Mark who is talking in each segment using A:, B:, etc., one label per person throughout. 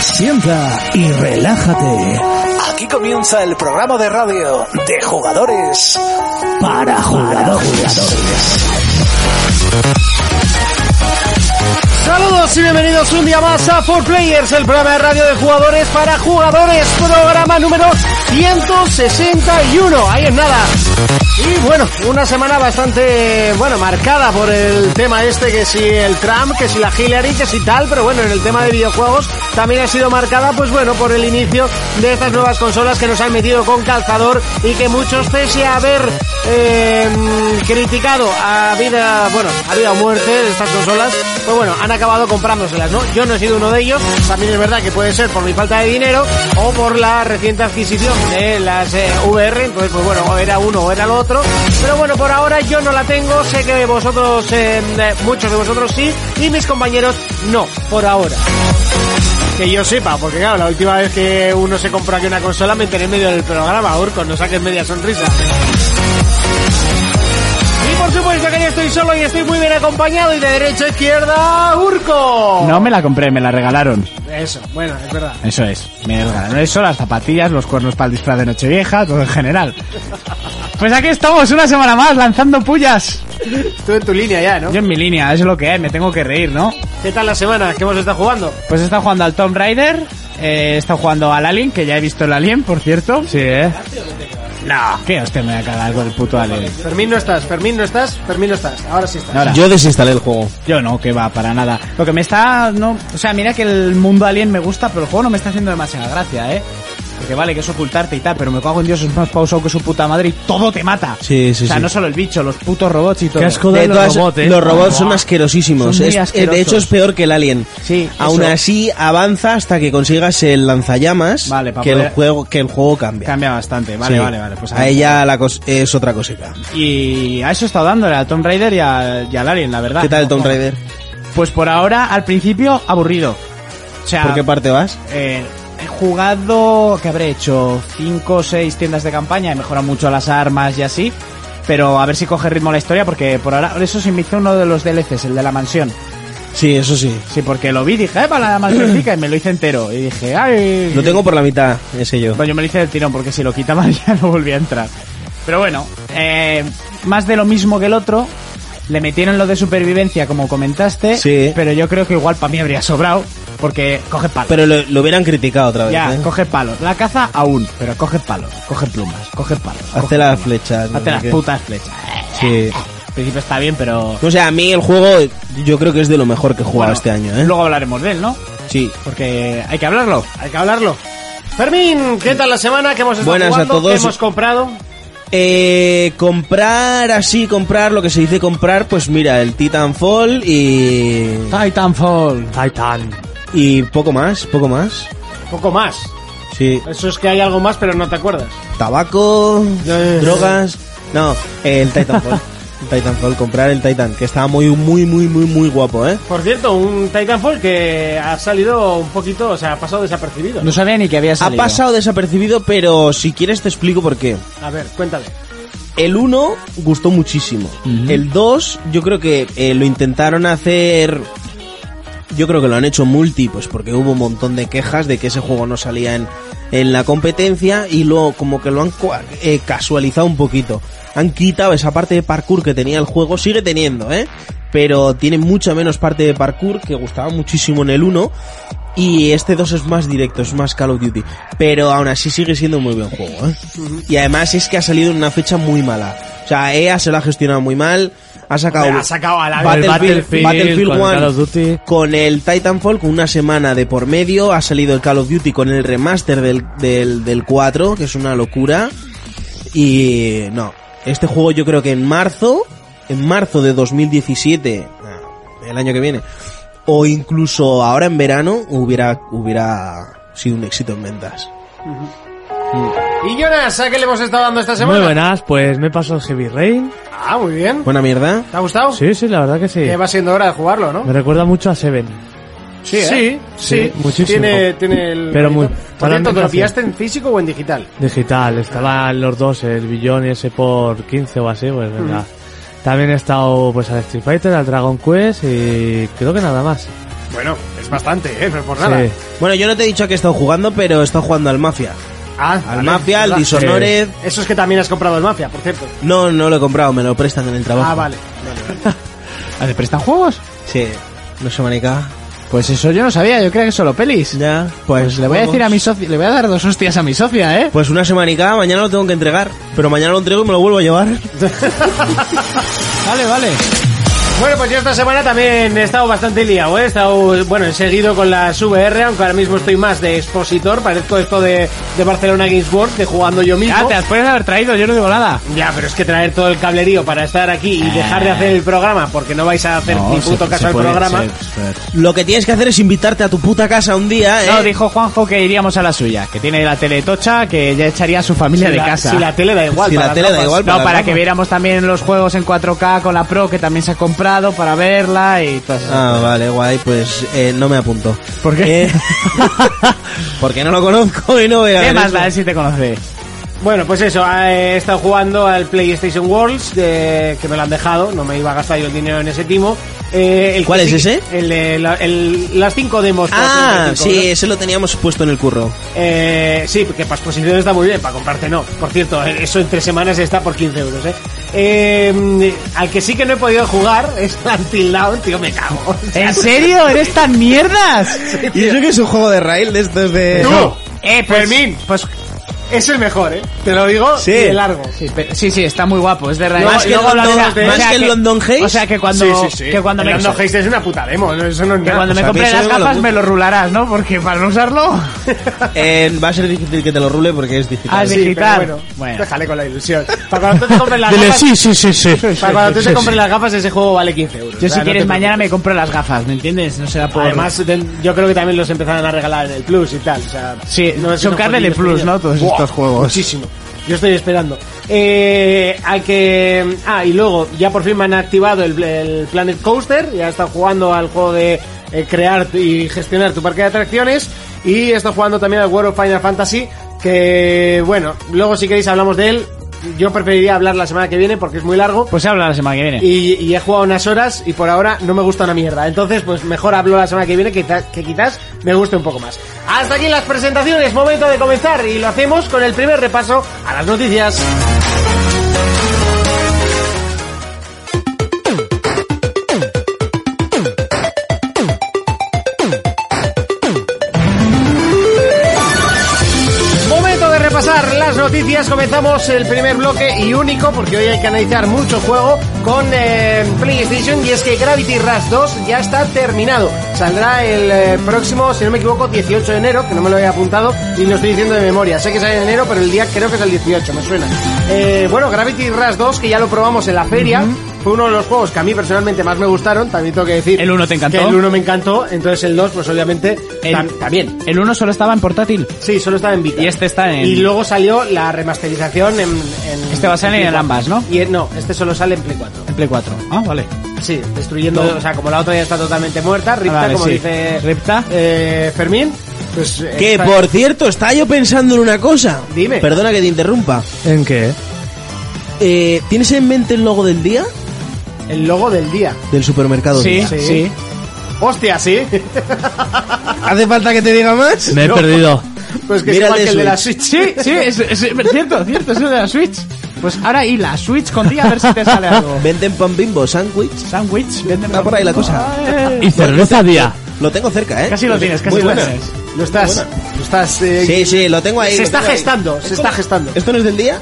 A: Sienta y relájate. Aquí comienza el programa de radio de jugadores para jugadores.
B: Saludos y bienvenidos un día más a 4Players, el programa de radio de jugadores para jugadores, programa número 161, ahí en nada. Y bueno, una semana bastante, bueno, marcada por el tema este, que si el Trump, que si la Hillary, que si tal, pero bueno, en el tema de videojuegos también ha sido marcada, pues bueno, por el inicio de estas nuevas consolas que nos han metido con calzador y que muchos, pese a haber eh, criticado a vida, bueno, a vida o muerte de estas consolas, pues bueno, han acabado comprándoselas, ¿no? Yo no he sido uno de ellos, también es verdad que puede ser por mi falta de dinero o por la reciente adquisición de las eh, VR, entonces pues bueno, o era uno o era el otro, pero bueno, por ahora yo no la tengo, sé que vosotros, eh, muchos de vosotros sí, y mis compañeros no, por ahora. Que yo sepa, porque claro, la última vez que uno se compró aquí una consola me enteré en medio del programa, Urco, no saques media sonrisa. Y por supuesto que yo estoy solo y estoy muy bien acompañado y de derecha a izquierda, Urco.
C: No me la compré, me la regalaron.
B: Eso, bueno, es verdad.
C: Eso es. Me regalaron eso, las zapatillas, los cuernos para el disfraz de Nochevieja, todo en general. Pues aquí estamos, una semana más, lanzando pullas.
B: Tú en tu línea ya, ¿no?
C: Yo en mi línea, eso es lo que es, me tengo que reír, ¿no?
B: ¿Qué tal la semana que hemos estado jugando?
C: Pues he estado jugando al Tomb Raider, eh, he estado jugando al Alien, que ya he visto el Alien, por cierto. Sí, ¿eh? No, que hostia me voy a cagar con el puto Alien.
B: Fermín no estás, Fermín no estás, Fermín no estás. Ahora sí estás.
C: Ahora.
D: Yo desinstalé el juego.
C: Yo no, que va, para nada. Lo que me está... No, o sea, mira que el mundo alien me gusta, pero el juego no me está haciendo demasiada gracia, ¿eh? Porque vale, que es ocultarte y tal, pero me cago en Dios, es más pausado que su puta madre y todo te mata.
D: Sí,
C: O
D: sí,
C: sea,
D: sí.
C: no solo el bicho, los putos robots y todo.
E: Qué asco de
D: De
E: los
D: todas-
E: robots, ¿eh?
D: los robots son
C: Buah.
D: asquerosísimos.
C: Son muy
D: Es- eh,
C: asquerosos.
D: de hecho, es peor que el Alien.
C: Sí,
D: Aún
C: eso.
D: así, avanza hasta que consigas el lanzallamas.
C: Vale, pa'
D: que, el
C: poder-
D: juego, que el juego cambia.
C: Cambia bastante, vale,
D: Sí.
C: vale, vale. Pues
D: a ella la cos- es otra cosita.
C: Y a eso he estado dándole al Tomb Raider y, al- y al Alien, la verdad.
D: ¿Qué tal el Tomb Raider?
C: Pues por ahora, al principio, aburrido. O sea,
D: ¿Por qué parte vas?
C: eh, he jugado, que habré hecho? 5 o 6 tiendas de campaña, he mejorado mucho las armas y así. Pero a ver si coge ritmo la historia, porque por ahora, eso se me hizo uno de los DLCs, el de la mansión.
D: Sí, eso sí.
C: Sí, porque lo vi, dije, eh, para la mansiónica, y me lo hice entero. Y dije, ay.
D: Lo tengo por la mitad, ese yo.
C: Bueno, yo me lo hice del tirón porque si lo quitaba ya no volvía a entrar. Pero bueno, eh, más de lo mismo que el otro. Le metieron lo de supervivencia, como comentaste.
D: Sí.
C: Pero yo creo que igual para mí habría sobrado. Porque coge palos.
D: Pero lo, lo hubieran criticado otra vez.
C: ya,
D: ¿eh?
C: coge palos. La caza aún, pero coge palos. Coge plumas, coge palos. coge
D: Hazte
C: plumas.
D: las flechas. no
C: Hazte
D: sé
C: las
D: qué.
C: putas flechas. Eh,
D: Sí.
C: Al principio está bien, pero.
D: O sea, a mí el juego yo creo que es de lo mejor que he jugado
C: bueno,
D: este año, ¿eh?
C: Luego hablaremos de él, ¿no?
D: Sí.
C: Porque hay que hablarlo.
B: Hay que hablarlo. Fermín, ¿qué tal la semana que hemos estado
D: Buenas a
B: jugando?
D: todos.
B: ¿Qué hemos comprado?
D: Eh, comprar así, comprar lo que se dice comprar, pues mira, el Titanfall y...
C: Titanfall.
E: Titan.
D: Y poco más, poco más.
B: Poco más.
D: Sí.
B: Eso es que hay algo más, pero no te acuerdas.
D: Tabaco,
B: Eh.
D: drogas... No, eh, el Titanfall. el Titanfall, comprar el Titan, que estaba muy, muy, muy, muy, muy guapo, ¿eh?
B: Por cierto, un Titanfall que ha salido un poquito, o sea, ha pasado desapercibido.
C: No sabía ni que había
D: Ha
C: salido.
D: pasado desapercibido, pero si quieres te explico por qué.
B: A ver, cuéntame.
D: El 1 gustó muchísimo. El 2, yo creo que eh, lo intentaron hacer. Yo creo que lo han hecho multi, pues porque hubo un montón de quejas de que ese juego no salía en, en la competencia y luego como que lo han cua- eh, casualizado un poquito. Han quitado esa parte de parkour que tenía el juego, sigue teniendo, ¿eh? Pero tiene mucha menos parte de parkour que gustaba muchísimo en el 1 y este 2 es más directo, es más Call of Duty. Pero aún así sigue siendo un muy buen juego, ¿eh? Y además es que ha salido en una fecha muy mala. O sea, EA se lo ha gestionado muy mal. Ha sacado,
B: Ha sacado a la
D: Battlefield-
E: Battlefield,
D: Battlefield
E: con
D: One.
E: Call of Duty.
D: con el Titanfall, con una semana de por medio. Ha salido el Call of Duty con el remaster del, del, del 4, que es una locura. Y no, este juego yo creo que en marzo, en marzo de 2017, ah, el año que viene, o incluso ahora en verano, hubiera, hubiera sido un éxito en ventas.
B: ¿Y Jonas, a qué le hemos estado dando esta semana?
E: Muy buenas, pues me pasó el Heavy Rain.
B: Ah, muy bien.
D: Buena mierda.
B: ¿Te ha gustado?
E: Sí, sí, la verdad que sí.
B: Que va siendo hora de jugarlo, ¿no?
E: Me recuerda mucho a Seven.
B: Sí, ¿eh?
E: Sí,
B: sí.
E: muchísimo.
B: Tiene, tiene el...
E: Pero muy-
B: Por
E: para
B: cierto,
E: mí
B: ¿te lo
E: casi.
B: pillaste en físico o en digital?
E: Digital, estaban los dos, el billón y ese por 15 o así, pues venga. También he estado pues al Street Fighter, al Dragon Quest y creo que nada más.
B: Bueno, es bastante, ¿eh? No es por nada.
E: Sí.
D: Bueno, yo no te he dicho a qué he estado jugando, pero he estado jugando al Mafia.
B: Ah,
D: Al
B: vale,
D: Mafia, al
B: ¿verdad?
D: Dishonored.
B: Eso es que también has comprado el Mafia, por cierto.
D: No, no lo he comprado, me lo prestan en el trabajo.
B: Ah, vale. vale.
C: ¿Ah, ¿Te prestan juegos?
D: Sí, no sé, manica.
C: Pues eso yo no sabía, yo creía que solo pelis.
D: Ya, pues.
C: Pues, le voy a
D: vamos.
C: decir a mi socia, le voy a dar dos hostias a mi socia, ¿eh?
D: Pues una semanica, mañana lo tengo que entregar. Pero mañana lo entrego y me lo vuelvo a llevar.
C: Vale, vale.
B: Bueno, pues yo esta semana también he estado bastante liado, ¿eh? he estado, bueno, he seguido con las VR, aunque ahora mismo estoy más de expositor, parezco esto de, de Barcelona Games World, de jugando yo mismo.
C: Ah, te las puedes haber traído, yo no digo nada.
B: Ya, pero es que traer todo el cablerío para estar aquí y dejar de hacer el programa, porque no vais a hacer ni puto caso al programa.
D: Lo que tienes que hacer es invitarte a tu puta casa un día, ¿eh?
C: No, dijo Juanjo que iríamos a la suya, que tiene la tele tocha, que ya echaría a su familia
B: si
C: de
B: la,
C: casa.
B: si la tele da igual.
D: Si
B: para las
D: la tele da
B: gafas.
D: igual,
C: no,
D: para
C: para
D: las
C: que
D: gafas.
C: viéramos también los juegos en 4K con la Pro, que también se ha comprado para verla y todas esas
D: Ah, vale, guay, pues eh, no me apunto.
C: ¿Por qué?
D: Eh, porque no lo conozco y no voy a
C: ¿Qué
D: ver
C: más
D: eso.
C: da él si te conoce?
B: Bueno, pues eso, eh, he estado jugando al PlayStation Worlds, eh, que me lo han dejado, no me iba a gastar yo el dinero en ese timo. Eh, el que
D: ¿Cuál es
B: sí-
D: ese?
B: El, de la- el- las cinco demos. por
D: Ah,
B: 35
D: sí,
B: euros.
D: ese lo teníamos puesto en el curro.
B: Eh, sí, porque para exposiciones está muy bien, para comprarte no. Por cierto, eh, eso en tres semanas está por 15 euros, ¿eh? Eh, al que sí que no he podido jugar es Until Dawn, tío, me cago.
C: ¿En serio? ¿Eres tan mierdas?
D: Y eso que es un juego de rail de estos de...
B: ¡Tú!
C: Eh, pues,
B: Fermín.
C: Pues,
B: Es el mejor, ¿eh? Te lo digo
D: Sí.
B: y de largo.
C: sí, pero- sí, sí, está muy guapo, es de raíz.
D: Más que el
C: Luego hablaremos
D: London-
C: de-
D: más que el London Haze.
C: O sea, que cuando, que cuando
B: El
C: me,
B: Lando Heist es una puta demo, no, eso no es
C: que
B: nada.
C: cuando
D: o
C: me
D: sea,
C: compre
D: piensa
C: las
D: que lo
C: gafas
D: busco.
C: me lo rularás, ¿no? Porque para no usarlo...
D: Eh, va a ser difícil que te lo rule porque es
C: Ah,
D: digital.
C: sí.
B: pero
C: digital.
B: Bueno,
C: Bueno.
B: déjale con la ilusión. Para cuando tú te compres las
E: Dile,
B: gafas,
E: sí, sí, sí, sí.
B: para cuando tú te compres las gafas ese juego vale 15 euros.
C: Yo
B: O sea,
C: si
B: no
C: quieres
B: te
C: mañana me
B: preocupes.
C: compro las gafas, ¿me entiendes? No será por...
B: Además, de- yo creo que también los empezaron a regalar en el Plus y tal. O sea,
C: Sí,
B: no es
C: son
B: una
C: carne de
B: jodida
C: Plus,
B: experiencia.
C: ¿no? Todos
B: Buah,
C: estos juegos.
B: Muchísimo. Yo estoy esperando. Eh, al que. Ah, y luego, ya por fin me han activado el, el Planet Coaster. Ya he estado jugando al juego de eh, crear y gestionar tu parque de atracciones. Y he estado jugando también al World of Final Fantasy. Que, bueno, luego si queréis hablamos de él. Yo preferiría hablar la semana que viene porque es muy largo.
C: Pues se habla la semana que viene.
B: Y, y he jugado unas horas y por ahora no me gusta una mierda. Entonces, pues mejor hablo la semana que viene, que, quizá- que quizás me guste un poco más. Hasta aquí las presentaciones, momento de comenzar y lo hacemos con el primer repaso a las noticias. Momento de repasar las noticias. Comenzamos el primer bloque y único, porque hoy hay que analizar mucho juego con eh, PlayStation. Y es que Gravity Rush 2 ya está terminado. Saldrá el eh, próximo, si no me equivoco, 18 de enero, que no me lo había apuntado y lo estoy diciendo de memoria. Sé que sale en enero, pero el día creo que es el 18, me suena. Eh, bueno, Gravity Rush 2, que ya lo probamos en la feria. Fue uno de los juegos que a mí personalmente más me gustaron, también tengo que decir.
C: ¿El uno te encantó?
B: que el 1 me encantó, entonces el 2, pues obviamente,
C: El-
B: tam- también.
C: El uno solo estaba en portátil.
B: Sí, solo estaba en Vita.
C: Y este está en-
B: Y luego salió la remasterización en... en-
C: Este va a salir en
B: Play
C: ambas,
B: 4.
C: ¿no?
B: Y, eh, no, este solo sale en Play 4.
C: En Play 4. Ah, vale.
B: Sí, destruyendo... O sea, como la otra ya está totalmente muerta, Ripta,
C: Ah, vale,
B: como
C: sí.
B: dice...
C: Ripta.
B: eh, Fermín, pues... eh,
D: Que
B: está-
D: por cierto, estaba yo pensando en una cosa.
B: Dime.
D: Perdona que te interrumpa.
E: ¿En qué?
D: Eh, ¿Tienes en mente el logo del día?
B: El logo del día.
D: Del supermercado.
C: Sí,
D: día.
C: sí.
B: Sí. Hostia, sí.
D: ¿Hace falta que te diga más?
E: Me he
B: No.
E: perdido.
B: pues que es
D: Mira
B: igual
D: el
B: que
D: de
B: el de la
D: Switch.
C: Sí,
B: Switch.
C: sí, es, es- es cierto, cierto, es lo de la Switch. Pues ahora y la Switch contigo a ver si te sale algo.
D: Venden pan bimbo, sándwich.
C: Sandwich, véndeme
D: Va por ahí la cosa.
C: Ay.
E: Y cerveza día.
D: Lo tengo cerca, ¿eh?
C: Casi lo tienes, casi
D: Muy
C: lo
D: buena.
C: tienes.
B: Lo estás... Lo estás... eh,
D: Sí, sí, lo tengo ahí.
B: Se
D: lo
B: está
D: tengo ahí.
B: gestando, se
D: ¿Esto
B: está
D: no-
B: gestando.
D: ¿Esto no es del día?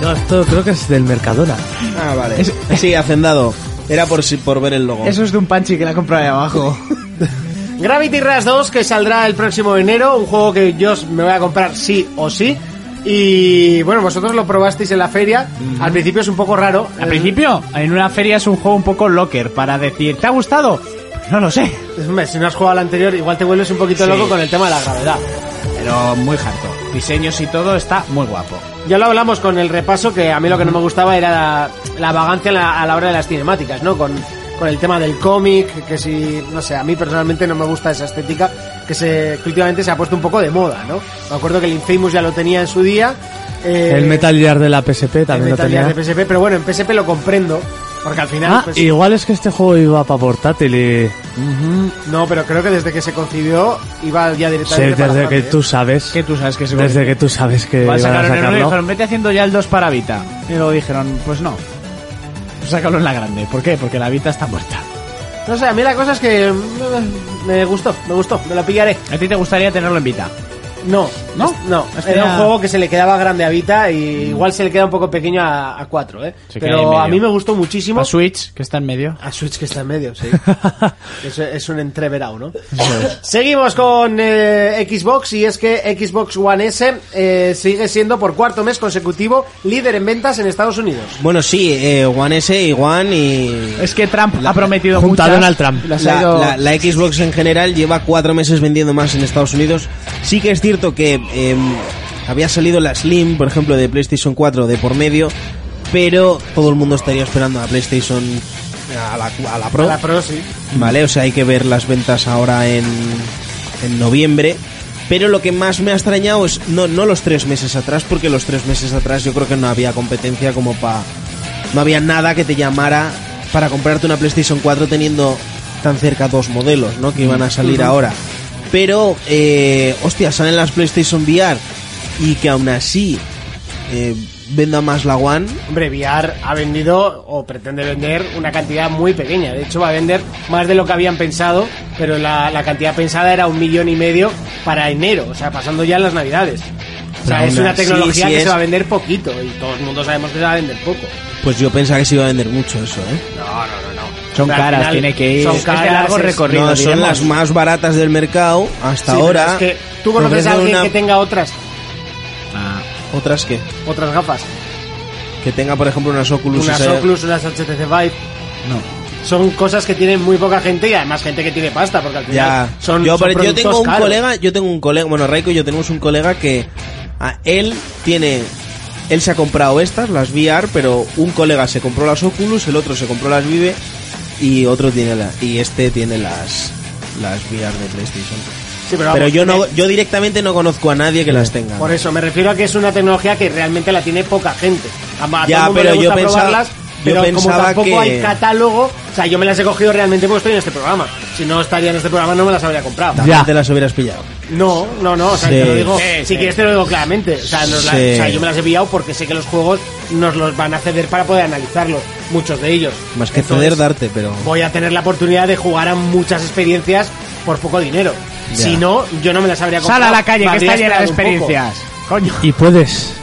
E: No, esto creo que es del Mercadona.
D: Ah, vale. Sí, hacendado. Era por, si- por ver el logo.
C: Eso es de un panchi que la compra de abajo.
B: Gravity Rush 2 que saldrá el próximo enero, un juego que yo me voy a comprar sí o sí. Y bueno, vosotros lo probasteis en la feria. Al principio es un poco raro.
C: Al principio, en una feria es un juego un poco locker para decir, ¿te ha gustado? Pues No lo sé,
B: Eh, hombre, si no has jugado al anterior, igual te vuelves un poquito
C: Sí.
B: loco con el tema de la gravedad.
C: pero muy harto. Diseños y todo está muy guapo.
B: Ya lo hablamos con el repaso, que a mí lo que no me gustaba era la, la vagancia en la- a la hora de las cinemáticas, ¿no? Con, con el tema del cómic, que si, no sé, a mí personalmente no me gusta esa estética, que, se, que últimamente se ha puesto un poco de moda, ¿no? Me acuerdo que el Infamous ya lo tenía en su día. eh,
E: El Metal Gear de la PSP
B: El
E: también lo
B: Metal Gear
E: tenía.
B: de PSP, pero bueno, en PSP lo comprendo. Porque al final...
E: Ah,
B: pues-
E: igual es que este juego iba para portátil y
B: No, pero creo que desde que se concibió iba ya
E: sé
B: directamente para ¿eh?
E: desde
B: la
E: que
B: Play,
E: tú sabes,
C: Que tú sabes que se
E: desde que tú sabes que
C: Igual
E: iban a
C: sacaron el uno y
E: sacarlo.
C: dijeron, vete haciendo ya el 2 para Vita. Y luego dijeron, pues no. Pues Sácalo en la grande. ¿Por qué? Porque la Vita está muerta.
B: ¿eh? No sé, a mí la cosa es que mm, me gustó, me gustó, me lo pillaré.
C: ¿A ti te gustaría tenerlo en Vita?
B: No,
C: ¿No?
B: no.
C: Es que Mm.
B: era
C: era-
B: un juego que se le quedaba grande a Vita y igual se le queda un poco pequeño a, a 4, ¿eh?
C: Se queda ahí en
B: pero
C: medio.
B: a mí me gustó muchísimo.
C: La Switch, que está en medio.
B: A Switch que está en medio, sí. es, es un entreverado, ¿no? Seguimos con eh, Xbox y es que Xbox One S eh, sigue siendo por cuarto mes consecutivo líder en ventas en Estados Unidos.
D: Bueno, sí, eh, One S y One y...
C: Es que Trump ha prometido
E: junta a
C: muchas,
E: Donald Trump.
C: las ha
D: La,
C: ido-
D: la- la Xbox en general lleva cuatro meses vendiendo más en Estados Unidos. Sí que es cierto que eh, había salido la Slim, por ejemplo, de PlayStation 4 de por medio, pero todo el mundo estaría esperando a PlayStation a la, a la Pro.
B: A La Pro, sí.
D: Vale, o sea, hay que ver las ventas ahora en, en noviembre. Pero lo que más me ha extrañado es no, no los tres meses atrás, porque los tres meses atrás yo creo que no había competencia como para... No había nada que te llamara para comprarte una PlayStation 4 teniendo tan cerca dos modelos, ¿no? Que iban a salir ahora. Pero, eh, hostia, salen las PlayStation VR y que aún así eh, venda más la One.
B: Hombre, VR ha vendido o pretende vender una cantidad muy pequeña. De hecho, va a vender más de lo que habían pensado, pero la, la cantidad pensada era un millón y medio para enero, o sea, pasando ya las navidades. O sea,
D: Pero
B: es
D: aún
B: una
D: así,
B: tecnología
D: si
B: que
D: es-
B: se va a vender poquito y todo el mundo sabemos que se va a vender poco.
D: Pues yo pensaba que se iba a vender mucho eso, ¿eh?
B: No, no, no, no.
C: Son
B: Pero al
C: caras,
B: final
C: tiene que ir.
B: Son
C: Es de
B: caras,
C: largo
B: es-
C: recorrido.
D: No, son
C: diremos.
D: las más baratas del mercado
B: Sí,
D: hasta
B: pero
D: ahora.
B: Es que tú conoces a
D: Ofrecen
B: alguien
D: una-
B: que tenga otras,
C: Ah,
D: otras que
B: otras gafas.
D: que tenga por ejemplo unas Oculus,
B: Unas
D: o sea,
B: Oculus, unas HTC Vive.
C: no.
B: Son cosas que tienen muy poca gente y además gente que tiene pasta, porque al final
D: ya.
B: son.
D: yo,
B: son
D: pero yo tengo
B: productos
D: un
B: caros.
D: colega, yo tengo un colega, bueno, Raiko y yo tenemos un colega que a él tiene él se ha comprado estas, las VR, pero un colega se compró las Oculus, el otro se compró las Vive y otro tiene la y este tiene las las VR de PlayStation.
B: Sí, pero,
D: Pero
B: vamos,
D: yo no
B: tiene-
D: yo directamente no conozco a nadie que las tenga.
B: Por eso, me refiero a que es una tecnología que realmente la tiene poca gente. A, a
D: Ya,
B: todo el mundo
D: pero
B: le gusta
D: yo pensaba-
B: probarlas,
D: yo
B: pero como
D: pensaba
B: tampoco
D: que-
B: hay catálogo, o sea, yo me las he cogido realmente porque estoy en este programa. Si no estaría en este programa, no me las habría comprado.
D: También
E: Ya.
D: te las hubieras pillado.
B: No, no, no, o sea,
D: Sí.
B: te lo digo,
D: Sí,
B: si quieres te lo digo claramente, o sea, nos la-
D: Sí.
B: o sea, yo me las he pillado porque sé que los juegos nos los van a ceder para poder analizarlos, muchos de ellos.
D: Más que
B: Entonces,
D: ceder darte, pero
B: Voy a tener la oportunidad de jugar a muchas experiencias por poco dinero.
D: Ya.
B: Si no, yo no me las habría comprado.
C: Sal a la calle,
B: Me
C: que
B: habría
C: está llena de
B: esperado un poco.
C: experiencias. Coño.
E: Y puedes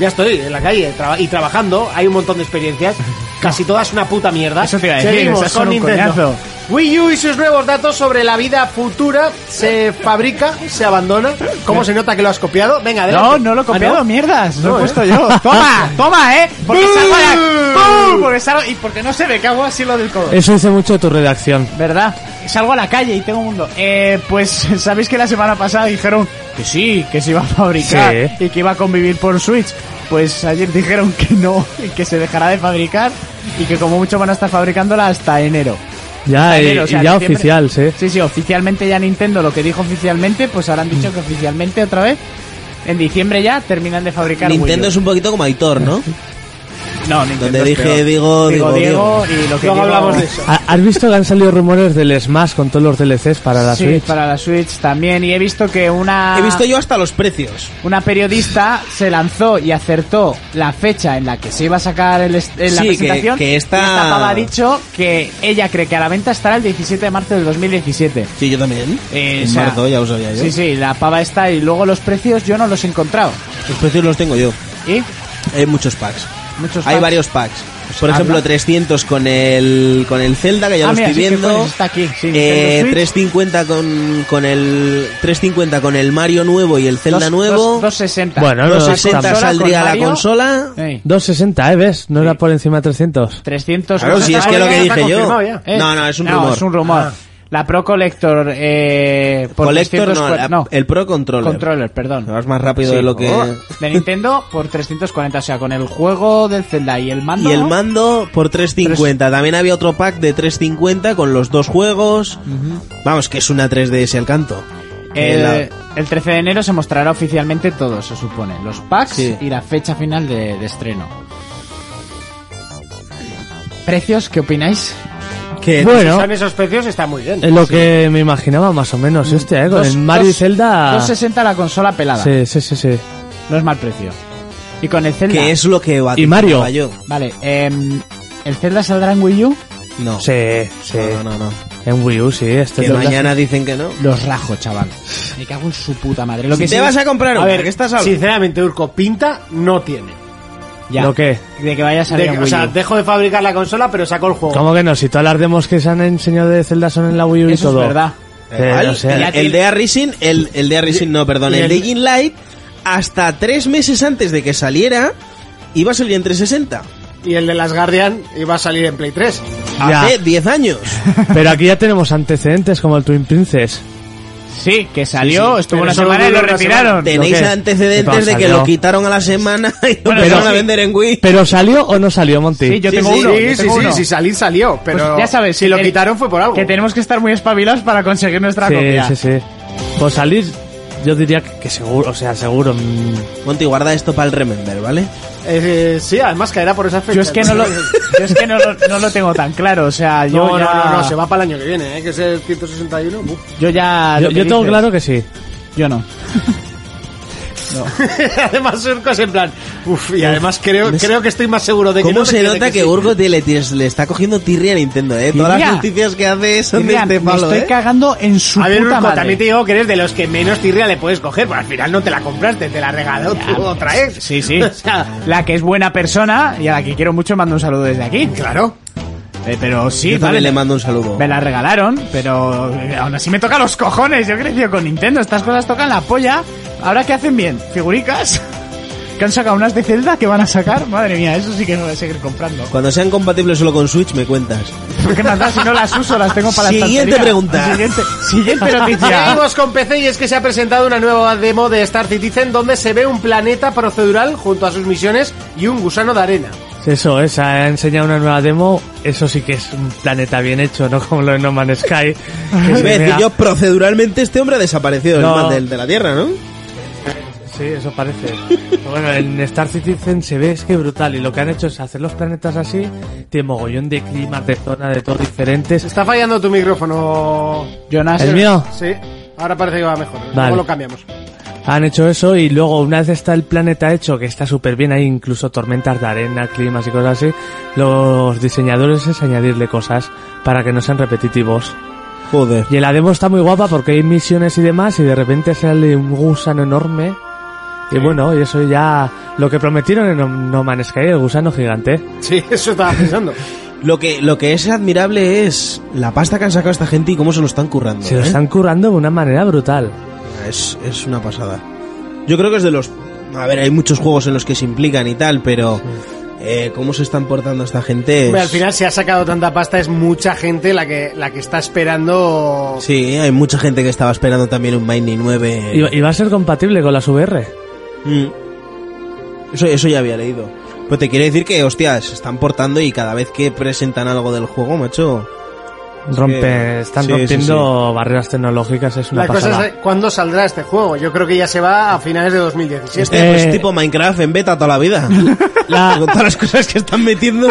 B: Ya estoy en la calle traba- y trabajando. Hay un montón de experiencias. Casi todas una puta mierda.
C: Eso te iba a decir,
B: Seguimos
C: esas son
B: con
C: un
B: Nintendo.
C: coñazo.
B: Wii U y sus nuevos datos sobre la vida futura se fabrica, se abandona. ¿Cómo se nota que lo has copiado? Venga,
C: No,
B: adelante.
C: no lo he
B: ¿Ah,
C: copiado,
B: no?
C: mierdas. Lo
B: No,
C: he
B: ¿eh?
C: puesto yo. Toma, toma, eh. Porque salgo a la... ¡Bum! Porque salgo... Y porque no se ve que hago así lo del codo.
E: Eso dice mucho de tu redacción.
C: ¿Verdad? Salgo a la calle y tengo un mundo. Eh, pues sabéis que la semana pasada dijeron que sí, que se iba a fabricar
E: Sí.
C: y que iba a convivir por Switch. Pues ayer dijeron que no y que se dejará de fabricar y que como mucho van a estar fabricándola hasta enero.
E: Ya, Eh, y,
C: Enero, o sea,
E: y ya
C: diciembre.
E: oficial, sí.
C: Sí, sí, oficialmente ya Nintendo lo que dijo oficialmente, pues ahora han dicho que oficialmente otra vez. En diciembre ya terminan de fabricar Wii U.
D: Nintendo es un poquito como Aitor, ¿no?
C: No, Nintendo
D: Donde
C: es
D: dije
C: peor.
D: digo, digo,
C: Diego, y lo que Diego-
B: Luego hablamos de eso.
E: ¿Ha- ¿Has visto que han salido rumores del Smash con todos los DLCs para la
C: sí,
E: Switch?
C: para la Switch también. Y he visto que una...
D: He visto yo hasta los precios.
C: Una periodista se lanzó y acertó la fecha en la que se iba a sacar el est- en la
D: Sí, que-
C: presentación.
D: que esta-
C: Y esta pava ha dicho que ella cree que a la venta estará el 17 de marzo del 2017.
D: Sí, yo también.
C: Eh,
D: en
C: o sea,
D: marzo, ya lo sabía yo.
C: Sí, sí, la pava está y luego los precios yo no los he encontrado.
D: Los precios los tengo yo.
C: ¿Y?
D: Hay muchos packs.
C: Muchos
D: Hay
C: packs.
D: varios packs. Por
C: Pues habla.
D: ejemplo, 300 con el con el Zelda que ya
C: Ah,
D: lo
C: mira,
D: estoy
C: sí, que
D: viendo.
C: pues está aquí, sí, Nintendo
D: Eh,
C: Switch.
D: 350 con con el 350 con el Mario nuevo y el Zelda
C: Dos-
D: nuevo.
C: dos- 260.
E: Bueno, no,
C: Dos
D: 260
C: consola con
D: saldría la
C: Mario. Eh,
D: consola.
C: Sí.
E: 260, ¿eh? ¿Ves? No era por encima de 300.
C: 300
D: Claro, si es que lo que
B: ya está
D: dije yo.
B: confirmado ya.
C: Eh,
D: No, no, es un rumor. Ah.
C: es un rumor. La Pro Collector eh, por
D: Collector no,
C: 340
D: la- el Pro controller.
C: Controller, perdón.
D: Vas más rápido
C: Sí. Oh,
D: de lo que
C: De Nintendo por 340, o sea, con el juego del Zelda y el mando.
D: Y el
C: ¿no?
D: mando por 350. También había otro pack de 350 con los dos juegos. Vamos, que es una 3DS al canto. Que
C: El,
D: la-
C: el 13 de enero se mostrará oficialmente todo, se supone. Los packs
D: Sí.
C: y la fecha final de, de estreno. ¿Precios? ¿Qué opináis? Eh,
D: Que
E: Bueno,
B: Son esos precios, está muy
D: Eh,
B: bien.
E: es lo que me imaginaba más o menos, hostia, eh, con
C: Mm, Dos-
E: el Mario y
C: dos-
E: Zelda.
C: 260 la consola pelada.
E: Sí, sí, sí, sí.
C: No es mal precio. Y con el Zelda.
D: que es lo que va
E: ¿Y Mario?
D: yo.
C: Vale, em, ¿el Zelda saldrá en Wii U?
D: No.
E: Sí, sí.
D: No, no, no. no.
E: En Wii U, sí, este
D: Que
E: Zelda-
D: mañana dicen que no.
C: Los rajo, chaval. Me cago en su puta madre. Lo que
D: Si te
C: sí-
D: vas a comprar
B: A
D: una,
B: ver,
D: ¿qué estás hablando?
B: sinceramente, Urco, pinta no tiene.
C: Ya.
E: ¿Lo qué?
C: De que vaya a salir
B: De-
C: en
B: o
C: Wii
B: sea,
C: U.
B: dejo de fabricar la consola, pero saco el juego.
E: ¿Cómo que no? Si todas las demos que se han enseñado de Zelda son en la Wii U y
C: Eso es
E: todo. Eh,
C: verdad.
E: Sí,
D: Igual,
E: o sea,
D: el-
C: ya
D: el,
C: tiene-
D: de Racing, el, el de Racing, no, perdón,
B: y
D: el,
B: el-
D: de Jin Light, hasta tres meses antes de que saliera, iba a salir en 360.
B: Y el de las Guardian iba a salir en Play 3.
E: Ya.
D: Hace 10 años.
E: Pero aquí ya tenemos antecedentes como el Twin Princess.
C: Sí, que salió, estuvo
B: Pero
C: una
B: solo
C: semana y
B: duró
C: lo
B: una
C: retiraron.
D: Tenéis
E: qué?
D: antecedentes de que
E: Salió.
D: lo quitaron a la semana y lo
E: Bueno,
D: empezaron
E: pero-
D: a vender en Wii.
E: ¿Pero salió o no salió, Monty?
C: Sí, yo
D: Sí,
C: tengo
D: sí,
C: uno. yo
B: sí, sí,
C: tengo
B: sí,
C: uno.
B: si salí, salió. Pero
C: Pues ya sabes,
B: si lo
C: el-
B: quitaron fue por algo.
C: Que tenemos que estar muy espabilados para conseguir nuestra
E: sí,
C: copia.
E: sí, sí. Pues salir, yo diría que, que seguro, o sea, seguro. mm,
D: Monty, guarda esto para el Remember, ¿vale?
B: Eh, eh, sí, además caerá por esas fechas.
C: Yo es que no lo, yo es que no lo, no lo tengo tan claro. O sea, yo
B: no,
C: ya.
B: no, no, no, se va para el año que viene, ¿eh? que es el 161. buf.
C: Yo ya. lo
E: yo
C: que
E: yo tengo
C: dices.
E: claro que sí.
C: Yo no.
B: además, Urco es en plan. Uf, y además creo, creo que estoy más seguro de que
D: ¿Cómo
B: no
D: se
B: de
D: nota
B: de
D: que,
B: sí.
D: Urgo te- le, tires- le está cogiendo tirria a Nintendo, eh? Todas
C: Tirria.
D: las noticias que hace son
C: Miriam,
D: de este
C: me
D: palo,
C: estoy
D: eh.
C: cagando en su
B: A ver,
C: puta
B: Urco,
C: madre.
B: también te digo que eres de los que menos tirria le puedes coger, porque al final no te la compraste, te la regaló tú otra vez.
C: pues, Sí, sí.
B: O sea,
C: La que es buena persona y a la que quiero mucho mando un saludo desde aquí.
B: claro.
C: Eh, pero sí,
D: Yo
C: vale.
D: también le mando un saludo.
C: Me la regalaron, pero eh, aún así me toca los cojones. Yo he crecido con Nintendo, estas cosas tocan la polla. Ahora qué hacen bien, figuricas. Que han sacado unas de Zelda que van a sacar. Madre mía, eso sí que no voy a seguir comprando.
D: Cuando sean compatibles solo con Switch, me cuentas.
C: Porque mandar si no las uso, las tengo para la
D: Siguiente
C: estantería.
D: pregunta.
C: Siguiente, siguiente noticia.
B: Seguimos con PC y es que se ha presentado una nueva demo de Star Citizen donde se ve un planeta procedural junto a sus misiones y un gusano de arena.
E: Eso es, ha enseñado una nueva demo. Eso sí que es un planeta bien hecho, no como lo de No Man's Sky. que se
D: Iba a decir
E: vea-
D: yo, proceduralmente este hombre ha desaparecido del
E: No.
D: mapa del- de la Tierra, ¿no?
E: Sí, eso parece. Pero bueno, en Star Citizen se ve es que brutal. Y lo que han hecho es hacer los planetas así. Tiene mogollón de climas, de zona, de todo diferentes.
B: Está fallando tu micrófono.
C: Jonas,
E: ¿El mío?
B: Sí, ahora parece que va mejor.
E: Vale.
B: Luego lo cambiamos.
E: Han hecho eso y luego una vez está el planeta hecho, que está súper bien, hay incluso tormentas de arena, climas y cosas así, los diseñadores es añadirle cosas para que no sean repetitivos.
D: Joder.
E: Y la demo está muy guapa porque hay misiones y demás y de repente sale un gusano enorme. Y bueno, y eso ya lo que prometieron en No- No Man's Sky, el gusano gigante.
B: Sí, eso estaba pensando.
D: Lo que, lo que es admirable es la pasta que han sacado esta gente y cómo se lo están currando.
E: Se lo
D: ¿eh?
E: están currando de una manera brutal.
D: Es, es una pasada. Yo creo que es de los... A ver, hay muchos juegos en los que se implican y tal, pero... eh, cómo se están portando esta gente... es-
B: Hombre, al final se ha sacado tanta pasta, es mucha gente la que, la que está esperando.
D: Sí, hay mucha gente que estaba esperando también un Mindy 9.
E: Y, y va a ser compatible con las VR.
D: Mm. Eso, eso ya había leído. Pero te quiero decir que, hostias, se están portando y cada vez que presentan algo del juego, macho...
E: Rompe, están
D: sí, sí,
E: rompiendo barreras tecnológicas, es una
B: la
E: pasada.
B: cosa es cuándo saldrá este juego. Yo creo que ya se va a finales de 2017.
D: Hostia, pues
E: Eh,
D: tipo Minecraft en beta toda la vida. Con todas las cosas que están metiendo,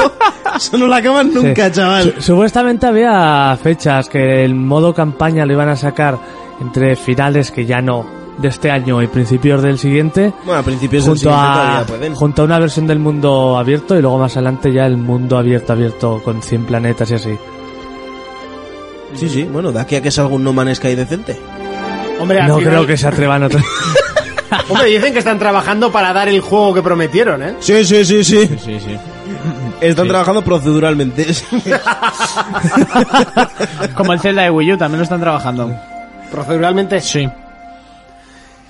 D: eso no la acaban
E: Sí.
D: nunca, chaval.
E: Su- Supuestamente había fechas que el modo campaña lo iban a sacar entre finales que ya no de este año y principios del siguiente
D: Bueno, a principios del
E: junto
D: siguiente
E: a
D: todavía pueden.
E: junto a una versión del mundo abierto y luego más adelante ya el mundo abierto abierto con 100 planetas y así.
D: Sí, sí, bueno, de aquí a que salga un No Man's Sky decente.
B: Hombre, al
E: No
B: final-
E: creo que se atrevan otra.
B: Hombre, dicen que están trabajando para dar el juego que prometieron, ¿eh?
D: Sí, sí, sí, sí. Están trabajando proceduralmente.
C: como el Zelda de Wii U, también lo están trabajando.
B: Proceduralmente.
C: Sí.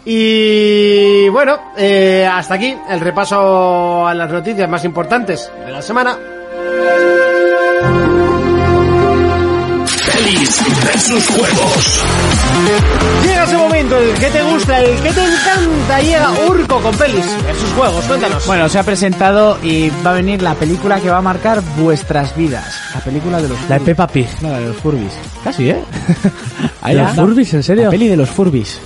B: Y bueno, eh, hasta aquí el repaso a las noticias más importantes de la semana.
A: Pelis versus juegos.
B: Llega ese momento, el que te gusta, el que te encanta. Llega Urco con pelis versus juegos. Cuéntanos.
C: Bueno, se ha presentado y va a venir la película que va a marcar vuestras vidas. La película de los
E: La de
C: Furbies.
E: Peppa Pig.
C: No, la de los Furbis. Casi, ¿eh?
E: ¿Los
C: anda.
E: Furbies, en serio?
C: La peli de los Furbis.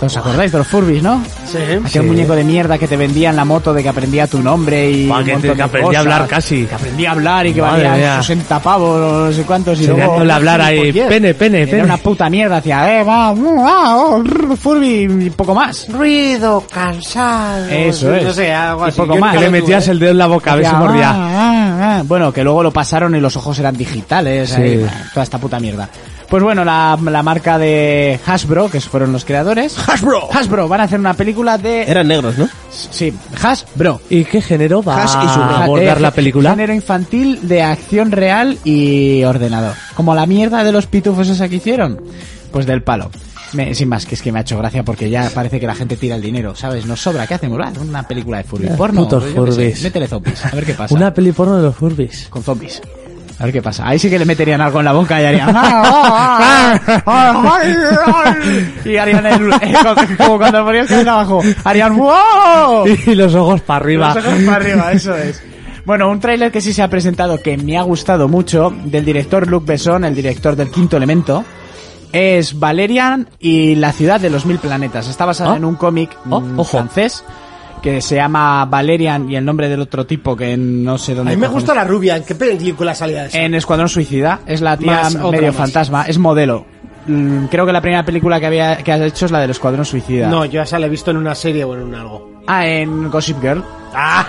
C: ¿Os acordáis de los Furbis, no?
B: Sí.
C: Aquel muñeco de mierda que te vendía en la moto de que aprendía tu nombre y.
E: Buah,
C: un
E: que te-
C: montón de
E: que aprendí a
C: cosas.
E: hablar casi.
C: Que aprendí a hablar y que
E: Madre
C: valía
E: mía.
C: 60 pavos o no sé cuántos y
E: Se
C: luego.
E: dándole a hablar ahí,
C: Gilipollez.
E: pene, pene,
C: Era
E: pene.
C: una puta mierda, hacía, eh, va, mm, ah, oh, rrr, Furby y poco más.
B: Ruido, cansado.
C: Eso es.
B: No sé, algo
C: Y
B: así.
C: poco
B: Yo
C: más.
E: Que
B: creo
E: le metías el dedo en la boca, a ver si
C: Hacía,
E: mordía.
C: ah, ah, ah. Bueno, que luego lo pasaron y los ojos eran digitales,
E: Sí.
C: ahí, toda esta puta mierda. Pues bueno, la, la marca de Hasbro, que fueron los creadores.
D: Hasbro.
C: Hasbro, van a hacer una película de...
D: Eran negros, ¿no?
C: Sí, Hasbro.
E: ¿Y qué género va
D: Hash y su-
E: a
C: Ah,
E: abordar
C: eh,
E: la película?
C: Género infantil de acción real y ordenador. Como la mierda de los pitufos esa que hicieron. Pues del palo. Me- sin más, que es que me ha hecho gracia porque ya parece que la gente tira el dinero, ¿sabes? Nos sobra, ¿qué hacemos? Ah, Una película de Furby.
E: Ah,
C: Porno. pues
E: putos
C: yo qué sé,
E: furbis.
C: Métele zombies, a ver qué pasa.
E: Una peli porno de los Furbis.
C: Con zombies. A ver qué pasa. Ahí sí que le meterían algo en la boca y harían... "Ah, ah, ah, ay, ay". y harían el... como cuando ponías el cabeza abajo. Harían... ¡Wow!
E: Y los ojos para arriba.
C: Los ojos para arriba, eso es. Bueno, un tráiler que sí se ha presentado que me ha gustado mucho, del director Luc Besson, el director del Quinto Elemento, es Valerian y la ciudad de los mil planetas. Está basado
E: Ah.
C: en un cómic
E: Oh,
C: mm,
E: ojo.
C: francés que se llama Valerian y el nombre del otro tipo que no sé
B: A
C: dónde.
B: mí me
C: cojones-
B: gusta la rubia. ¿En qué película salía esa?
C: En Escuadrón Suicida es la tía
B: Más, otra
C: medio
B: más.
C: fantasma, es modelo. Mm, Creo que la primera película que había que has hecho es la del Escuadrón Suicida.
B: No, yo esa la he visto en una serie o en un algo.
C: Ah, en Gossip Girl.
B: ¡Ah!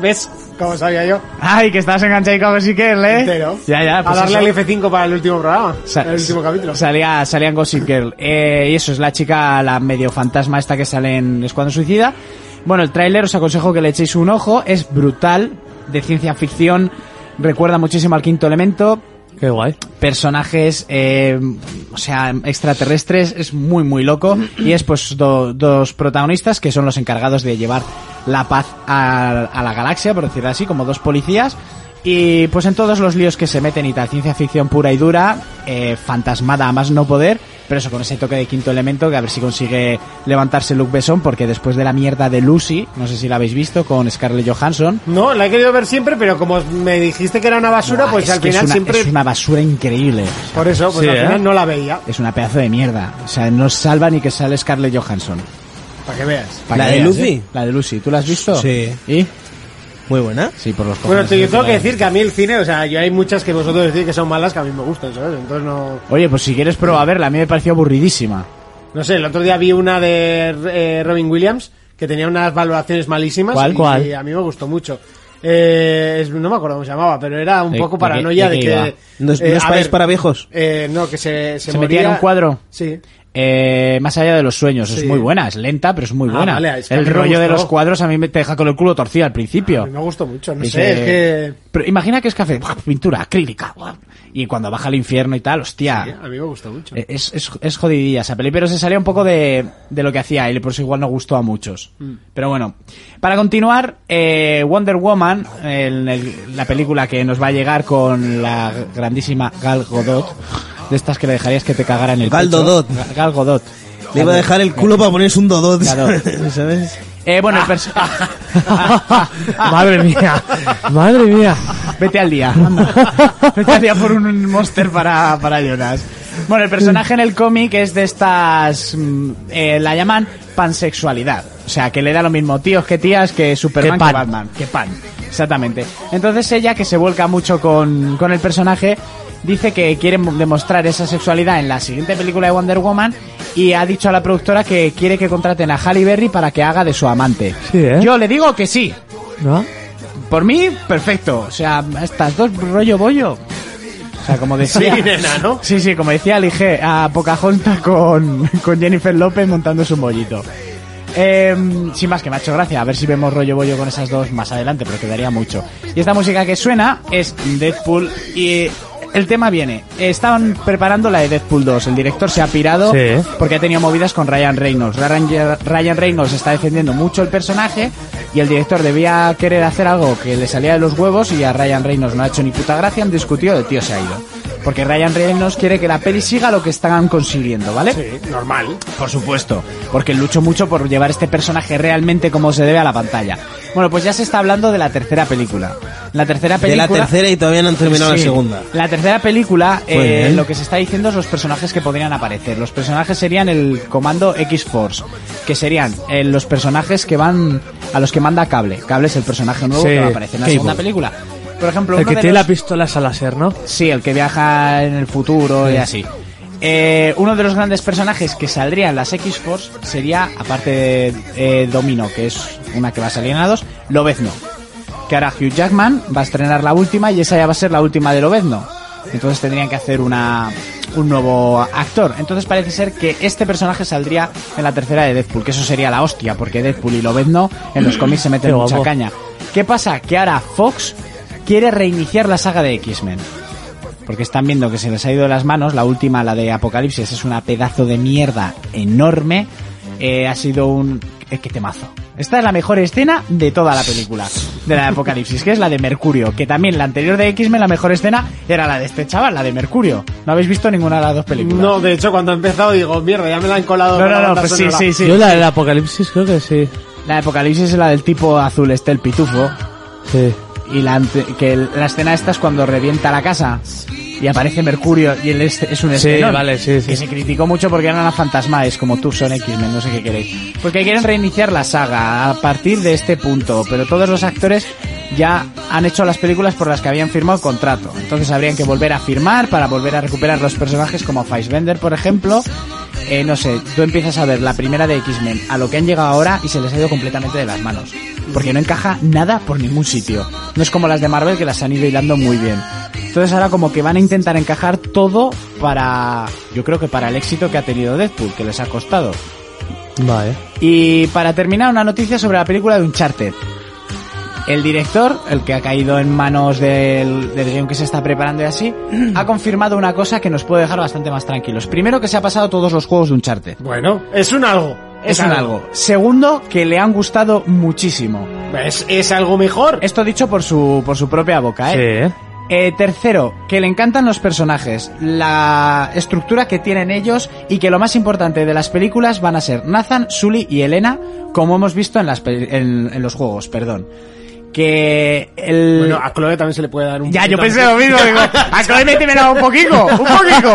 B: ¿Ves? ¿Cómo sabía yo?
C: Ay, que estás enganchado con Gossip Girl, ¿eh?
B: Entero.
C: Ya, ya.
B: ¿Eh? a
C: pues
B: darle
C: eso.
B: al F5 para el último programa.
C: Sa-
B: el último capítulo.
C: Salía, salía en Gossip Girl. Eh, y eso es la chica, la medio fantasma esta que sale en Escuadrón Suicida. Bueno, el tráiler os aconsejo que le echéis un ojo. Es brutal, de ciencia ficción. Recuerda muchísimo al quinto elemento.
E: Qué guay.
C: Personajes, eh, o sea, extraterrestres. Es muy, muy loco. Y es pues do- dos protagonistas que son los encargados de llevar la paz a, a la galaxia, por decirlo así, como dos policías. Y pues en todos los líos que se meten y tal, ciencia ficción pura y dura, eh, fantasmada a más no poder, pero eso con ese toque de quinto elemento que a ver si consigue levantarse Luke Besson, porque después de la mierda de Lucy, no sé si la habéis visto, con Scarlett Johansson.
B: No, la he querido ver siempre, pero como me dijiste que era una basura,
C: Buah,
B: pues
C: es
B: al
C: que
B: final
C: es una,
B: siempre.
C: es una basura increíble.
B: Por eso, pues
E: Sí,
B: al
E: ¿eh?
B: final no la veía.
C: Es una pedazo de mierda. O sea, no salva ni que sale Scarlett Johansson.
B: Para que veas.
C: Para
D: ¿La
C: que
D: de
C: veas,
D: Lucy?
C: ¿eh? La de Lucy. ¿Tú la has visto?
D: Sí.
C: ¿Y?
D: Muy buena.
C: Sí, por los
B: Bueno,
C: cojones. ¿eh?
B: te, yo tengo que decir que a mí el cine, o sea, yo hay muchas que vosotros decís que son malas que a mí me gustan, ¿sabes? Entonces no.
C: Oye, pues si quieres prueba a verla, a mí me pareció aburridísima.
B: No sé, el otro día vi una de eh, Robin Williams que tenía unas valoraciones malísimas.
E: ¿Cuál,
B: y,
E: cuál?
B: y a mí me gustó mucho. Eh, es- no me acuerdo cómo se llamaba, pero era un
C: ¿De-
B: poco
C: de qué-
B: paranoia
C: de
B: de,
C: qué
B: que.
C: iba?
D: ¿No es,
B: eh,
D: no es
B: a
D: país
B: ver,
D: para viejos?
B: eh, no, que se, se,
C: ¿Se metía en
B: moría-
C: un cuadro?
B: Sí.
C: Eh, más allá de los sueños, es
B: Sí.
C: muy buena, es lenta, pero es muy
B: Ah,
C: buena.
B: vale, es que a
C: el
B: mí me
C: rollo de
B: gustó.
C: los cuadros a mí me te deja con el culo torcido al
B: A
C: principio.
B: mí me gustó mucho, no
C: Y
B: sé, es
C: se-
B: que.
C: Pero imagina que es café, ¡buah! pintura acrílica, ¡buah! y cuando baja al infierno y tal, hostia.
B: A mí me gustó mucho.
C: Eh, Es, es, es jodidilla esa peli, pero se salía un poco de, de lo que hacía y por eso igual no gustó a muchos. Pero bueno, para continuar, eh, Wonder Woman, el- el- la película que nos va a llegar con la grandísima Gal Godot, de estas que le dejarías que te cagara en el
D: Gal
C: pecho.
D: Dodot.
C: Ga- Gal Godot.
D: Le iba a dejar el culo para ponerse un dodot.
C: Claro.
D: ¿Sabes?
C: Eh, bueno, el perso- Ah.
E: Madre mía. Madre mía.
C: Vete al día. Vete al día por un monster para, para Jonas. Bueno, el personaje en el cómic es de estas... mm, eh, la llaman pansexualidad. O sea, que le da lo mismo tíos que tías que Superman
E: Que
C: que,
E: pan.
C: Batman. Que pan. Exactamente. Entonces ella, que se vuelca mucho con, con el personaje, dice que quiere mo- demostrar esa sexualidad en la siguiente película de Wonder Woman y ha dicho a la productora que quiere que contraten a Halle Berry para que haga de su amante.
E: Sí, ¿eh?
C: Yo le digo que sí.
E: ¿No?
C: Por mí, perfecto. O sea, estas dos rollo bollo. O sea, como decía.
B: Sí, nena, ¿no?
C: Sí, sí, como decía Lige, a Pocahontas con, con Jennifer López montando su mollito. Eh, sin más que me ha hecho gracia, a ver si vemos rollo bollo con esas dos más adelante, pero quedaría mucho. Y esta música que suena es Deadpool y el tema viene. Estaban preparando la de Deadpool 2, el director se ha pirado
E: Sí.
C: porque ha tenido movidas con Ryan Reynolds. Ryan, Ryan Reynolds está defendiendo mucho el personaje y el director debía querer hacer algo que le salía de los huevos y a Ryan Reynolds no ha hecho ni puta gracia, han discutido, el tío se ha ido. Porque Ryan Reynolds quiere que la peli siga lo que están consiguiendo, ¿vale?
B: Sí, normal.
C: Por supuesto, porque luchó mucho por llevar este personaje realmente como se debe a la pantalla. Bueno, pues ya se está hablando de la tercera película. La tercera
D: De
C: película...
D: la tercera y todavía no han terminado
C: Sí.
D: la segunda.
C: La tercera película,
D: Muy
C: eh,
D: bien.
C: lo que se está diciendo es los personajes que podrían aparecer. Los personajes serían el comando X-Force, que serían eh, los personajes que van a los que manda Cable. Cable es el personaje nuevo
E: Sí,
C: que va a aparecer en la
E: Cable.
C: segunda película. Por ejemplo,
E: El
C: uno
E: que
C: de
E: tiene
C: los-
E: la pistola es al láser, ¿no?
C: Sí, el que viaja en el futuro y así. Eh, uno de los grandes personajes que saldría en las X-Force sería, aparte de eh, Domino, que es una que va a salir en la 2, Lobezno. Que ahora Hugh Jackman va a estrenar la última y esa ya va a ser la última de Lobezno. Entonces tendrían que hacer una, un nuevo actor. Entonces parece ser que este personaje saldría en la tercera de Deadpool, que eso sería la hostia, porque Deadpool y Lobezno en los cómics se meten
E: Qué
C: mucha
E: guapo.
C: caña. ¿Qué pasa? Que ahora Fox quiere reiniciar la saga de X-Men porque están viendo que se les ha ido de las manos. La última, la de Apocalipsis, es una pedazo de mierda enorme. Eh, ha sido un... eh, ¡Qué temazo! Esta es la mejor escena de toda la película, de la de Apocalipsis, que es la de Mercurio, que también la anterior de X-Men, la mejor escena era la de este chaval, la de Mercurio. No habéis visto ninguna de las dos películas.
B: No, de hecho, cuando he empezado digo, mierda, ya me la han colado.
C: no,
B: con la
C: no, no,
B: banda
C: pues sí,
B: sonora.
C: sí, sí.
E: Yo la del apocalipsis creo que sí.
C: La de Apocalipsis es la del tipo azul, este el pitufo,
E: Sí.
C: y la, ante- que el- la escena esta es cuando revienta la casa y aparece Mercurio y él es, es un
E: Sí,
C: escenón.
E: vale, sí, sí.
C: que se criticó mucho porque eran las fantasmaes como tú son X-Men, no sé qué queréis. Porque quieren reiniciar la saga a partir de este punto, pero todos los actores ya han hecho las películas por las que habían firmado contrato. Entonces habrían que volver a firmar para volver a recuperar los personajes como Fassbender, por ejemplo. Eh, no sé, tú empiezas a ver la primera de X-Men a lo que han llegado ahora y se les ha ido completamente de las manos. Porque no encaja nada por ningún sitio. No es como las de Marvel que las han ido hilando muy bien. Entonces ahora como que van a intentar encajar todo para, yo creo que para el éxito que ha tenido Deadpool, que les ha costado.
E: Vale.
C: Y para terminar, una noticia sobre la película de Uncharted. El director, el que ha caído en manos del, del guión que se está preparando y así, ha confirmado una cosa que nos puede dejar bastante más tranquilos. Primero, que se ha pasado todos los juegos de Uncharted.
B: Bueno, es un algo.
C: Es un algo. Segundo, que le han gustado muchísimo.
B: Es, es algo mejor.
C: Esto dicho por su, por su propia boca, ¿eh?
E: Sí, ¿eh?
C: Eh, tercero, que le encantan los personajes, la estructura que tienen ellos y que lo más importante de las películas van a ser Nathan, Sully y Elena, como hemos visto en, las peli- en, en los juegos, perdón. Que el...
B: Bueno, a Chloe también se le puede dar un.
C: ya, yo
B: poquito-
C: pensé lo mismo, digo, "Ah, a Chloe métemela un poquito, un poquito.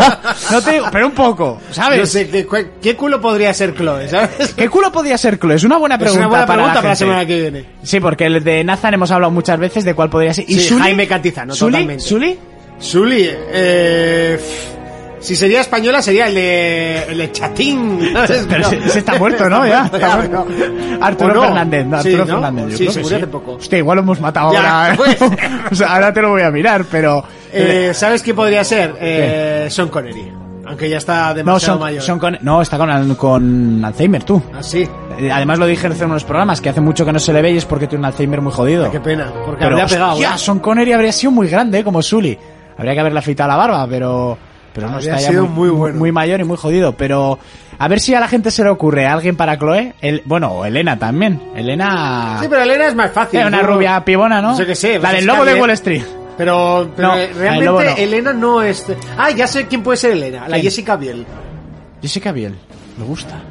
C: No te digo, pero un poco, ¿sabes?
B: No sé, ¿qué, cu- qué culo podría ser Chloe, sabes?
C: ¿Qué culo podía ser Chloe? Es una buena
B: Es
C: pregunta,
B: una buena
C: para,
B: pregunta
C: la
B: para la
C: gente.
B: semana que viene.
C: Sí, porque el de Nathan hemos hablado muchas veces de cuál podría ser. ¿Y
B: Sí,
C: Sully?
B: Jaime Cantizano,
C: ¿Sully?
B: totalmente.
C: ¿Sully?
B: Sully, eh. pff, Si sería española sería el de, el de Chatín. ¿sabes?
C: Pero
B: No.
C: se, está muerto, ¿no? Ya,
B: muerto,
C: está
B: pero-
C: muerto. Arturo
B: ¿O no?
C: Fernández, no,
B: Sí,
C: Arturo
B: ¿no?
C: Fernández. yo
B: Sí,
C: creo
B: se
C: que
B: murió hace poco.
C: Hostia, igual lo hemos matado
B: Ya,
C: ahora.
B: pues.
C: o sea, ahora te lo voy a mirar, pero...
B: Eh, ¿Sabes qué podría ser? Eh, Sean Connery. Aunque ya está
C: no,
B: demasiado
C: son,
B: mayor.
C: son con, no, está con, con Alzheimer, tú.
B: Ah, sí.
C: Eh, Además lo dije en unos programas, que hace mucho que no se le ve y es porque tiene un Alzheimer muy jodido.
B: Qué pena. Porque
C: Pero,
B: habría pegado.
C: hostia,
B: ¿eh?
C: Sean Connery habría sido muy grande, ¿eh? como Sully. Habría que haberle afeitado la barba, pero... Pero no
B: Habría
C: está ya
B: sido muy bueno.
C: muy mayor y muy jodido. Pero a ver si a la gente se le ocurre a alguien para Chloe. El, bueno, o Elena también. Elena...
B: Sí, pero Elena es más fácil.
C: Eh, una
B: ¿no?
C: rubia pibona, ¿no?
B: Yo qué sé,
C: La
B: pues
C: del
B: es
C: lobo
B: que
C: de
B: había-
C: Wall Street.
B: Pero, pero
C: No,
B: eh,
C: la del lobo
B: realmente
C: no.
B: Elena no es... Ah, ya sé quién puede ser Elena. La
C: ¿Quién?
B: Jessica Biel.
C: Jessica Biel. Me gusta.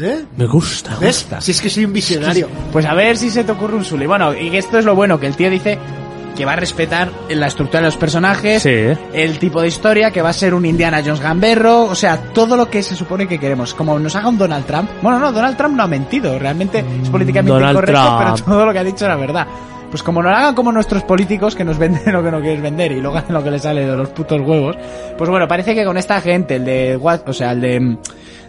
B: ¿Eh?
E: Me gusta.
B: ¿Ves? Si es que soy un visionario.
C: Pues a ver si se te ocurre un Sully. Bueno, y que esto es lo bueno, que el tío dice que va a respetar la estructura de los personajes,
E: Sí, ¿eh?
C: el tipo de historia, que va a ser un Indiana Jones gamberro, o sea, todo lo que se supone que queremos. Como nos haga un Donald Trump. Bueno, no, Donald Trump no ha mentido, realmente es
B: Mm,
C: políticamente
E: Donald
C: incorrecto,
E: Trump.
C: pero todo lo que ha dicho era verdad. Pues como nos hagan como nuestros políticos que nos venden lo que no quieres vender y luego hacen lo que les sale de los putos huevos. Pues bueno, parece que con esta gente, el de What- o sea, el de mm,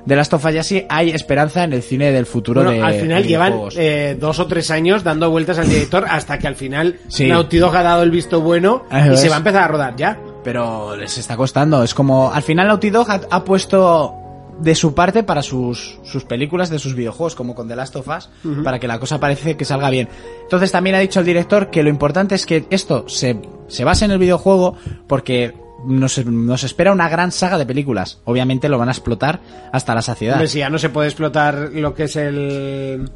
C: de Last of Us y así, hay esperanza en el cine del futuro
B: Bueno,
C: de
B: al final
C: de
B: llevan
C: videojuegos.
B: eh, dos o tres años dando vueltas al director hasta que al final
C: Sí.
B: Naughty Dog ha dado el visto bueno
C: Ah,
B: y
C: ¿ves?
B: se va a empezar a rodar ya.
C: Pero les está costando. Es como. Al final, Naughty Dog ha, ha puesto de su parte para sus, sus películas, de sus videojuegos, como con The Last of Us, para que la cosa parece que salga bien. Entonces, también ha dicho el director que lo importante es que esto se, se base en el videojuego, porque nos, nos espera una gran saga de películas. Obviamente lo van a explotar hasta la saciedad.
B: Hombre, si ya no se puede explotar lo que es el...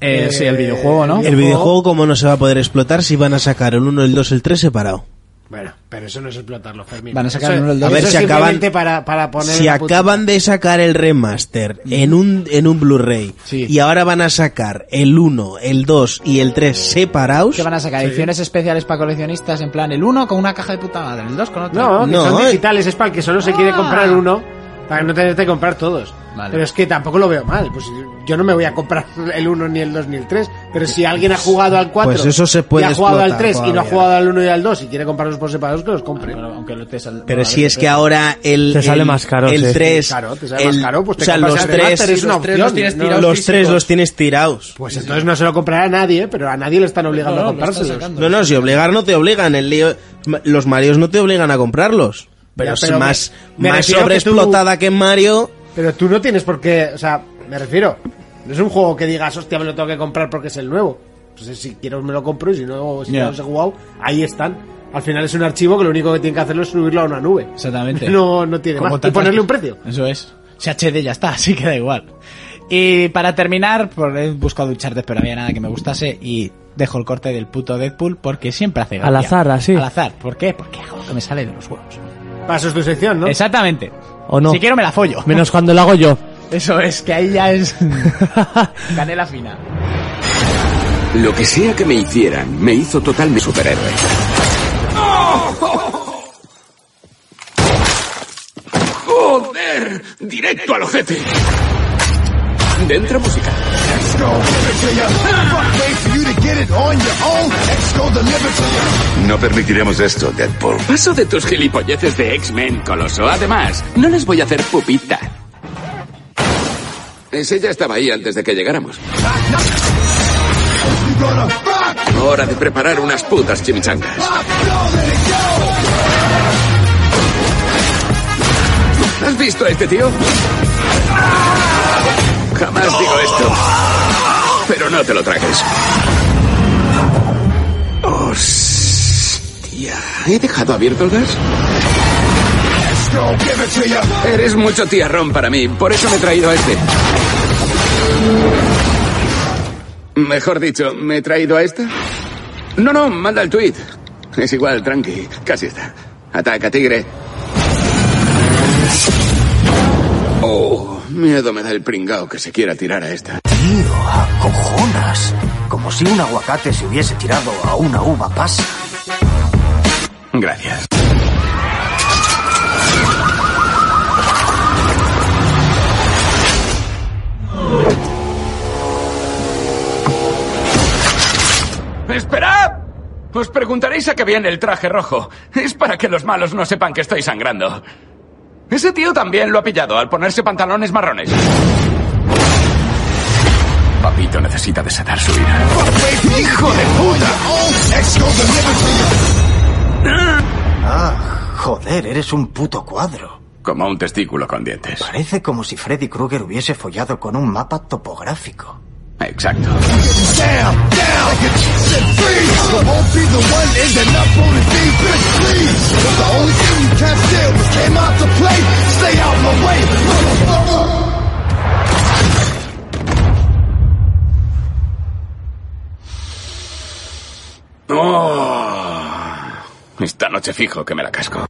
C: Eh,
B: eh,
C: sí, el videojuego, ¿no?
D: El videojuego, como no se va a poder explotar si van a sacar el 1, el 2, el 3 separado?
B: Bueno, pero eso no es explotarlo, Fermín.
C: Van a sacar
B: Eso-
C: uno el dos.
B: eso
D: A ver
B: es
D: si acaban-
B: simplemente para, para poner
D: Si
B: una puta-
D: acaban de sacar el remaster en un, en un Blu-ray
B: Sí.
D: y ahora van a sacar el 1, el 2 y el 3 separados,
C: Que van a sacar ediciones especiales para coleccionistas en plan el 1 con una caja de puta madre, el 2 con otra.
B: No, que
D: No,
B: son
D: eh.
B: digitales, es para el que solo se quiere
C: Ah.
B: comprar uno, para no tener que comprar todos.
C: Vale.
B: Pero es que tampoco lo veo mal, pues yo no me voy a comprar el 1, ni el 2, ni el 3, pero si alguien ha jugado al 4
D: Pues eso se
B: y
D: puede
B: ha jugado al
D: explotar
B: 3 y no ha
D: todavía.
B: jugado al 1 y al 2 y quiere comprarlos por separados, que los compre.
C: Pero aunque lo te sal-
D: Pero
C: bueno, a
D: si
C: ver,
D: es que ahora el.
E: Te sale
D: el-
E: más caro, sí.
D: El 3.
B: Claro, te sale más caro, pues te
D: o sea,
B: compras
D: los
B: el
D: 3.
B: remaster, es una opción,
D: los tienes
B: ¿no?
D: tirados. Los 3 los tienes tirados.
B: Pues entonces no se lo comprará a nadie, ¿eh? pero a nadie le están obligando
C: No,
B: a
C: no, lo están
B: comprárselos.
C: sacando.
D: No, no, si obligar no te obligan. El lío- ma- los Marios no te obligan a comprarlos. Pero,
B: Ya,
D: es
B: pero me-
D: más,
B: me refiero
D: más
B: que tú-
D: sobreexplotada que, Mario.
B: Pero tú no tienes por qué, o sea, me refiero, no es un juego que digas, hostia, me lo tengo que comprar porque es el nuevo. Entonces, si quiero me lo compro y si no, si
C: Ya.
B: no los he jugado, ahí están. Al final es un archivo que lo único que tienen que hacerlo es subirlo a una nube.
C: Exactamente.
B: No, no tiene
C: Como
B: más. Y
C: tantas-
B: ponerle un precio.
C: Eso es. Si HD ya está, así queda igual. Y para terminar, por, he buscado un charter, pero no había nada que me gustase y dejo el corte del puto Deadpool porque siempre hace gracia.
E: Al azar, así.
C: Al azar. ¿Por qué? Porque hago lo que me sale de los huevos.
B: Para eso es tu sección, ¿no?
C: Exactamente.
E: ¿O no?
C: Si quiero me la follo.
E: Menos cuando lo hago yo.
C: Eso es, que ahí ya es canela fina.
F: Lo que sea que me hicieran, me hizo totalmente superhéroe. ¡Joder! ¡Directo al ojete! Dentro música.
G: No permitiremos esto, Deadpool.
F: Paso de tus gilipolleces de X-Men, Coloso. Además, no les voy a hacer pupita. Ese ya estaba ahí antes de que llegáramos. Hora de preparar unas putas chimichangas. ¿Has visto a este tío? Jamás digo esto. Pero no te lo tragues. Hostia, ¿he dejado abierto el gas? Eres mucho tierrón para mí, por eso me he traído a este. Mejor dicho, ¿me he traído a esta? No, no, manda el tweet. Es igual, tranqui, casi está. Ataca, tigre. Oh, miedo me da el pringao que se quiera tirar a esta.
G: Tío, a cojonas. Como si un aguacate se hubiese tirado a una uva pasa.
F: Gracias. ¡Esperad! Os preguntaréis a qué viene el traje rojo. Es para que los malos no sepan que estoy sangrando. Ese tío también lo ha pillado al ponerse pantalones marrones. Papito necesita desatar su ira. ¡Hijo de puta!
G: Ah, joder, eres un puto cuadro.
F: Como un testículo con dientes.
G: Parece como si Freddy Krueger hubiese follado con un mapa topográfico.
F: Exacto. Oh, esta noche fijo que me la casco.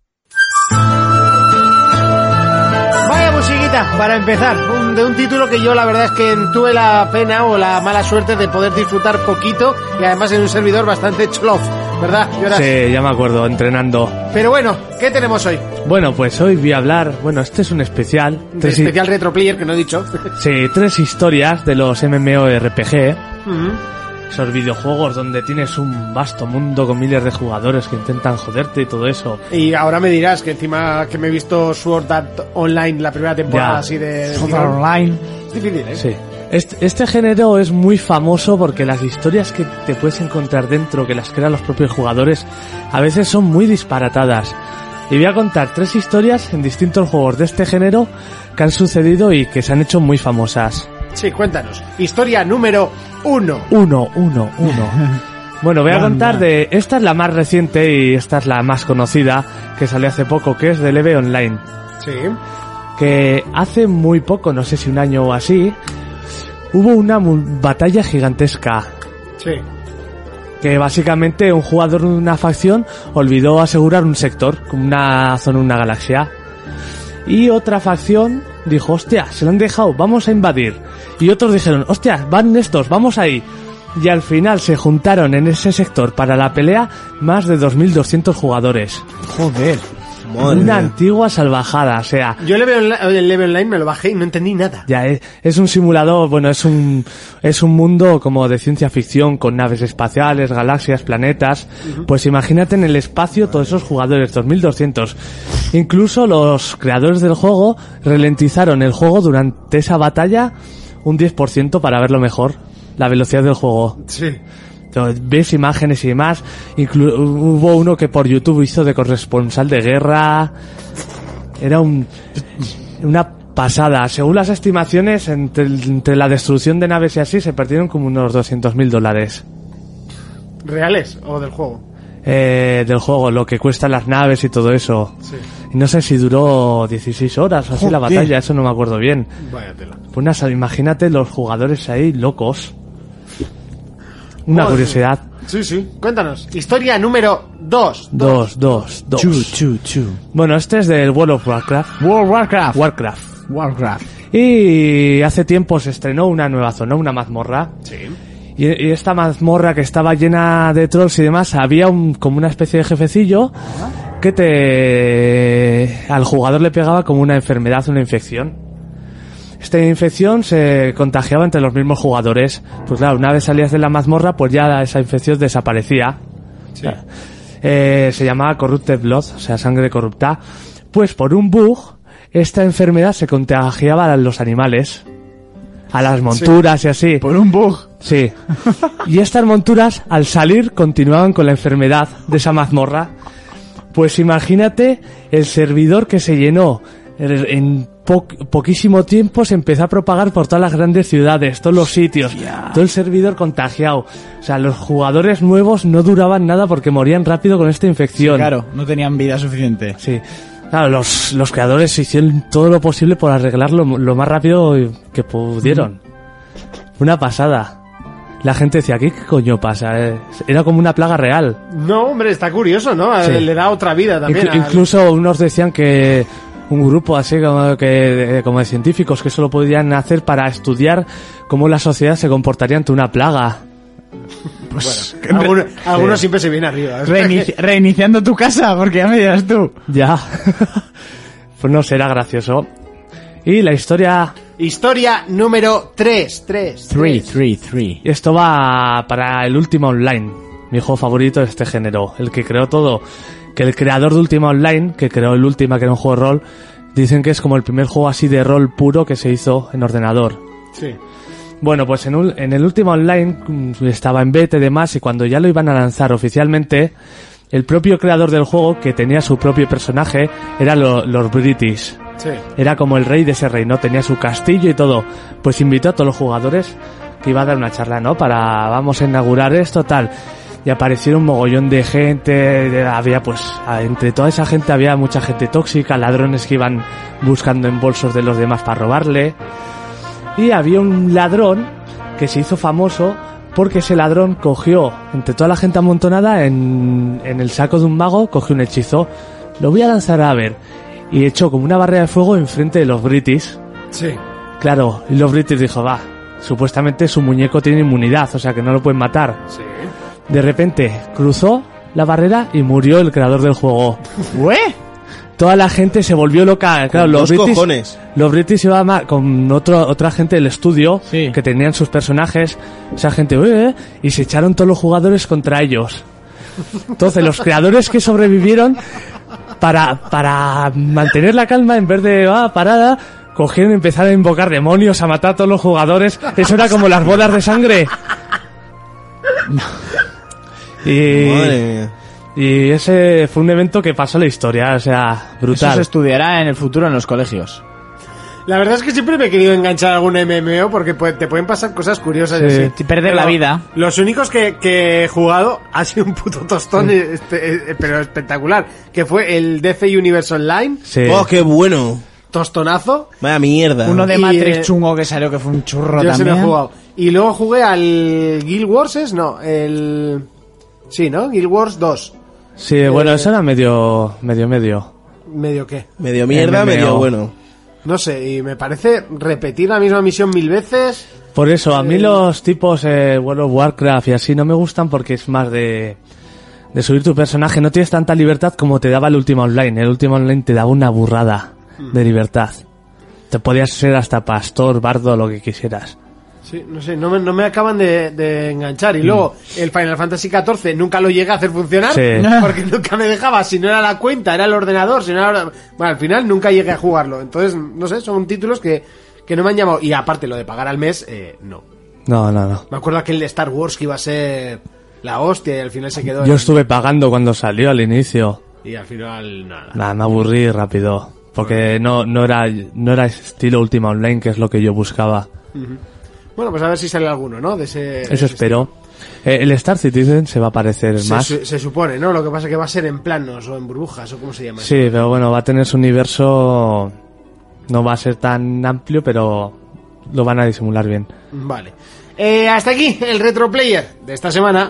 B: Vaya musiquita, para empezar, un- de un título que yo la verdad es que tuve la pena o la mala suerte de poder disfrutar poquito y además en un servidor bastante chlof, ¿verdad? Jonas?
E: Sí, ya me acuerdo, entrenando.
B: Pero bueno, ¿qué tenemos hoy?
E: Bueno, pues hoy voy a hablar. Bueno, este es un especial.
B: Un
E: Tres hi-
B: especial retro player que no he dicho.
E: Sí, tres historias de los MMORPG.
B: Ujú.
E: ¿eh? Esos videojuegos donde tienes un vasto mundo con miles de jugadores que intentan joderte y todo eso.
B: Y ahora me dirás que encima que me he visto Sword Art Online la primera temporada
E: Ya.
B: así de...
C: Online.
B: Es difícil, ¿eh?
E: Sí. Este, este género es muy famoso porque las historias que te puedes encontrar dentro, que las crean los propios jugadores, a veces son muy disparatadas. Y voy a contar tres historias en distintos juegos de este género que han sucedido y que se han hecho muy famosas.
B: Sí, cuéntanos. Historia número uno.
E: Uno, uno, uno. Bueno, voy a contar de... Esta es la más reciente y esta es la más conocida, que salió hace poco, que es de Leve Online.
B: Sí.
E: que hace muy poco, no sé si un año o así, hubo una mu- batalla gigantesca
B: Sí.
E: que básicamente un jugador de una facción olvidó asegurar un sector, como una zona, una galaxia. Y otra facción dijo, hostia, se lo han dejado, vamos a invadir. Y otros dijeron, hostia, van estos, vamos ahí. Y al final se juntaron en ese sector para la pelea más de 2.200 jugadores.
C: Joder.
D: Madre
E: una
D: mía.
E: antigua salvajada, o sea,
B: Yo el level, onli- el level online me lo bajé y no entendí nada.
E: ya es, es un simulador, bueno, es un es un mundo como de ciencia ficción con naves espaciales, galaxias, planetas. Pues imagínate en el espacio todos esos jugadores 2200. Incluso los creadores del juego ralentizaron el juego durante esa batalla un 10% para verlo mejor, la velocidad del juego.
B: Sí.
E: Entonces, ves imágenes y demás. Inclu- hubo uno que por YouTube hizo de corresponsal de guerra. Era un, una pasada. Según las estimaciones, entre, el- entre la destrucción de naves y así, se perdieron como unos 200.000 dólares
B: ¿Reales o del juego?
E: eh, del juego, lo que cuestan las naves y todo eso.
B: Sí.
E: Y no sé si duró 16 horas o así la
C: Joder.
E: batalla, eso no me acuerdo bien.
B: Vaya tela.
E: Fue Una, sal- imagínate los jugadores ahí locos. Una
B: Madre.
E: curiosidad.
B: Sí, sí. Cuéntanos. Historia número 2.
E: Dos, dos, dos.
C: Chu, chu, chu.
E: Bueno, este es del World of Warcraft.
C: World of Warcraft.
E: Warcraft.
C: Warcraft.
E: Y hace tiempo se estrenó una nueva zona, una mazmorra.
B: Sí.
E: Y, y esta mazmorra que estaba llena de trolls y demás, había un, como una especie de jefecillo que te... al jugador le pegaba como una enfermedad, una infección. Esta infección se contagiaba entre los mismos jugadores. Pues claro, una vez salías de la mazmorra, pues ya esa infección desaparecía. Eh, se llamaba Corrupted Blood, o sea, sangre corrupta. Pues por un bug, esta enfermedad se contagiaba a los animales, a las monturas y así.
C: Por un bug.
E: Sí. Y estas monturas, al salir, continuaban con la enfermedad de esa mazmorra. Pues imagínate el servidor que se llenó. En en po- poquísimo tiempo se empezó a propagar por todas las grandes ciudades, todos los sitios, todo el servidor contagiado. O sea, los jugadores nuevos no duraban nada porque morían rápido con esta infección.
C: Claro, no tenían vida suficiente.
E: Sí. Claro, los, los creadores hicieron todo lo posible por arreglarlo m- lo más rápido que pudieron. Una pasada. La gente decía, ¿qué coño pasa? eh?". Era como una plaga real.
B: No, hombre, está curioso, ¿no? A-
E: Sí.
B: Le da otra vida también.
E: Inclu-
B: al-
E: incluso unos decían que un grupo así como, que, de- como de científicos que solo podían hacer para estudiar cómo la sociedad se comportaría ante una plaga.
C: Pues
B: Alguno- alguno siempre se viene arriba.
C: reinici- reiniciando tu casa, porque ya me dirás tú.
E: Ya. pues no será gracioso. Y la historia
B: Historia número 3. 3.
C: 3, 3.
E: Esto va para el Ultima Online, mi juego favorito de este género, el que creó todo. Que el creador de Ultima Online, que creó el Ultima, que era un juego de rol, dicen que es como el primer juego así de rol puro que se hizo en ordenador.
B: Sí.
E: Bueno, pues en, ul- en el último online mm, estaba en beta y demás, y cuando ya lo iban a lanzar oficialmente, el propio creador del juego, que tenía su propio personaje, era lo- los British.
B: Sí.
E: Era como el rey de ese reino, tenía su castillo y todo. Pues invitó a todos los jugadores que iba a dar una charla, ¿no? Para, vamos a inaugurar esto, tal. Y aparecieron un mogollón de gente, de- había pues, a- entre toda esa gente había mucha gente tóxica, ladrones que iban buscando en bolsos de los demás para robarle. Y había un ladrón que se hizo famoso porque ese ladrón cogió, entre toda la gente amontonada, en, en el saco de un mago, cogió un hechizo. Lo voy a lanzar a ver. Y echó como una barrera de fuego enfrente de los British.
B: Sí.
E: Claro, y los British dijo, va, supuestamente su muñeco tiene inmunidad, o sea que no lo pueden matar.
B: Sí.
E: De repente cruzó la barrera y murió el creador del juego.
C: ¿Ué?
E: Toda la gente se volvió loca. Claro,
D: Con
E: los
D: dos
E: British,
D: cojones.
E: Los British iban ma- con otro, otra gente del estudio
C: Sí.
E: que tenían sus personajes. Esa gente, "Eh, eh", y se echaron todos los jugadores contra ellos. Entonces, los creadores que sobrevivieron, para, para mantener la calma, en vez de ah, parada, cogieron y empezaron a invocar demonios, a matar a todos los jugadores. Eso era como las bodas de sangre. Y,
D: Madre mía.
E: y ese fue un evento que pasó a la historia, o sea,
C: Eso se
E: brutal.
C: estudiará en el futuro en los colegios.
B: La verdad es que siempre me he querido enganchar a algún MMO porque pu- te pueden pasar cosas curiosas. y
E: Sí.
B: así.
C: Y perder
B: Pero
C: la vida.
B: Los únicos que, que he jugado ha sido un puto tostón, este, eh, pero espectacular, que fue el DC Universe Online,
E: Sí.
D: Oh, qué bueno.
B: tostonazo.
D: Vaya mierda.
C: Uno de
B: Y,
C: Matrix
B: eh,
C: chungo que salió que fue un churro
B: yo se
C: también.
B: me he jugado. Y luego jugué al Guild Wars, ¿es? no, el Sí, ¿no? Guild Wars 2.
E: Sí,
D: eh,
E: bueno, eso era medio, medio, medio.
B: ¿Medio qué?
D: Medio mierda,
E: MMO.
D: medio bueno.
B: No sé, y me parece repetir la misma misión mil veces.
E: Por eso, a mí los tipos eh, World of Warcraft y así no me gustan porque es más de, de subir tu personaje. No tienes tanta libertad como te daba el último online. El último online te daba una burrada
D: Mm.
E: de libertad. Te podías ser hasta pastor, bardo, lo que quisieras.
B: Sí, no sé, no me, no me acaban de, de enganchar.
E: Mm.
B: Y luego, el Final Fantasy XIV nunca lo llegué a hacer funcionar
E: Sí.
B: porque nunca me dejaba. Si no era la cuenta, era el ordenador. Si no era... Bueno, al final nunca llegué a jugarlo. Entonces, no sé, son títulos que, que no me han llamado. Y aparte, lo de pagar al mes, eh, no.
E: No, no, no.
B: Me acuerdo aquel de Star Wars que iba a ser la hostia y al final se quedó.
E: Yo
B: en-
E: estuve pagando cuando salió al inicio.
B: Y al final, nada.
E: Nada, me aburrí rápido. Porque no, no era, no era ese estilo última online, que es lo que yo buscaba.
B: Bueno, pues a ver si sale alguno, ¿no? De ese. de
E: Eso
B: ese
E: espero. Eh, el Star Citizen se va a parecer
B: Se,
E: más.
B: su- se supone, ¿no? Lo que pasa es que va a ser en planos o en burbujas o como se llama.
E: Sí, pero bueno, va a tener su universo. No va a ser tan amplio, pero lo van a disimular bien.
B: Vale. Eh, hasta aquí el Retro Player de esta semana.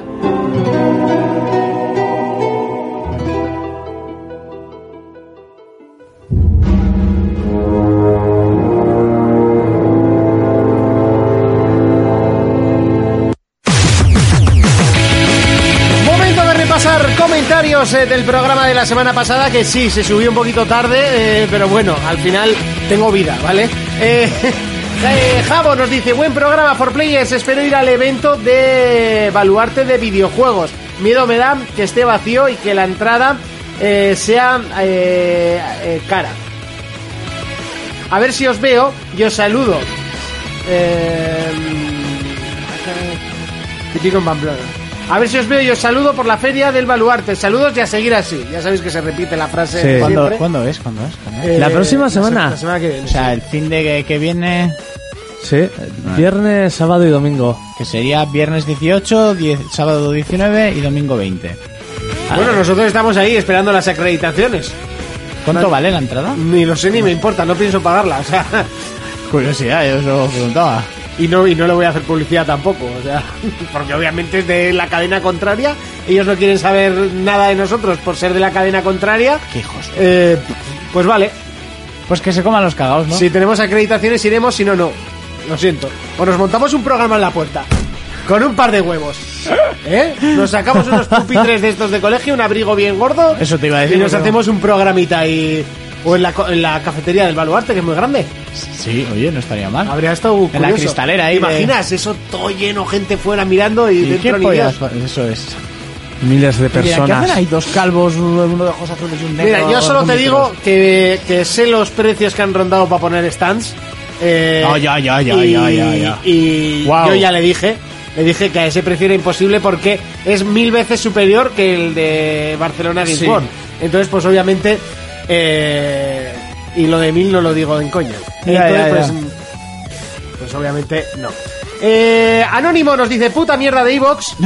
B: Momento de repasar comentarios eh, del programa de la semana pasada, que sí, se subió un poquito tarde, eh, pero bueno, al final tengo vida, ¿vale? Eh, eh, Javo nos dice, buen programa for players, espero ir al evento de Baluarte de videojuegos. Miedo me da que esté vacío y que la entrada eh, sea eh, eh, cara. A ver si os veo y os saludo. Eh, típico en Pamplona. A ver si os veo y os saludo por la feria del baluarte. Saludos y a seguir así. Ya sabéis que se repite la frase
E: Sí.
B: de
E: ¿Cuándo-
B: siempre.
C: Eh, ¿Cuándo es? ¿Cuándo es? ¿Cuándo es?
B: Eh,
E: La próxima
B: se-
E: semana.
B: La semana que viene.
C: O sea, el fin de que, que viene,
E: Sí,
C: Ah.
E: viernes, sábado y domingo.
C: que sería viernes 18, 10 sábado 19 y domingo Ah, 20.
B: Bueno, nosotros estamos ahí esperando las acreditaciones.
C: ¿Cuánto vale la entrada?
B: Ni lo sé ni me importa, no pienso pagarla, o sea,
C: Curiosidad,
B: eh,
C: yo solo preguntaba.
B: y no, y no le voy a hacer publicidad tampoco, o sea, porque obviamente es de la cadena contraria, ellos no quieren saber nada de nosotros por ser de la cadena contraria.
C: Qué hijos.
B: Eh, pues vale,
C: Pues que se coman los cagados, ¿no?
B: si tenemos acreditaciones iremos, si no, no. Lo siento. O nos montamos un programa en la puerta. Con un par de huevos. ¿Eh? Nos sacamos unos pupitres de estos de colegio, un abrigo bien gordo.
C: Eso te iba a decir,
B: Y nos
C: pero-
B: hacemos un programita ahí. O en la, co- en la cafetería del baluarte, que es muy grande.
C: Sí, oye, no estaría mal.
B: Habría estado curioso.
C: En la cristalera ahí
B: ¿Te imaginas? Eso todo lleno, gente fuera mirando y,
C: ¿Y qué
B: dentro ni
C: pollas?
B: Dios.
C: Eso es.
E: Miles de
C: Mira, ¿qué hacen
E: personas.
C: ahí dos calvos, uno de ojos azules y un negro?
B: Mira, yo solo
C: con
B: te
C: micros?
B: digo que, que sé los precios que han rondado para poner stands. Eh,
C: No, ya, ya, ya,
B: y,
C: ya, ya, ya.
B: y
C: Guau.
B: yo ya le dije, le dije que a ese precio era imposible porque es mil veces superior que el de Barcelona
C: Sí.
B: Lisboa. Entonces, pues obviamente, eh, y lo de mil no lo digo en coña.
C: Ya,
B: Entonces,
C: ya, ya.
B: pues, mm, pues obviamente no. Eh, Anónimo nos dice puta mierda de Evox.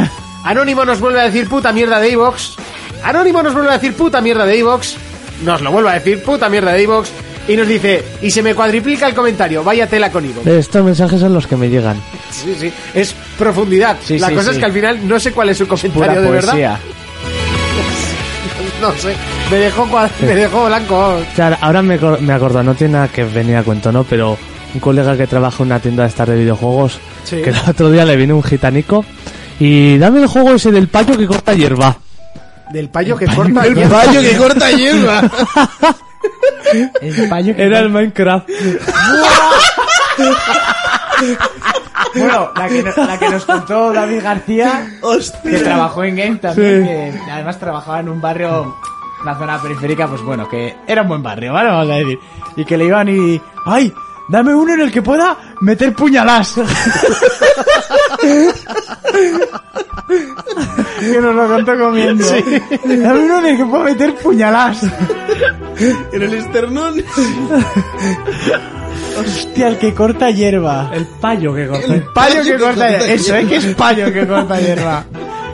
B: Anónimo nos vuelve a decir puta mierda de Evox. Anónimo nos vuelve a decir puta mierda de Evox. Nos lo vuelve a decir puta mierda de Evox. Y nos dice, y se me cuadriplica el comentario, vaya tela con Evox.
E: Estos mensajes son los que me llegan.
B: Sí, sí, es profundidad.
C: Sí,
B: la
C: sí,
B: cosa
C: sí.
B: es que al final no sé cuál es su
C: Pura
B: comentario de verdad.
C: poesía.
B: No sé, me dejó, cua- me dejó blanco.
E: Claro, ahora me, acor- me acuerdo, no tiene nada que venir a cuento, ¿no? Pero un colega que trabaja en una tienda de estar de videojuegos,
B: Sí.
E: que el otro día le vino un gitanico y dame el juego ese del payo que corta hierba.
B: Del payo que corta.
D: El payo que corta hierba.
C: El payo que-
E: Era el Minecraft.
C: Bueno, la que, no- la que nos contó David García, que trabajó en Game también, que además trabajaba en un barrio, una zona periférica, pues bueno, que era un buen barrio, ¿vale? Vamos a decir. Y que le iban y... ¡Ay! Dame uno en el que pueda meter puñalas. que nos lo contó comiendo. Dame uno en el que pueda meter puñalas.
D: en el esternón.
C: Hostia, el que corta hierba.
E: El payo que corta
C: El payo que corta hierba. Eso, es que es payo que corta hierba.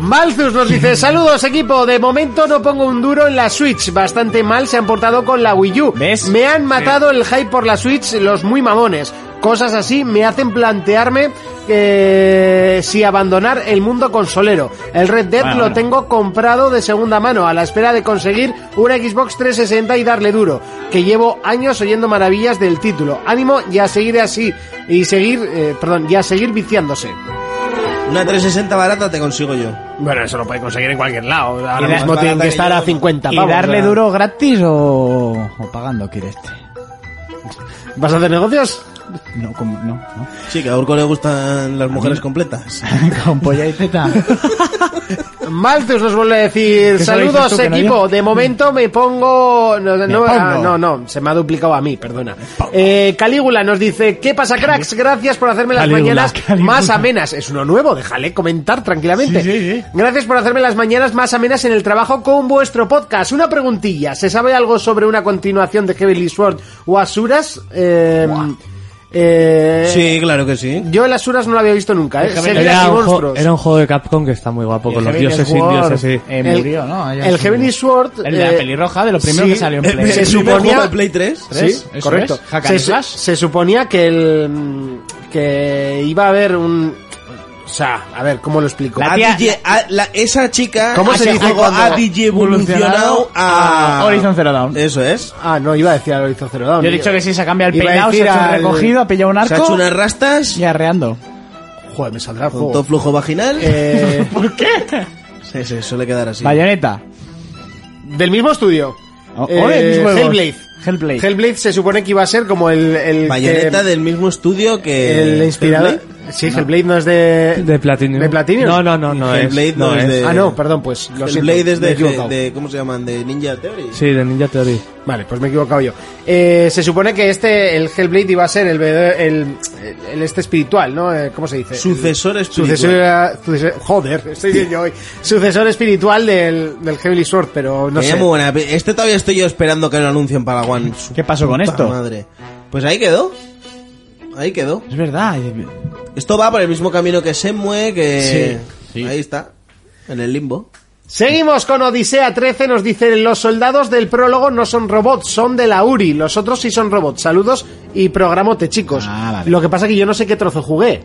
B: Malthus nos dice, saludos equipo, de momento no pongo un duro en la Switch, bastante mal se han portado con la Wii U.
C: ¿Ves?
B: Me han matado el hype por la Switch los muy mamones. Cosas así me hacen plantearme eh, si abandonar el mundo consolero. El Red Dead
C: Bueno,
B: lo
C: bueno.
B: tengo comprado de segunda mano, a la espera de conseguir una Xbox 360 y darle duro, que llevo años oyendo maravillas del título. Ánimo y a seguir así, y seguir, eh, perdón, y a seguir viciándose.
D: Una 360 barata te consigo yo.
B: Bueno, eso lo puede conseguir en cualquier lado. Ahora
C: Y da-
B: mismo tienen
D: barata
B: que
D: que
B: estar
D: yo.
B: a 50
C: ¿Y
B: pavos,
C: darle
B: o sea.
C: duro gratis o, o pagando quiere este?
B: ¿Vas a hacer negocios?
C: No, con, no, no.
D: Sí, que a Urco le gustan las mujeres completas.
C: con polla y teta.
B: Malthus nos vuelve a decir,
C: ¿Qué sabéis
B: saludos
C: esto que no
B: equipo,
C: yo?
B: de momento me pongo... No, no,
C: pongo.
B: ah, no, no, se me ha duplicado a mí, perdona. Eh, Calígula nos dice, ¿qué pasa cracks? Gracias por hacerme las
C: Calígula,
B: mañanas
C: Calígula.
B: más amenas. Es uno nuevo, déjale comentar tranquilamente.
C: Sí, sí, sí.
B: Gracias por hacerme las mañanas más amenas en el trabajo con vuestro podcast. Una preguntilla, ¿se sabe algo sobre una continuación de Heavenly Sword o Asuras? Eh, eh,
D: Sí, claro que sí.
B: Yo el Asuras no lo había visto nunca, ¿eh? Seguidas y
E: Era un, jo-
B: monstruos.
E: era un juego de Capcom que está muy guapo con los
C: Heavenly
E: dioses
C: Sword,
E: indios así.
C: eh,
B: El-
C: murió, ¿no? Ya
B: el
C: sí.
B: Heavenly Sword,
C: El de la
B: eh,
C: pelirroja, de lo primero
B: sí,
C: que salió en
B: eh,
C: Play.
B: se
D: ¿El primer
B: suponía-
D: juego de Play 3?
C: ¿Tres? Eso
B: correcto.
C: es. Hack and
B: Se,
C: slash.
B: su- se suponía que el mm, que iba a haber un o sea, a ver, ¿cómo lo explico?
C: La
D: A
C: tía-
D: DJ a- la- esa chica
B: ¿Cómo
D: ha-
B: se dice
D: ha-
B: cuando-
D: ha DJ evolucionado a... Eh,
C: a Horizon Zero Dawn.
D: Eso es.
B: Ah, no, iba a decir al Horizon Zero Dawn.
C: Yo he dicho que si se cambia el
B: Iba a
C: peinado, se
B: decir
C: ha hecho un
B: al-
C: recogido, ha pillado un
D: Se
C: arco
D: ha hecho unas rastas
C: y arreando.
B: Joder, me saldrá el
D: con
B: juego.
D: todo flujo vaginal.
B: Eh,
C: ¿Por qué?
D: Sí, sí, suele quedar así.
C: Bayoneta.
B: del mismo estudio.
C: O- ole,
B: Eh,
C: Oh, mis huevos.
B: Hellblade.
C: Hellblade.
B: Hellblade se supone que iba a ser como el el
D: Bayoneta
B: que-
D: del mismo estudio que...
B: el inspirador.
D: Hellblade.
B: Sí, Hellblade no es de
E: De Platinum.
B: ¿De Platinum?
E: No, no, no, no.
D: Hellblade
E: es,
D: no es de-
B: Ah, no, perdón, pues lo siento,
D: Hellblade es
B: me he
D: de,
B: equivocado.
D: de- ¿Cómo se llaman? De Ninja Theory.
E: Sí, de Ninja Theory.
B: Vale, pues me he equivocado yo. Eh, se supone que este, el Hellblade, iba a ser el, vede- el, el este espiritual, ¿no? Eh, ¿Cómo se dice?
D: Sucesor
B: El-
D: espiritual.
B: Sucesor, sucesor- joder, estoy bien yo hoy. Sucesor espiritual del, del Heavenly Sword, pero no
D: Tenía
B: sé.
D: muy buena pe- Este todavía estoy yo esperando que lo anuncien para One. Su
C: ¿Qué pasó con
D: puta
C: esto?
D: Madre. Pues ahí quedó. Ahí quedó.
C: Es verdad. eh,
D: Esto va por el mismo camino que Semue, que...
C: Sí, sí.
D: Ahí está. En el limbo.
B: Seguimos con Odisea 13, nos dice los soldados del prólogo no son robots, son de la URI, los otros sí son robots. Saludos y programote, chicos.
C: Ah, vale.
B: Lo que pasa que yo no sé qué trozo jugué.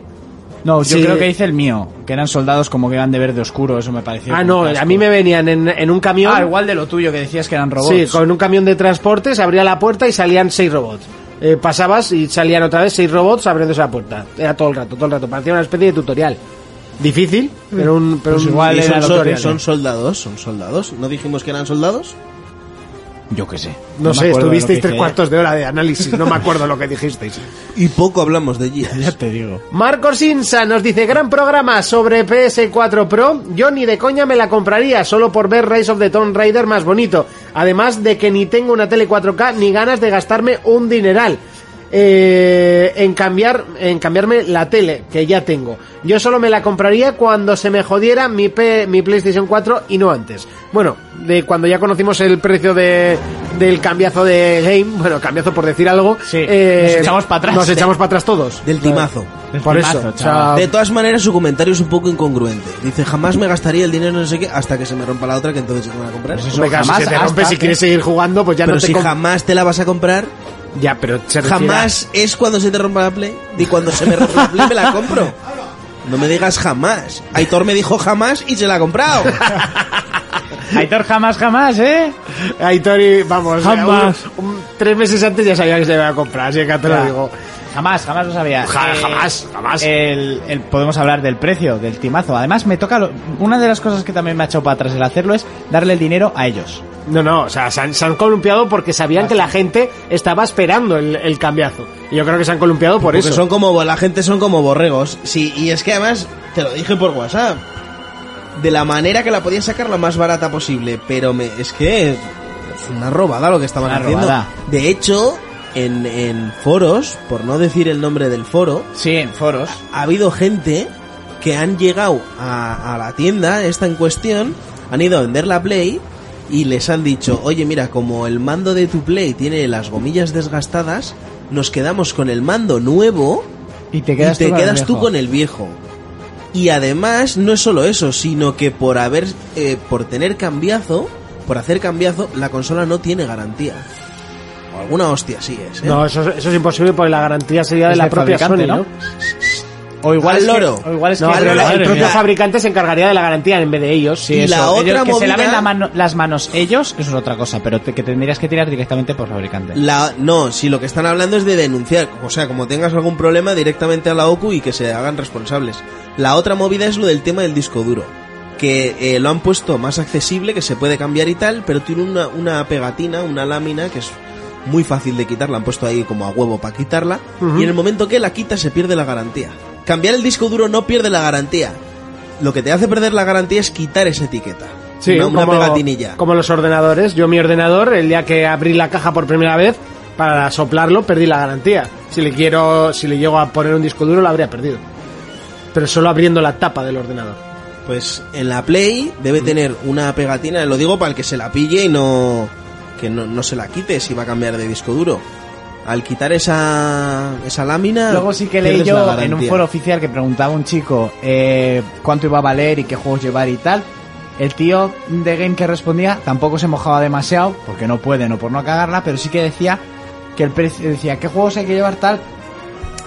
C: No, yo
B: Sí.
C: creo que hice el mío. Que eran soldados como que eran de verde oscuro, eso me pareció.
B: ah,
C: con
B: no,
C: casco.
B: a mí me venían en, en un camión.
C: Ah, igual de lo tuyo que decías que eran robots.
B: Sí, con un camión de transportes abría la puerta y salían seis robots. Eh, pasabas y salían otra vez seis robots abriéndose la puerta. Era todo el rato, todo el rato. Parecía una especie de tutorial. Difícil, pero un, pero
C: Pues
B: un-
C: igual
B: y
C: era
D: Y son,
B: son
C: lo
D: sol-
B: tutoriales.
D: son soldados, son soldados. ¿No dijimos que eran soldados?
C: Yo qué sé.
B: No,
C: me acuerdo
B: sé,
C: de lo
B: estuvisteis
C: que
B: tres
C: dije.
B: cuartos de hora de análisis, no me acuerdo lo que dijisteis.
D: Y poco hablamos de Gears.
C: Ya te digo.
B: Marcos Insa nos dice, gran programa sobre PS4 Pro, yo ni de coña me la compraría, solo por ver Rise of the Tomb Raider más bonito, además de que ni tengo una tele 4K ni ganas de gastarme un dineral. eh, en cambiar en cambiarme la tele que ya tengo yo solo me la compraría cuando se me jodiera mi, P- mi PlayStation 4 y no antes bueno de cuando ya conocimos el precio de del cambiazo de game bueno cambiazo por decir algo eh,
C: Sí, nos echamos pa' atrás.
B: nos echamos para atrás todos
D: Del timazo.
B: por
C: Mazo,
B: eso, o sea,
C: chaval.
D: De todas maneras, su comentario es un poco incongruente. Dice, jamás me gastaría el dinero, no sé qué, hasta que se me rompa la otra, que entonces sí que me la compraré.
C: Pues eso,
B: hombre, claro, si
C: jamás
B: se te rompe,
C: hasta
B: si
C: que-
B: quieres seguir jugando, pues ya
D: Pero
B: no te
D: si
B: com-
D: jamás te la vas a comprar,
B: Ya, pero se refiere a-
D: jamás es cuando se te rompa la Play. Y cuando se me rompa la Play, me la compro. No me digas jamás. Aitor me dijo jamás y se la ha comprado.
C: Aitor jamás, jamás, ¿eh?
B: Aitori, vamos,
E: Jamás.
B: ya, un- un- tres meses antes ya sabía que se iba a comprar, así que ya te lo
C: Ya.
B: digo.
C: Jamás, jamás lo sabía. Eh,
B: Ja- jamás, jamás.
C: el- el- podemos hablar del precio, del timazo. Además, me toca. lo- una de las cosas que también me ha echado para atrás el hacerlo es darle el dinero a ellos.
B: No, no, o sea, se han, se han columpiado porque sabían que la gente estaba esperando el, el cambiazo. Y yo creo que se han columpiado por
D: Porque
B: eso.
D: son como, la gente son como borregos. Sí, y es que además, te lo dije por WhatsApp. De la manera que la podían sacar lo más barata posible. Pero me, es que es una robada lo que estaban
C: Una
D: haciendo.
C: robada.
D: De hecho, en, en foros, por no decir el nombre del foro,
C: Sí, en foros.
D: ha habido gente que han llegado a, a la tienda, esta en cuestión, han ido a vender la Play y les han dicho, oye mira, como el mando de tu Play tiene las gomillas desgastadas, nos quedamos con el mando nuevo
C: Y te
D: y
C: quedas,
D: te
C: tú,
D: quedas
C: con
D: tú con el viejo. Y además, no es solo eso, sino que por haber, eh, por tener cambiazo, por hacer cambiazo, la consola no tiene garantía.
C: viejo.
D: alguna hostia sí es. ¿eh?
B: No, eso, es- eso es imposible porque la garantía sería de
C: Es
B: la
C: del
B: propia Sony,
C: fabricante,
B: ¿no?
C: ¿no? O igual
D: Al
C: es
D: loro.
C: Que, o igual es
B: No,
C: que
B: pero
D: al
B: la-
D: loro.
B: el
D: Madre
B: propio
D: mía.
B: fabricante se encargaría de la garantía en vez de ellos. Sí,
D: Y
B: eso.
D: la
C: Ellos
D: otra
C: que se laven
D: movida-
C: la mano- las manos ellos eso es otra cosa, pero te- que tendrías que tirar directamente por fabricante.
D: La, no, si lo que están hablando es de denunciar, o sea, como tengas algún problema directamente a la OCU y que se hagan responsables. La otra movida es lo del tema del disco duro, que eh, lo han puesto más accesible, que se puede cambiar y tal, pero tiene una, una pegatina, una lámina que es muy fácil de quitar, la han puesto ahí como a huevo para quitarla, y en el momento que la quita se pierde la garantía. Cambiar el disco duro no pierde la garantía. Lo que te hace perder la garantía es quitar esa etiqueta.
B: Sí,
D: una, una
B: como-
D: pegatinilla.
B: Como los ordenadores. Yo mi ordenador, el día que abrí la caja por primera vez, para soplarlo, perdí la garantía. Si le quiero, si le llego a poner un disco duro, la habría perdido. Pero solo abriendo la tapa del ordenador.
D: Pues en la Play
C: Mm.
D: debe tener una pegatina, lo digo para el que se la pille y no que no, no se la quite si va a cambiar de disco duro. Al quitar esa, esa lámina...
C: Luego sí que leí
D: pierdes la
C: yo
D: garantía.
C: en un foro oficial que preguntaba un chico eh, cuánto iba a valer y qué juegos llevar y tal. El tío de Game que respondía tampoco se mojaba demasiado, porque no pueden o por no cagarla, pero sí que decía que el precio decía qué juegos hay que llevar tal.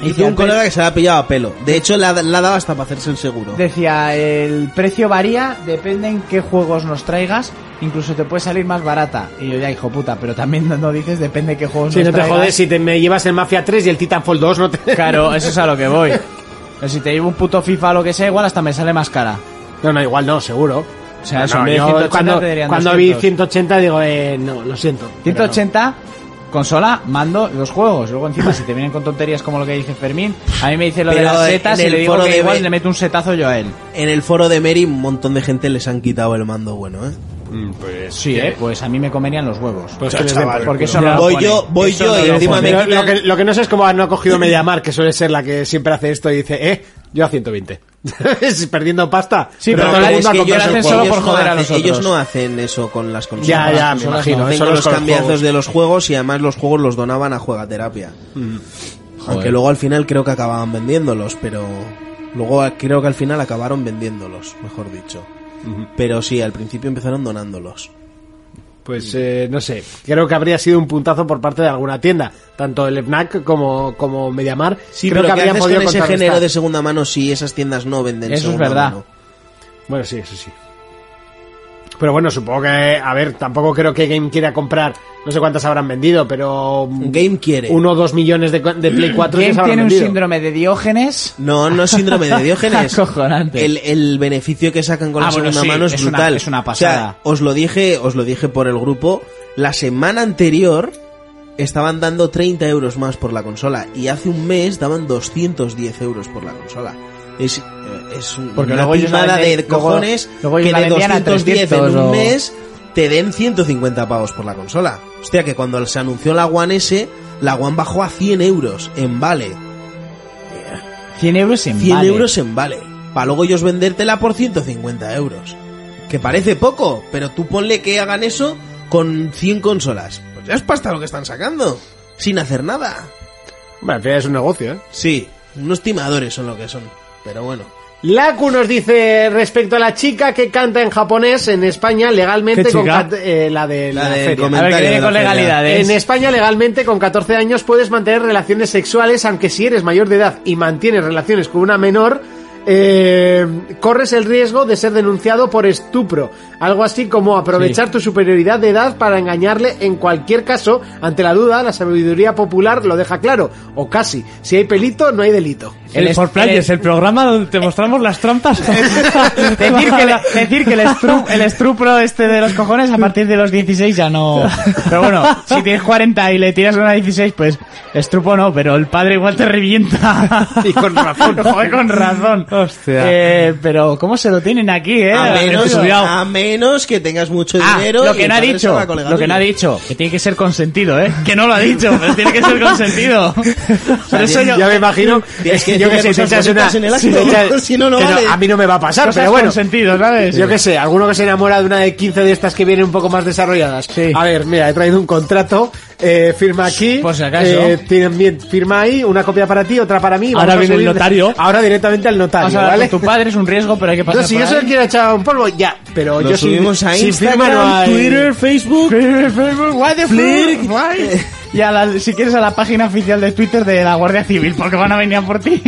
D: Y
C: decía,
D: un
C: "El
D: colega que se la ha pillado a pelo. De hecho, la, la daba hasta para hacerse el seguro.
C: Decía, el precio varía, depende en qué juegos nos traigas, incluso te puede salir más barata. Y yo ya, hijo puta, pero también no, no dices depende qué juegos
B: Si
C: nos
B: no te
C: traigas.
B: jodes, si te, me llevas el Mafia 3 y el Titanfall 2, no te...
C: Claro, eso es a lo que voy. Pero si te llevo un puto FIFA o lo que sea, igual hasta me sale más cara.
B: No, no, igual no, seguro.
C: O sea,
B: No,
C: eso, en
B: no,
C: vez de
B: yo
C: 180
B: cuando,
C: te darían
B: cuando vi
C: 200.
B: 180 digo, eh, no, lo siento. pero no.
C: 180, consola, mando, los juegos. Luego encima, si te vienen con tonterías como lo que dice Fermín, a mí me dice lo de
D: Pero
C: las
D: en
C: setas y
D: el
C: le digo
D: foro
C: que
D: de
C: igual
D: B-
C: le meto un setazo yo a él.
D: En el foro de Mary un montón de gente les han quitado el mando bueno, ¿eh?
C: Sí, eh, pues a mí me comerían los huevos.
B: Pues que les den por culo.
C: porque eso no lo
D: voy
C: pone.
D: yo, voy
C: Eso
D: yo
C: no
D: y
C: lo
D: encima me
C: pone.
B: Pero lo,
D: quitan-
B: que, lo que no sé es cómo no ha cogido Mediamar, que suele ser la que siempre hace esto y dice, eh, yo a 120. Es Perdiendo pasta.
C: Sí, pero
B: todo el
C: claro,
B: mundo
C: es
B: ha
C: que yo
B: comprado
C: lo hacen
B: su
C: solo
B: juego.
D: Ellos
C: por joder
D: no
C: a
D: hacen-
C: nosotros.
D: Ellos no hacen eso con las consolas.
B: Ya, ya, me
D: Con las
B: imagino,
D: consolas no. Hacen
B: solo es
D: con los
B: con los
D: cambiazos
B: juegos.
D: de los juegos y además los juegos los donaban a Juegaterapia. Aunque luego al final creo que acababan vendiéndolos, pero... Luego a- creo que al final acabaron vendiéndolos, mejor dicho. Pero sí, al principio empezaron donándolos.
B: Pues eh, no sé, creo que habría sido un puntazo por parte de alguna tienda, tanto el FNAC como, como Mediamar. creo
D: pero
B: que
D: ¿qué
B: habrían
D: haces
B: podido
D: con ese
B: contrarrestar.
D: género de segunda mano si esas tiendas no venden
C: Eso es
D: segunda
C: verdad.
D: mano?
B: Bueno, sí, eso sí. Pero bueno, supongo que, a ver, tampoco creo que Game quiera comprar, no sé cuántas habrán vendido, pero...
D: Game quiere.
B: Uno o dos millones de, co- de Play 4 ya se
C: ¿Quién
B: habrán
C: tiene un
B: vendido.
C: síndrome de Diógenes?
D: No, no es síndrome de Diógenes.
C: Acojonante.
D: El, el beneficio que sacan con
C: Ah,
D: la
C: bueno,
D: segunda
C: sí,
D: mano es,
C: es una-
D: brutal.
C: es una pasada.
D: O sea, os lo dije, os lo dije por el grupo. La semana anterior estaban dando 30 euros más por la consola y hace un mes daban 210 euros por la consola. Es, eh, es un-
C: Porque
D: una
C: luego ellos la
D: pijada
C: venden-
D: de cojones
C: luego- luego ellos la
D: que de
C: vendían a
D: 210 en
C: 300
D: un
C: o-
D: mes te den 150 pavos por la consola. Hostia, que cuando se anunció la One S, la One bajó a 100 euros en vale.
C: 100 euros en
D: 100
C: vale.
D: euros en vale. Para luego ellos vendértela por 150 euros. Que parece poco, pero tú ponle que hagan eso con 100 consolas. Pues ya es pasta lo que están sacando. Sin hacer nada.
B: Hombre, al final es un negocio, ¿eh?
D: Sí, unos timadores son lo que son. Pero bueno.
B: Laku nos dice respecto a la chica que canta en japonés en España legalmente
E: ¿Qué
B: con
E: chica?
B: cat- eh, la de la,
D: La del
B: feria.
D: comentario
C: A ver, que
D: de
C: viene
D: la
C: con ¿eh?
D: feria.
C: legalidades.
B: En España legalmente con 14 años puedes mantener relaciones sexuales aunque si eres mayor de edad y mantienes relaciones con una menor eh, corres el riesgo de ser denunciado por estupro, algo así como aprovechar tu superioridad de edad para engañarle en cualquier caso, ante la duda la sabiduría popular lo deja claro, o casi, si hay pelito no hay delito.
C: El
E: El
C: es-
E: For Players,
C: el-
E: el programa donde te mostramos las trampas.
C: Decir que, le- decir que el, estru- el estrupro este de los cojones a partir de los 16 ya no... Pero bueno, si tienes 40 y le tiras una 16, pues estrupo no, pero el padre igual te revienta.
B: Y con razón.
C: Joder, con razón.
E: Hostia.
C: Eh, pero ¿cómo se lo tienen aquí, eh?
D: A menos,
C: Cuidado.
D: a menos que tengas mucho
C: Ah,
D: dinero.
C: lo
D: y
C: que
D: el
C: no ha
D: padre sea
C: dicho,
D: la colega
C: lo que no ha
D: tuya.
C: dicho, que tiene que ser consentido, ¿eh? Que no lo ha dicho, pero tiene que ser consentido. Pero eso yo-
B: ya me imagino.
D: Tienes que
B: yo que sé,
D: decirle
B: te
D: cosas
B: echas una.
D: bonitas en el acto,
B: si te echas-
D: si no, no
B: que
D: vale.
B: A mí no me va a pasar,
C: cosas
B: pero bueno.
C: consentido, ¿sabes?
B: Yo que sé, alguno que se enamora de una de 15 de estas que vienen un poco más desarrolladas.
C: Sí.
B: A ver, mira, he traído un contrato, eh, firma aquí,
C: Por si acaso.
B: eh, tienen bien- firma ahí, una copia para ti, otra para mí.
E: Ahora
B: vamos a
E: viene el
B: subir-
E: notario.
B: Ahora directamente al notario,
C: Vamos a hablar
B: ¿vale?
C: con tu padre es un riesgo, pero hay que pasar
B: No, si
C: por
B: yo solo
C: ahí.
B: quiero echar un polvo, ya. Pero
D: Lo
B: yo sin-
D: subimos a
B: sin firma
D: Instagram,
B: no hay-
D: Twitter, Facebook.
C: What the fuck?
D: Flick.
C: Why? y a la- si quieres a la página oficial de Twitter de la Guardia Civil, porque van a venir a por ti.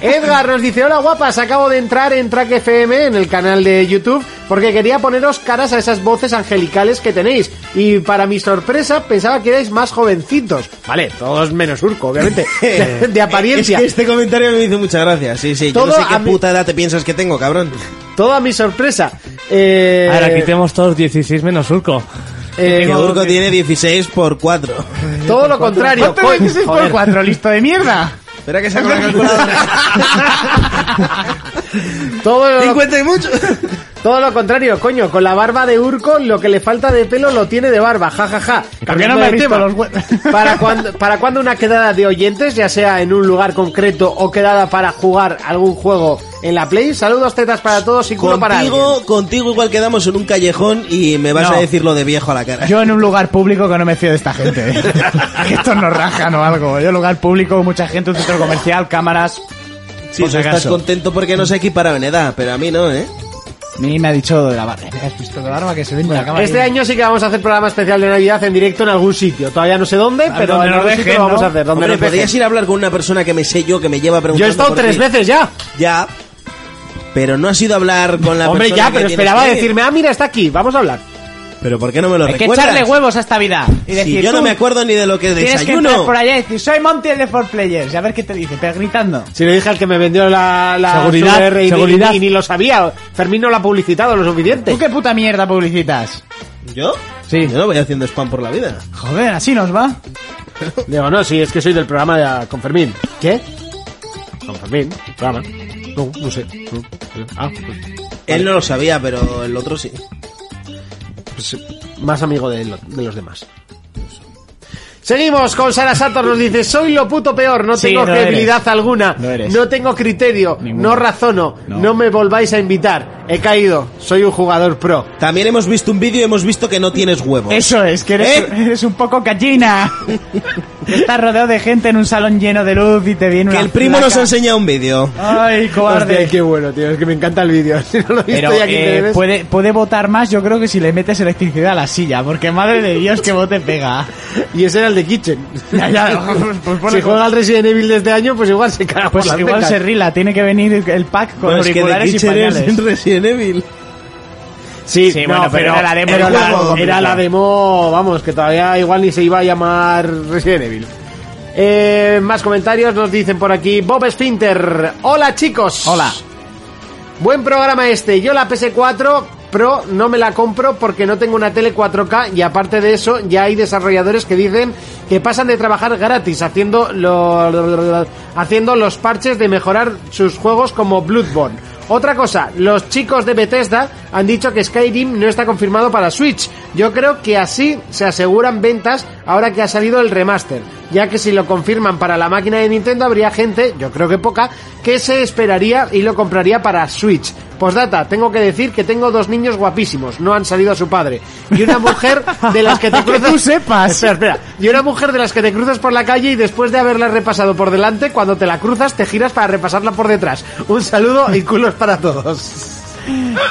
B: Edgar nos dice, hola guapas, acabo de entrar en Track FM en el canal de YouTube porque quería poneros caras a esas voces angelicales que tenéis y para mi sorpresa pensaba que erais más jovencitos. Vale, todos menos Urco, obviamente, de, de apariencia.
D: Es que este comentario me hizo muchas gracias. Sí, sí.
B: Todo
D: yo no sé
B: a
D: qué
B: mí-
D: puta edad te piensas que tengo, cabrón.
B: Toda mi sorpresa. Eh,
E: Ahora quitemos todos 16 menos surco.
B: eh,
D: Que Urco tiene 16 por 4.
B: todo lo contrario.
C: ¿Cuánto
B: coño,
C: 26 por
B: joder.
C: 4, listo de mierda?
D: Espera que saco la calculadora.
B: Todo lo,
D: 50 y mucho.
B: todo lo contrario, coño. Con la barba de Urco, lo que le falta de pelo lo tiene de barba, jajaja. Ja, ja.
C: Porque no
B: Cambiando
C: me he
B: de
C: visto
B: tema.
C: los hue-
B: ¿Para cuando, para cuando una quedada de oyentes, ya sea en un lugar concreto o quedada para jugar algún juego en la Play? Saludos, tetas para todos y culo para alguien.
D: Contigo, contigo igual quedamos en un callejón y me vas
C: No.
D: a decir lo de viejo a la cara.
C: Yo en un lugar público que no me fío de esta gente. ¿eh? que estos nos rajan o algo. Yo en lugar público, mucha gente, un centro comercial, cámaras.
D: Sí,
C: por si
D: tú estás
C: acaso.
D: contento porque no sé equiparaban en edad, pero a mí no, ¿eh?
C: Ni me ha dicho lo de la barba. ¿Has visto la barba que se ve en la cámara?
B: Este año sí que vamos a hacer programa especial de Navidad en directo en algún sitio. Todavía no sé dónde, pero
C: donde
B: en
C: nos
B: algún sitio
C: dejen,
B: lo vamos
C: ¿no?
B: a hacer. Donde
D: Hombre,
B: nos dejen.
D: podrías ir a hablar con una persona que me sé yo, que me lleva
B: Yo
D: preguntando
B: he estado
D: por
B: tres
D: ti.
B: veces ya.
D: Ya, pero no has ido a hablar con la
B: Hombre,
D: persona
B: ya,
D: que
B: pero
D: tienes
B: esperaba
D: que ir.
B: decirme, ah, mira, está aquí, vamos a hablar.
D: Pero ¿por qué no me lo
C: Hay que
D: recuerdas?
C: echarle huevos a esta vida. Y
D: Si
C: decir,
D: yo no
C: tú
D: me acuerdo ni de lo que
C: Tienes que
D: desayuno.
C: entrar por allá y decir, soy Monty el de 4Players. Y a ver qué te dice, pero gritando.
B: Si le dije al que me vendió la, la
E: Seguridad,
B: SVR y, ni-
E: seguridad.
B: Ni, ni lo sabía. Fermín no lo ha publicitado lo suficiente.
C: ¿Tú qué puta mierda publicitas?
D: ¿Yo?
C: Sí.
D: Yo no voy haciendo spam por la vida.
C: Joder, así nos va.
B: Digo, no, sí, es que soy del programa de, ah, con Fermín. ¿Qué? Con Fermín, programa. No, no sé. No, no. Ah,
D: Él no lo sabía, pero el otro sí.
B: pues, más amigo de, lo- de los demás. Seguimos con Sara Sator, nos dice, soy lo puto peor, no
C: Sí,
B: tengo
C: no
B: credibilidad
C: eres.
B: alguna,
C: No
B: no,
C: eres.
B: tengo criterio,
C: Ninguno.
B: no razono,
C: No.
B: no. me volváis a invitar, he caído, soy un jugador pro.
D: También hemos visto un vídeo y hemos visto que no tienes huevos.
C: Eso es, que eres,
D: ¿Eh?
C: eres un poco gallina. Estás rodeado de gente en un salón lleno de luz y te viene
D: Que
C: una
D: el primo nos ha
C: placa.
D: enseñado un vídeo.
C: Ay, cobarde.
B: Hostia, qué bueno, tío, es que me encanta el vídeo, si no lo he visto
C: Pero
B: ya 15
C: eh,
B: veces.
C: puede, puede votar más, yo creo que si le metes electricidad a la silla, porque madre de Dios que vote pega.
B: Y ese era el de Kitchen.
C: Ya, ya, pues, pues ponle
B: si
C: con-
B: juega al Resident Evil de este año, pues igual se caga por
C: pues
B: las
C: igual
B: becas.
C: se rila, tiene que venir el pack con
D: Bueno, es que de
C: auriculares y
D: Kitchen es
C: pañales.
D: en Resident Evil.
B: Sí,
C: Sí,
B: no,
C: bueno, pero
B: pero,
C: era la demo,
B: era,
C: era
B: la-
C: algo complicado.
B: era la demo, vamos, que todavía igual ni se iba a llamar Resident Evil. Eh, más comentarios nos dicen por aquí Bob Spinter. Hola chicos.
C: Hola.
B: Buen programa este. Yo la PS4 Pro no me la compro porque no tengo una tele 4K y aparte de eso ya hay desarrolladores que dicen que pasan de trabajar gratis haciendo, lo- lo- lo- lo- haciendo los parches de mejorar sus juegos como Bloodborne. Otra cosa, los chicos de Bethesda han dicho que Skyrim no está confirmado para Switch. Yo creo que así se aseguran ventas ahora que ha salido el remaster, ya que si lo confirman para la máquina de Nintendo habría gente, yo creo que poca, que se esperaría y lo compraría para Switch. Postdata, tengo que decir que tengo dos niños guapísimos, no han salido a su padre. Y una mujer de las que te
C: Que
B: cruzas...
C: tú sepas.
B: Espera, espera. Y una mujer de las que te cruzas por la calle y después de haberla repasado por delante, cuando te la cruzas te giras para repasarla por detrás. Un saludo y culos para todos.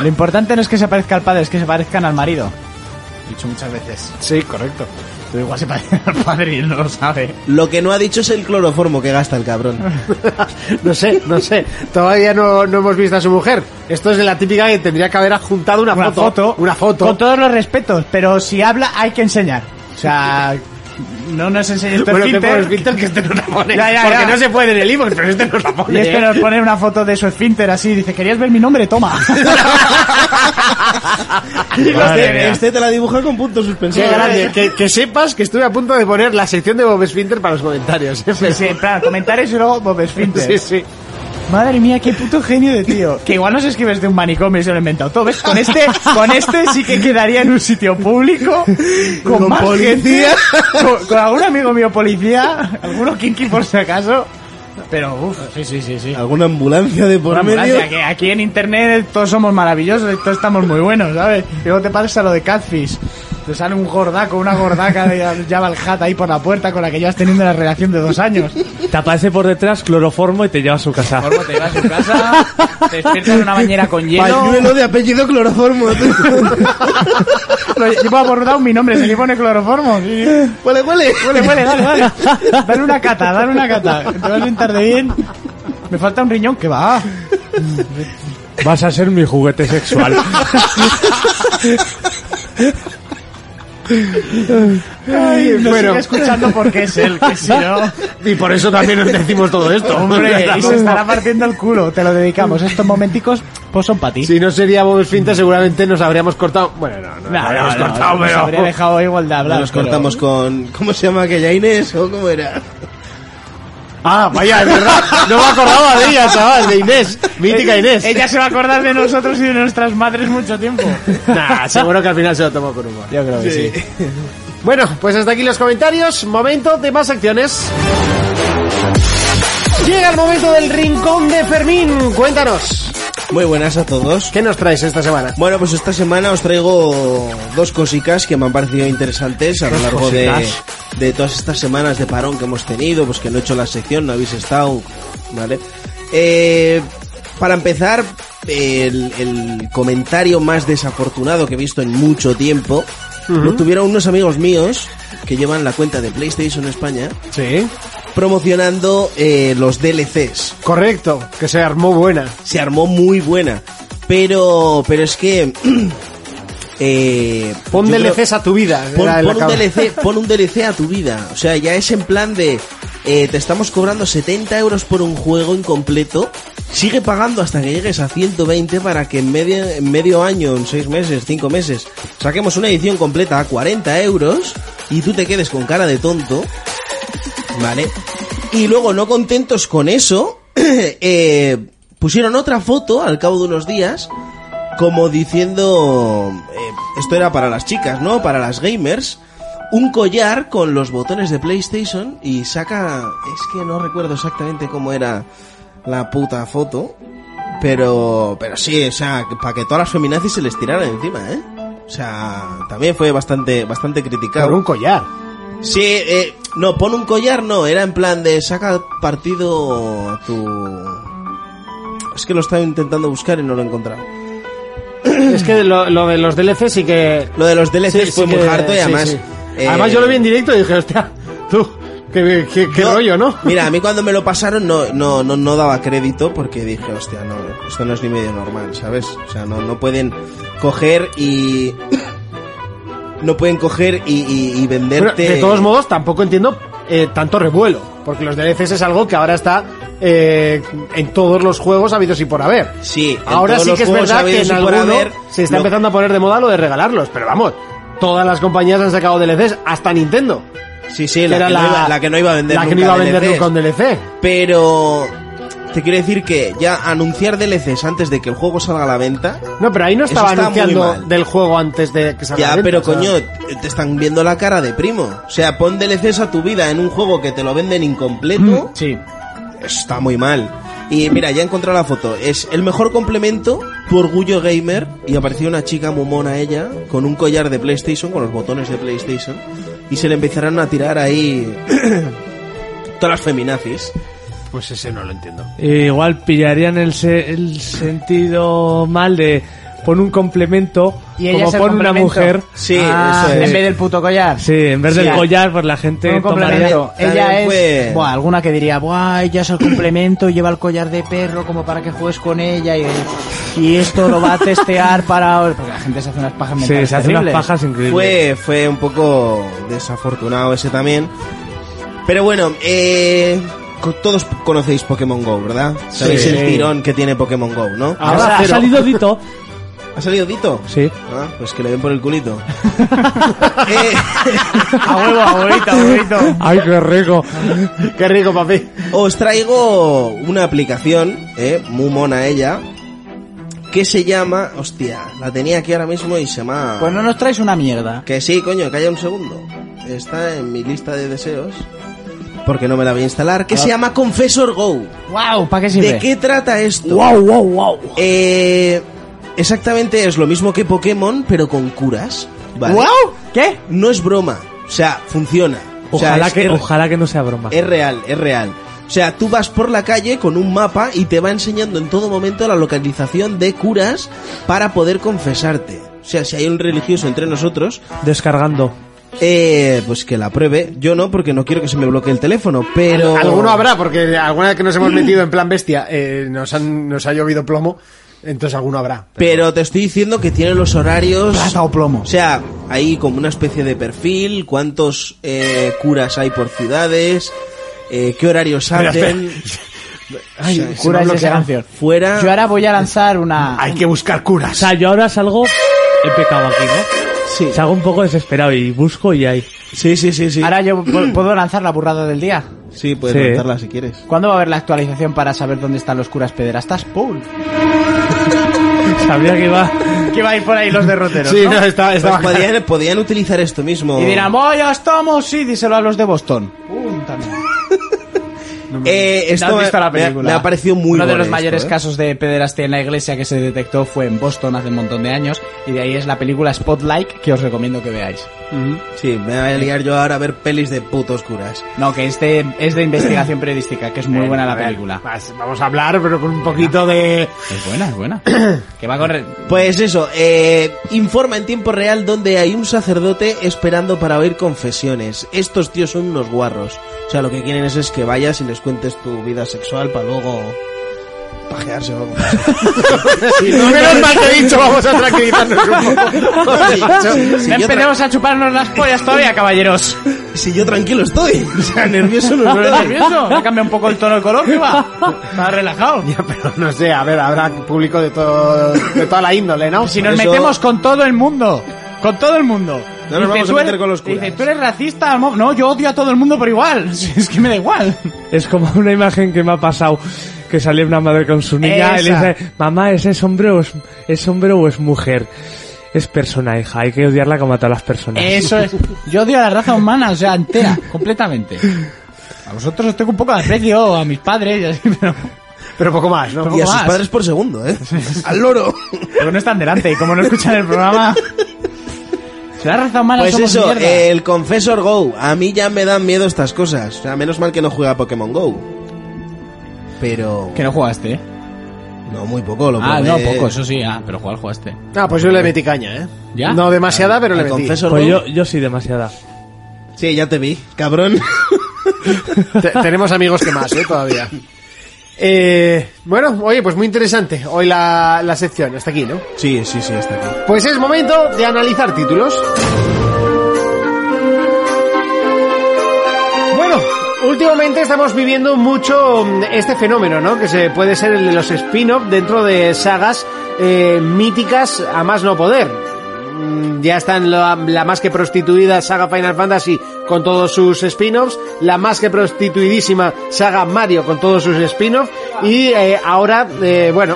C: Lo importante no es que se parezca al padre, es que se parezcan al marido. Lo he dicho muchas veces.
B: Sí, correcto.
C: Pero igual se parece al padre y él no lo sabe.
D: Lo que no ha dicho es el cloroformo que gasta el cabrón.
B: No sé, no sé. Todavía no, no hemos visto a su mujer. Esto es de la típica que tendría que haber adjuntado una,
C: Una foto,
B: Una foto.
C: Con todos los respetos, pero si habla hay que enseñar. O sea, no nos enseñes tu
B: Bueno, te
C: esfínter.
B: pongo el filter que este no la pone.
C: Ya, ya,
B: porque
C: ya.
B: no se puede en el inbox, pero este no la
C: Y
B: pone.
C: es que
B: ¿eh?
C: nos ponen una foto de su esfínter así, dice, ¿querías ver mi nombre? Toma.
D: Este- este te la dibuja con puntos
B: Qué
D: suspensivos.
B: grande. Que, que sepas que estuve a punto de poner la sección de Bob Spinter para los comentarios. ¿eh?
C: Sí, sí, en plan, comentarios y luego Bob Esfínter.
B: Sí, sí.
C: Madre mía, qué puto genio de tío. Que igual nos escribes de un manicomio y se lo he inventado todo. ¿Ves? Con este, con este sí que quedaría en un sitio público. Con, más gente, con, con algún amigo mío policía. Alguno kinky por si acaso. Pero, uff, sí, sí, sí, sí.
D: ¿Alguna ambulancia de por
C: Una
D: medio?
C: ambulancia, que aquí en internet todos somos maravillosos y todos estamos muy buenos, ¿sabes? Y luego te pasa lo de Catfish. Te sale un gordaco, una gordaca de Jabal Hat ahí por la puerta con la que llevas teniendo la relación de dos años.
E: Te aparece por detrás cloroformo y te lleva a su casa.
H: Corvo te lleva a su casa, te despierta en una bañera con hielo.
D: Pañuelo de apellido cloroformo.
C: Lo llevo abordado mi nombre, se le pone cloroformo. sí, sí.
D: huele, huele.
C: Huele, huele, dale, dale. Dale una cata, dale una cata. Te vas a sentar de bien. Me falta un riñón, que va.
E: Vas a ser mi juguete sexual.
C: Ay, lo sigue escuchando porque es él, que si no...
B: Y por eso también os decimos todo esto.
C: Hombre, y se estará partiendo el culo. Te lo dedicamos. Estos momenticos, pues son para ti.
B: Si no sería Bob Esfinta, seguramente nos habríamos cortado. Bueno, no, no,
C: Nah,
B: nos habríamos
C: no, no,
B: cortado,
C: nos
B: pero-
C: habría dejado igual de hablar.
D: Nos
C: pero-
D: cortamos con... ¿Cómo se llama aquella Inés? ¿O cómo era?
B: Ah, vaya, es verdad. No me acordaba de ella, chaval, de Inés. Mítica Inés.
C: Ella se va a acordar de nosotros y de nuestras madres mucho tiempo.
B: Nah, seguro que al final se lo tomó con humor. Yo creo que sí. Bueno, pues hasta aquí los comentarios. Momento de más acciones. Llega el momento del rincón de Fermín. Cuéntanos,
D: Muy buenas a todos.
B: ¿qué nos traes esta semana?
D: Bueno, pues esta semana os traigo dos cositas que me han parecido interesantes a lo largo de,
B: cosicas.
D: de todas estas semanas de parón que hemos tenido, pues que no he hecho la sección, no habéis estado, ¿vale? Eh, para empezar, el, el comentario más desafortunado que he visto en mucho tiempo lo tuvieron unos amigos míos que llevan la cuenta de PlayStation España
B: Sí.
D: promocionando eh, los DLCs
B: Correcto, que se armó buena.
D: se armó muy buena. Pero, pero es que. eh,
B: Pon
D: yo creo-
B: DLCs a tu vida.
D: pon,
B: era el
D: pon un
B: acabo-
D: DLC, pon un DLC a tu vida. O sea, ya es en plan de. eh, te estamos cobrando 70 euros por un juego incompleto. Sigue pagando hasta que llegues a 120 para que en medio, en medio año, en 6 meses, 5 meses, saquemos una edición completa a 40 euros y tú te quedes con cara de tonto. ¿Vale? Y luego, no contentos con eso, eh, pusieron otra foto al cabo de unos días, como diciendo, eh, esto era para las chicas, ¿no? Para las gamers, un collar con los botones de PlayStation y saca, es que no recuerdo exactamente cómo era la puta foto, pero, pero sí, o sea, para que todas las feminazis se les tiraran encima, ¿eh? O sea, también fue bastante, bastante criticado.
B: Por un collar.
D: Sí, eh, no, pon un collar, no, era en plan de saca partido a tu... Es que lo estaba intentando buscar y no lo he encontrado.
B: Es que lo, lo de los DLCs sí que...
D: Lo de los DLCs
B: sí, sí
D: fue muy
B: que-
D: harto y
B: sí,
D: además...
B: sí.
D: eh,
B: Además yo lo vi en directo y dije, hostia, tú, qué, qué- qué
D: yo-
B: rollo, ¿no?
D: Mira, a mí cuando me lo pasaron no, no, no, no daba crédito porque dije, hostia, no, esto no es ni medio normal, ¿sabes? O sea, no, no pueden coger y... No pueden coger y, y- y
B: Bueno,
D: venderte...
B: de todos modos, tampoco entiendo eh, tanto revuelo, porque los DLCs es algo que ahora está eh, en todos los juegos habidos y por haber.
D: Sí, en
B: ahora
D: todos
B: sí
D: los
B: que es
D: juegos
B: verdad que
D: habidos
B: en
D: y por
B: alguno
D: haber,
B: se está
D: lo-
B: empezando a poner de moda lo de regalarlos, pero vamos, todas las compañías han sacado DLCs, hasta Nintendo.
D: Sí, sí,
B: que
D: la
B: era
D: que, no iba, la que no iba a vender
B: la que no
D: nunca
B: iba a vender
D: DLCs.
B: nunca un DLC.
D: Pero te quiero decir que ya anunciar DLCs antes de que el juego salga a la venta,
B: No, pero ahí no
D: Eso
B: estaba
D: está muy
B: anunciando
D: mal.
B: del juego antes de que salga. a
D: ya,
B: la venta,
D: pero
B: o sea.
D: coño, te- te están viendo la cara de primo. O sea, pon DLCs a tu vida en un juego que te lo venden incompleto,
C: Sí.
D: eso está muy mal. Y mira, ya he encontrado la foto. Es el mejor complemento, tu orgullo gamer. Y apareció una chica muy mona ella, con un collar de PlayStation, con los botones de PlayStation. Y se le empezaron a tirar ahí todas las feminazis.
B: Pues ese no lo entiendo.
E: Eh, Igual pillarían el, se- el sentido mal de pon un complemento
C: Y ella
E: como
C: es el
E: pon una
C: complemento.
E: mujer.
D: Sí,
C: Ah,
D: eso es.
C: en vez del puto collar.
E: Sí, en vez del
C: Sí.
E: collar, pues la gente
C: Un
E: tomaría... pues.
C: complemento.
D: También
C: Ella es.
D: fue-
C: Buah, alguna que diría, buah, ella es el complemento, lleva el collar de perro como para que juegues con ella y, y esto lo va a testear para. Porque la gente se hace unas pajas mentales.
E: Sí, se hacen unas
C: terribles.
E: pajas increíbles.
D: Fue, fue un poco desafortunado ese también. Pero bueno, eh, co- todos conocéis Pokémon Go, ¿verdad? Sabéis el tirón que tiene Pokémon Go, ¿no?
E: Ahora ha salido Dito.
D: ¿Ha salido Dito?
E: Sí.
D: Ah, pues que le den por el culito. Eh,
C: A huevo, abuelito, abuelito.
E: Ay, qué rico.
B: Qué rico, papi.
D: os traigo una aplicación, eh, muy mona ella, que se llama... Hostia, la tenía aquí ahora mismo y se me ha...
C: Pues no nos traes una mierda.
D: Que sí, coño, que haya un segundo. Está en mi lista de deseos. Porque no me la voy a instalar.
E: Ah.
D: Que se llama Confessor Go.
C: ¡Wow! ¿Para qué
D: ¿De
C: sirve?
D: qué trata esto?
C: wow, wow!
D: Eh, exactamente es lo mismo que Pokémon, pero con curas. ¿vale?
C: ¡Guau!
H: ¿Qué?
D: No es broma, o sea, funciona. O sea,
E: Ojalá,
D: es-
E: que,
D: es-
E: ojalá que no sea broma.
D: Es real, es real. O sea, tú vas por la calle con un mapa y te va enseñando en todo momento la localización de curas para poder confesarte. O sea, si hay un religioso entre nosotros,
E: Descargando.
D: eh, pues que la pruebe. Yo no, porque no quiero que se me bloquee el teléfono, pero...
B: Alguno habrá, porque alguna vez que nos hemos metido en plan bestia, eh, nos, han, nos ha llovido plomo, entonces alguno habrá.
D: Pero te estoy diciendo que tiene los horarios...
C: Plata o plomo.
D: O sea, hay como una especie de perfil, cuántos eh, curas hay por ciudades, eh, qué horarios abren...
C: Ay,
D: O sea,
C: cura es esa canción.
D: Fuera...
C: Yo ahora voy a lanzar una.
B: Hay que buscar
E: O
B: curas.
E: sea, yo ahora salgo... He pecado aquí, ¿no?
C: Sí.
E: Salgo un poco desesperado y busco y hay...
D: Sí, sí, sí, sí.
C: Ahora yo pu- puedo lanzar la burrada del día.
D: Sí, puedes
E: Sí.
D: lanzarla si quieres.
C: ¿Cuándo va a haber la actualización para saber dónde están los curas pederastas? ¡Pum!
E: Sabía que iba...
C: Que va a ir por ahí los derroteros.
B: Sí,
C: ¿no?
B: no, está, está
D: Pues podían, podían utilizar esto mismo.
C: Y dirán, voy a estamos, sí, díselo a los de Boston. ¡Pum! También.
D: Eh, esto
C: ¿No has
D: me-
C: visto la
D: me ha-
C: película?
D: Me ha, parecido muy
C: Uno de
D: bueno
C: los
D: esto,
C: mayores
D: ¿eh?
C: casos de pederastia en la iglesia que se detectó fue en Boston hace un montón de años y de ahí es la película Spotlight que os recomiendo que veáis.
D: Sí, me voy a liar yo ahora a ver pelis de putos curas.
C: No, que este es de investigación periodística, que es muy buena la película.
B: Vamos a hablar, pero con un poquito de...
C: Es buena, es buena. que va a correr.
D: Pues eso, eh, informa en tiempo real donde hay un sacerdote esperando para oír confesiones. Estos tíos son unos guarros. O sea, lo que quieren es, es que vayas y les cuentes tu vida sexual para luego pajearse o algo.
B: Menos mal que he dicho, vamos a tranquilizarnos un poco. He dicho,
D: Si
C: No
D: yo, tra-
C: empecemos a chuparnos las pollas todavía, caballeros.
D: si yo tranquilo estoy. O sea, nervioso no
C: ¿Pero
D: estoy.
C: nervioso? ¿Me cambia un poco el tono de color? ¿Qué va? Más relajado.
B: Ya, pero no sé, a ver, habrá público de, todo, de toda la índole, ¿no?
C: Si nos
D: Eso-
C: metemos con todo el mundo. Con todo el mundo.
D: No nos
C: Dice,
D: vamos a
C: "Tú
D: meter
C: eres-
D: con los curas".
C: Dice, tú eres racista. mo-". No, yo odio a todo el mundo por igual. Es que me da igual.
E: Es como una imagen que me ha pasado que salía una madre con su niña y le
C: Esa.
E: dice, mamá, ¿ese es hombre o es, es hombre o es mujer? Es persona, hija, hay que odiarla como a todas las personas.
C: Eso es. Yo odio a la raza humana, o sea, entera, completamente. A vosotros os tengo un poco de aprecio, a mis padres, y así, pero...
B: Pero poco más, ¿no?
D: Y a
C: poco
D: sus
C: más.
D: padres por segundo, ¿eh? Al loro.
C: Porque no están delante y como no escuchan el programa... Si la raza humana
D: Pues
C: somos
D: eso,
C: mierda.
D: eh, el Confessor Go. A mí ya me dan miedo estas cosas. O sea, menos mal que no juega a Pokémon Go. Pero.
C: Que no jugaste, ¿eh?
D: No, pues muy poco lo
C: Ah,
D: probé.
C: no, poco, eso sí, ah, pero jugar jugaste.
B: Ah, pues yo le metí caña, ¿eh?
C: ¿Ya?
B: No demasiada, pero le
D: Al
B: metí.
D: Confessor
E: Pues
D: Go.
E: yo, yo sí, demasiada.
D: Sí, ya te vi, cabrón.
B: Te- tenemos amigos que más, ¿eh? Todavía. Eh, bueno, oye, pues muy interesante. Hoy la, la sección, hasta aquí, ¿no?
D: Sí, sí, sí, está aquí.
B: Pues es momento de analizar títulos. Bueno, últimamente estamos viviendo mucho mm, este fenómeno, ¿no? Que se puede ser el de los spin-off dentro de sagas eh, míticas a más no poder. Mm, Ya están la, la más que prostituida saga Final Fantasy con todos sus spin-offs, la más que prostituidísima saga Mario con todos sus spin-offs y eh, ahora, eh, bueno,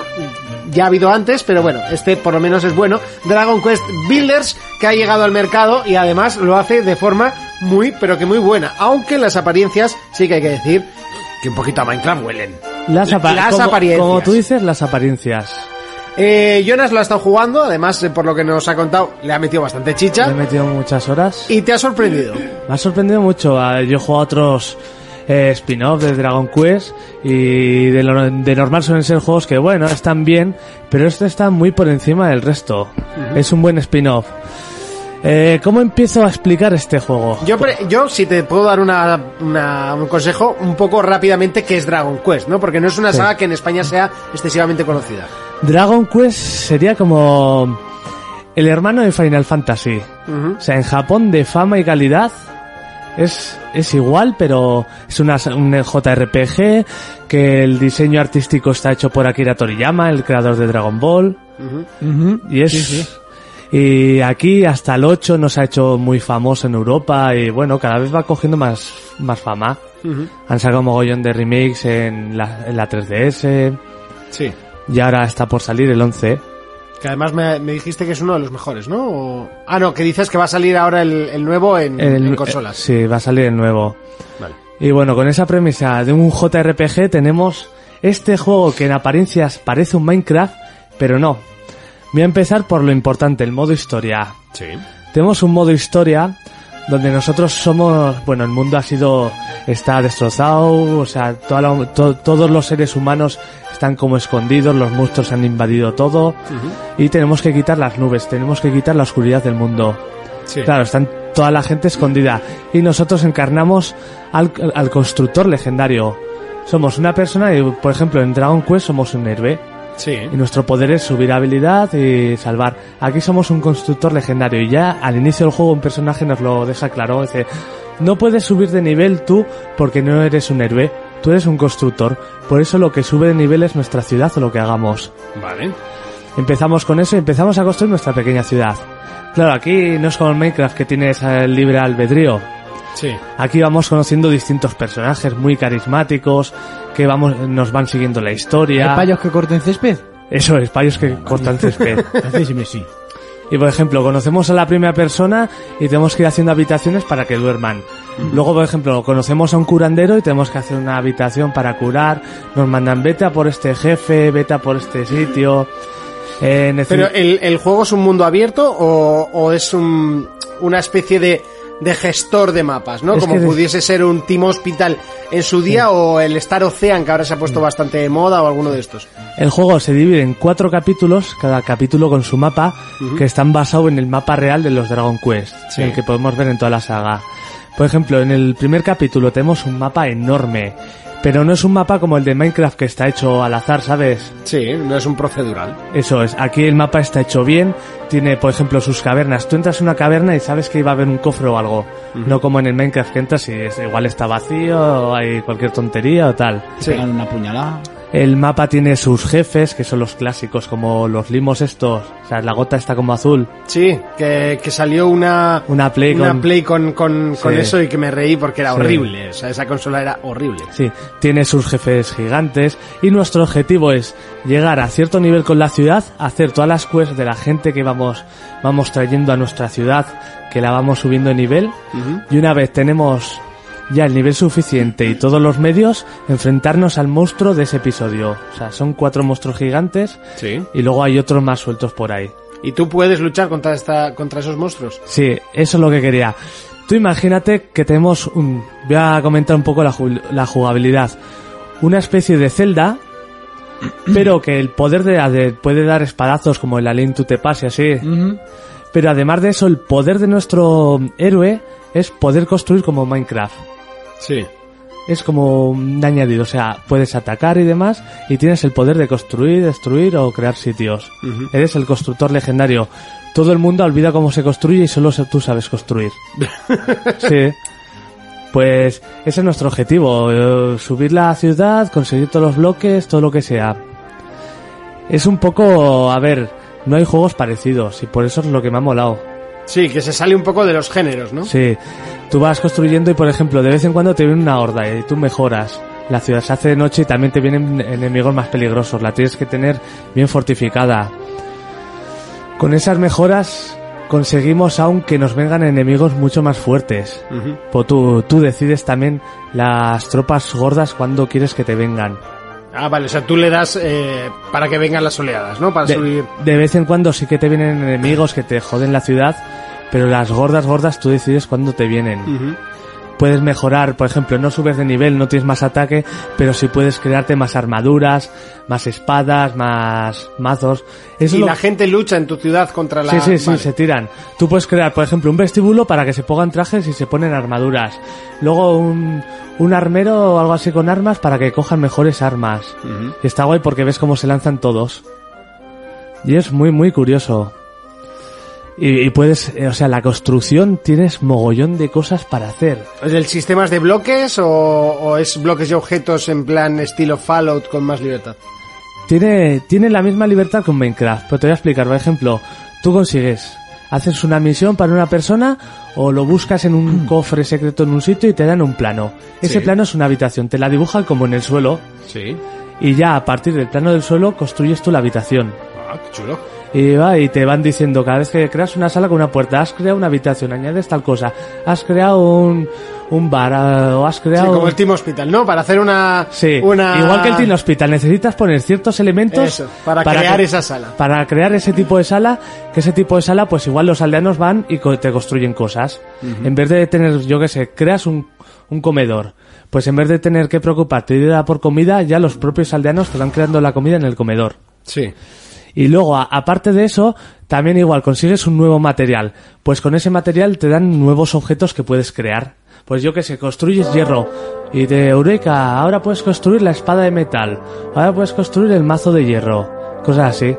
B: ya ha habido antes, pero bueno, este por lo menos es bueno. Dragon Quest Builders, que ha llegado al mercado y además lo hace de forma muy, pero que muy buena. Aunque las apariencias, sí que hay que decir, que un poquito a Minecraft huelen.
E: Las, apa-
B: Las
E: como,
B: apariencias.
E: Como tú dices, las apariencias.
B: Eh, Jonas lo ha estado jugando, además, eh, por lo que nos ha contado, le ha metido bastante
E: Le he
B: chicha.
E: metido muchas horas.
B: Y te ha sorprendido.
E: Me ha sorprendido mucho. Ah, Yo he jugado a otros eh, spin-off de Dragon Quest y de, lo- de normal suelen ser juegos que, bueno, están bien, pero este está muy por encima del resto. Es un buen spin-off. Eh, ¿Cómo empiezo a explicar este juego?
B: Yo, pre- yo si te puedo dar una, una- un consejo un poco rápidamente, que es Dragon Quest, ¿no? Porque no es una saga que en España sea excesivamente conocida.
E: Dragon Quest sería como el hermano de Final Fantasy.
B: Ujú.
E: O sea, en Japón de fama y calidad es, es igual, pero es una, un JRPG, que el diseño artístico está hecho por Akira Toriyama, el creador de Dragon Ball. Y es... Y aquí hasta el 8 nos ha hecho muy famoso en Europa y bueno, cada vez va cogiendo más, más fama. Han sacado mogollón de remakes en la, en la 3DS
B: Sí.
E: y ahora está por salir el 11.
B: Que además me, me dijiste que es uno de los mejores, ¿no? O- Ah, no, que dices que va a salir ahora el, el nuevo en,
E: El-
B: en
E: eh,
B: consolas.
E: sí, va a salir el nuevo.
B: Vale.
E: Y bueno, con esa premisa de un JRPG tenemos este juego que en apariencias parece un Minecraft, pero no. Voy a empezar por lo importante, el modo historia.
B: Sí.
E: Tenemos un modo historia donde nosotros somos, bueno, el mundo ha sido, está destrozado, o sea, toda la- to- todos los seres humanos están como escondidos, los monstruos han invadido todo y tenemos que quitar las nubes, tenemos que quitar la oscuridad del mundo. Claro, están toda la gente escondida y nosotros encarnamos al, al constructor legendario. Somos una persona y, por ejemplo, en Dragon Quest somos un héroe.
B: Sí.
E: Y nuestro poder es subir habilidad y salvar. Aquí somos un constructor legendario y ya al inicio del juego un personaje nos lo deja claro. Dice, no puedes subir de nivel tú porque no eres un héroe, tú eres un constructor. Por eso lo que sube de nivel es nuestra ciudad o lo que hagamos.
B: Vale.
E: Empezamos con eso y empezamos a construir nuestra pequeña ciudad. Claro, aquí no es como en Minecraft que tienes eh, libre albedrío.
B: Sí.
E: Aquí vamos conociendo distintos personajes muy carismáticos que vamos, nos van siguiendo la historia.
C: ¿Hay payos que corten césped?
E: Eso es, payos que cortan césped.
C: Entonces sí, me sí.
E: Y por ejemplo, conocemos a la primera persona y tenemos que ir haciendo habitaciones para que duerman. Luego, por ejemplo, conocemos a un curandero y tenemos que hacer una habitación para curar. Nos mandan vete a por este jefe, vete a por este sitio. Eh, necesi-
B: Pero el, el juego es un mundo abierto o, o es un- una especie de, de gestor de mapas, ¿no?
E: Es
B: Como
E: que de-
B: pudiese ser un Team Hospital en su día o el Star Ocean, que ahora se ha puesto bastante de moda o alguno de estos.
E: El juego se divide en cuatro capítulos, cada capítulo con su mapa, que están basados en el mapa real de los Dragon Quest,
B: Sí.
E: el que podemos ver en toda la saga. Por ejemplo, en el primer capítulo tenemos un mapa enorme, pero no es un mapa como el de Minecraft que está hecho al azar, ¿sabes?
B: Sí, no es un procedural.
E: Eso es, aquí el mapa está hecho bien, tiene por ejemplo sus cavernas. Tú entras en una caverna y sabes que iba a haber un cofre o algo, no como en el Minecraft que entras y es- igual está vacío o hay cualquier tontería o tal.
B: Sí.
C: Pegan una puñalada.
E: El mapa tiene sus jefes, que son los clásicos, como los limos estos, o sea, la gota está como azul,
B: Sí, que, que salió una...
E: una play
B: una
E: con...
B: Play con, con- con
E: Sí.
B: eso y que me reí porque era
E: Sí.
B: horrible. O sea, esa consola era horrible.
E: Sí, tiene sus jefes gigantes y nuestro objetivo es llegar a cierto nivel con la ciudad, hacer todas las quests de la gente que vamos, vamos trayendo a nuestra ciudad, que la vamos subiendo de nivel y una vez tenemos ya el nivel suficiente y todos los medios, enfrentarnos al monstruo de ese episodio. O sea, son cuatro monstruos gigantes
B: Sí.
E: y luego hay otros más sueltos por ahí.
B: Y tú puedes luchar contra, esta, contra esos monstruos.
E: Sí, eso es lo que quería. Tú imagínate que tenemos un... Voy a comentar un poco la, ju- la jugabilidad. Una especie de celda, pero que el poder de, de- puede dar espadazos como el Alien to the Past y así. Pero además de eso, el poder de nuestro héroe es poder construir como Minecraft.
B: Sí.
E: Es como un añadido, o sea, puedes atacar y demás, y tienes el poder de construir, destruir o crear sitios. Eres el constructor legendario. Todo el mundo olvida cómo se construye y solo se- tú sabes construir. sí. Pues ese es nuestro objetivo, eh, subir la ciudad, conseguir todos los bloques, todo lo que sea. Es un poco, a ver, no hay juegos parecidos y por eso es lo que me ha molado.
B: Sí, que se sale un poco de los géneros, ¿no?
E: Sí, tú vas construyendo y por ejemplo de vez en cuando te viene una horda y tú mejoras. La ciudad se hace de noche y también te vienen enemigos más peligrosos. La tienes que tener bien fortificada. Con esas mejoras conseguimos aún que nos vengan enemigos mucho más fuertes.
B: Ujú.
E: Pues tú, tú decides también las tropas gordas cuando quieres que te vengan.
B: Ah, vale, o sea, tú le das eh, para que vengan las oleadas, ¿no? Para
E: De,
B: subir.
E: de vez en cuando sí que te vienen enemigos que te joden la ciudad, pero las gordas gordas tú decides cuándo te vienen.
B: Ujú.
E: puedes mejorar, por ejemplo, no subes de nivel, no tienes más ataque, pero sí puedes crearte más armaduras, más espadas, más mazos. Eso
B: Y
E: es lo-
B: la gente lucha en tu ciudad contra la.
E: Sí, sí, sí,
B: Vale.
E: se tiran. Tú puedes crear, por ejemplo, un vestíbulo para que se pongan trajes y se ponen armaduras. Luego un, un armero o algo así con armas para que cojan mejores armas. Y está guay porque ves cómo se lanzan todos. Y es muy, muy curioso. Y, y puedes, eh, o sea, la construcción tienes mogollón de cosas para hacer.
B: ¿El sistema es de bloques o, o es bloques y objetos en plan estilo Fallout con más libertad?
E: Tiene, tiene la misma libertad con Minecraft, pero te voy a explicar, por ejemplo, tú consigues, haces una misión para una persona o lo buscas en
B: Mm.
E: un cofre secreto en un sitio y te dan un plano. Ese plano es una habitación, te la dibujan como en el suelo
B: Sí.
E: y ya a partir del plano del suelo construyes tú la habitación.
B: Ah,
I: Chulo.
E: Y va, y te van diciendo cada vez que creas una sala con una puerta, has creado una habitación, añades tal cosa, has creado un, un bar, ah, o has
B: Sí,
E: creado...
B: como
E: un-
B: el Team Hospital, ¿no? Para hacer una...
E: Sí,
B: una-
E: igual que el Teen Hospital, necesitas poner ciertos elementos
B: Eso, para crear esa sala.
E: Para crear ese tipo de sala, que ese tipo de sala, pues igual los aldeanos van y co- te construyen cosas. En vez de tener, yo qué sé, creas un, un comedor. Pues en vez de tener que preocuparte de ir a por comida, ya los propios aldeanos te van creando la comida en el comedor.
B: Sí.
E: Y luego, a- aparte de eso, también igual consigues un nuevo material. Pues con ese material te dan nuevos objetos que puedes crear. Pues yo que sé, construyes hierro. Y de Eureka, ahora puedes construir la espada de metal. Ahora puedes construir el mazo de hierro. Cosas así.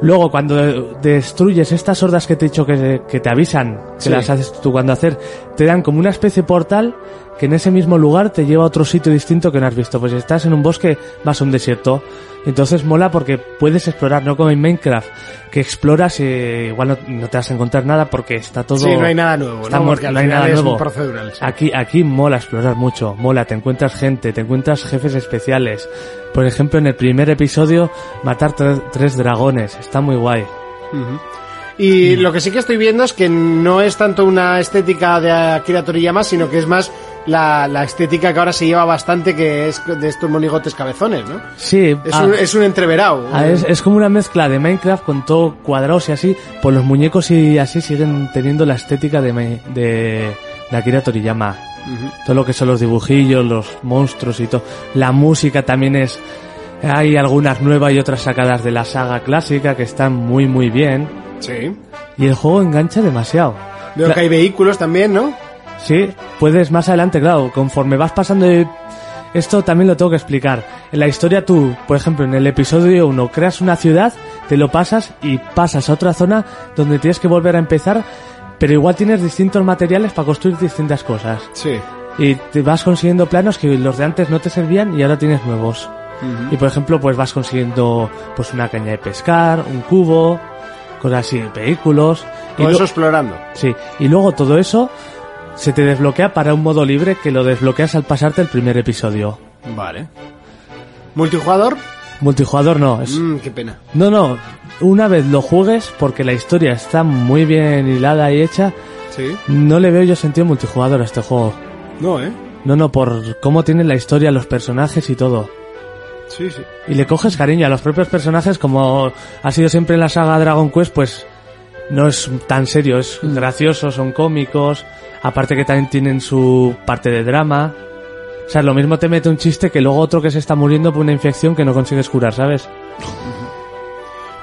E: Luego, cuando eh, destruyes estas hordas que te he dicho que, que te avisan, que
B: Sí.
E: las haces tú cuando hacer, te dan como una especie de portal que en ese mismo lugar te lleva a otro sitio distinto que no has visto. Pues si estás en un bosque, vas a un desierto. Entonces mola porque puedes explorar, no como en Minecraft, que exploras y igual no, no te vas a encontrar nada porque está todo...
B: Sí, no hay nada nuevo,
E: Está
B: ¿no? Porque
E: muerto,
B: al
E: no hay
B: final
E: nada
B: es
E: nuevo.
B: procedural, sí.
E: Aquí, aquí mola explorar mucho, mola, te encuentras gente, te encuentras jefes especiales. Por ejemplo, en el primer episodio, matar tre- tres dragones, está muy guay.
B: Y
E: Mm.
B: lo que sí que estoy viendo es que no es tanto una estética de Akira Toriyama, sino que es más la, la estética que ahora se lleva bastante, que es de estos monigotes cabezones, ¿no?
E: Sí,
B: Es,
E: ah,
B: un, es un entreverado.
E: ah, es- es como una mezcla de Minecraft con todo cuadrados y así, pues los muñecos y así siguen teniendo la estética de, Mi- de, de Akira Toriyama. Todo lo que son los dibujillos, los monstruos y todo. La música también es... Hay algunas nuevas y otras sacadas de la saga clásica que están muy muy bien.
B: Sí.
E: Y el juego engancha demasiado.
B: Veo
E: Cla-
B: que hay vehículos también, ¿no?
E: Sí, puedes más adelante, claro, conforme vas pasando... de- Esto también lo tengo que explicar. En la historia tú, por ejemplo, en el episodio 1, creas una ciudad, te lo pasas y pasas a otra zona donde tienes que volver a empezar, pero igual tienes distintos materiales para construir distintas cosas.
B: Sí.
E: Y te vas consiguiendo planos que los de antes no te servían y ahora tienes nuevos. Y por ejemplo, pues vas consiguiendo pues una caña de pescar, un cubo, cosas así, vehículos. Y
B: Todo
E: lo-
B: eso explorando.
E: Sí, y luego todo eso se te desbloquea para un modo libre que lo desbloqueas al pasarte el primer episodio.
B: Vale. ¿Multijugador?
E: Multijugador no, es...
B: Mm, qué pena.
E: No, no, una vez lo juegues, porque la historia está muy bien hilada y hecha,
B: Sí.
E: no le veo yo sentido multijugador a este juego.
B: No, ¿eh?
E: No, no, por cómo tienen la historia, los personajes y todo.
B: Sí, sí.
E: Y le coges cariño a los propios personajes, como ha sido siempre en la saga Dragon Quest, pues no es tan serio, es
B: Mm.
E: gracioso, son cómicos, aparte que también tienen su parte de drama. O sea, lo mismo te mete un chiste que luego otro que se está muriendo por una infección que no consigues curar, ¿sabes?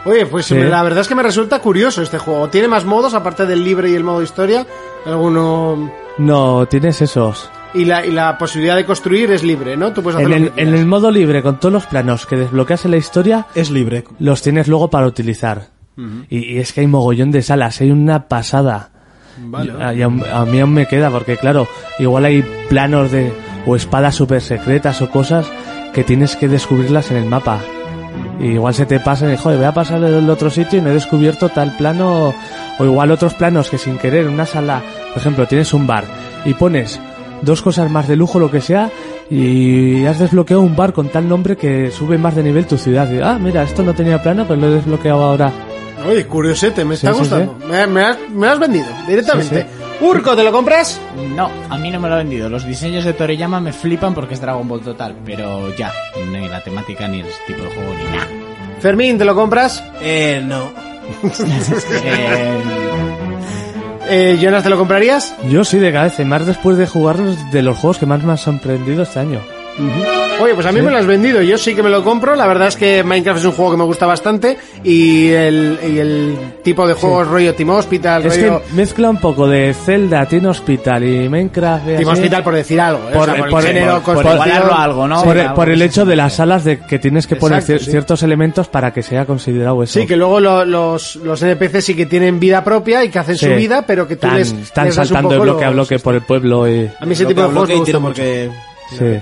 B: Oye, pues
E: Sí.
B: la verdad es que me resulta curioso este juego. Tiene más modos, aparte del libre y el modo historia. Alguno...
E: No, tienes esos.
B: Y la, y la posibilidad de construir es libre, ¿no? Tú puedes hacer
E: En
B: lo
E: el,
B: que
E: en
B: quieras.
E: el modo libre, con todos los planos que desbloqueas en la historia,
D: Es libre.
E: los tienes luego para utilizar. y, y es que hay mogollón de salas, hay una pasada. Yo- y aún- a, mí aún me queda, porque claro, igual hay planos de o espadas super secretas o cosas que tienes que descubrirlas en el mapa. Y igual se te pasan y joder, voy a pasar del otro sitio y no he descubierto tal plano. O igual otros planos que sin querer, en una sala, por ejemplo, tienes un bar y pones dos cosas más de lujo, lo que sea, y has desbloqueado un bar con tal nombre que sube más de nivel tu ciudad. Y, ah, mira, esto no tenía plano, pues lo he desbloqueado ahora.
B: Oye, curiosete, me
E: Sí,
B: está
E: sí,
B: gustando. Me, me has, me has vendido directamente. Urco, ¿te lo compras?
H: No, a mí no me lo ha vendido. Los diseños de Toriyama me flipan porque es Dragon Ball total, pero ya, ni la temática, ni el tipo de juego, ni nada.
B: Fermín, ¿te lo compras?
D: Eh, no.
H: Eh,
B: Eh, Jonas, ¿te lo comprarías?
E: Yo sí, de cabeza, y más después de jugarlos de los juegos que más me han sorprendido este año.
B: Oye, pues a mí me lo has vendido, yo sí que me lo compro. La verdad es que Minecraft es un juego que me gusta bastante y el, y el tipo de juegos rollo Team Hospital,
E: Es que
B: rollo
E: mezcla un poco de Zelda, Teen Hospital y Minecraft. y
B: Team
E: así.
B: Hospital por decir algo. ¿eh?
H: Por-
B: O sea,
H: por-
B: el género,
H: por- por
B: construcción.
H: igualarlo a algo, ¿no?
E: por,
H: Sí,
E: el-
H: algo
E: por el
H: así.
E: hecho de las salas de que tienes que poner
B: Exacto,
E: cier-
B: sí.
E: ciertos elementos para que sea considerado eso.
B: Sí, que luego lo- los, los NPCs sí que tienen vida propia y que hacen
E: Sí.
B: su vida, pero que tú
E: Tan-
B: les,
E: están
B: les das un
E: saltando de
B: poco
E: bloque a
B: los-
E: bloque por el pueblo y...
B: A mí ese tipo de juegos me gusta mucho.
D: porque...
E: Sí.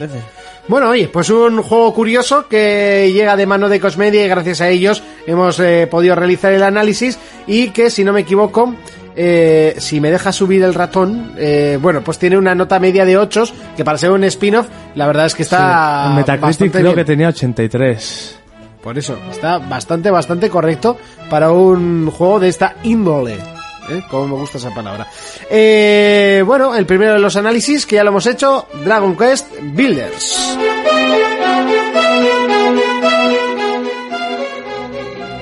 B: Bueno, oye, pues un juego curioso que llega de mano de Cosmedia y gracias a ellos hemos eh, podido realizar el análisis y que, si no me equivoco, eh, si me deja subir el ratón, eh, bueno, pues tiene una nota media de 8, que para ser un spin-off, la verdad es que está...
E: En Metacritic
B: bastante
E: creo
B: bien.
E: que tenía 83.
B: Por eso, está bastante, bastante correcto para un juego de esta índole. ¿eh? Como me gusta esa palabra. Eh, bueno, el primero de los análisis, que ya lo hemos hecho, Dragon Quest Builders.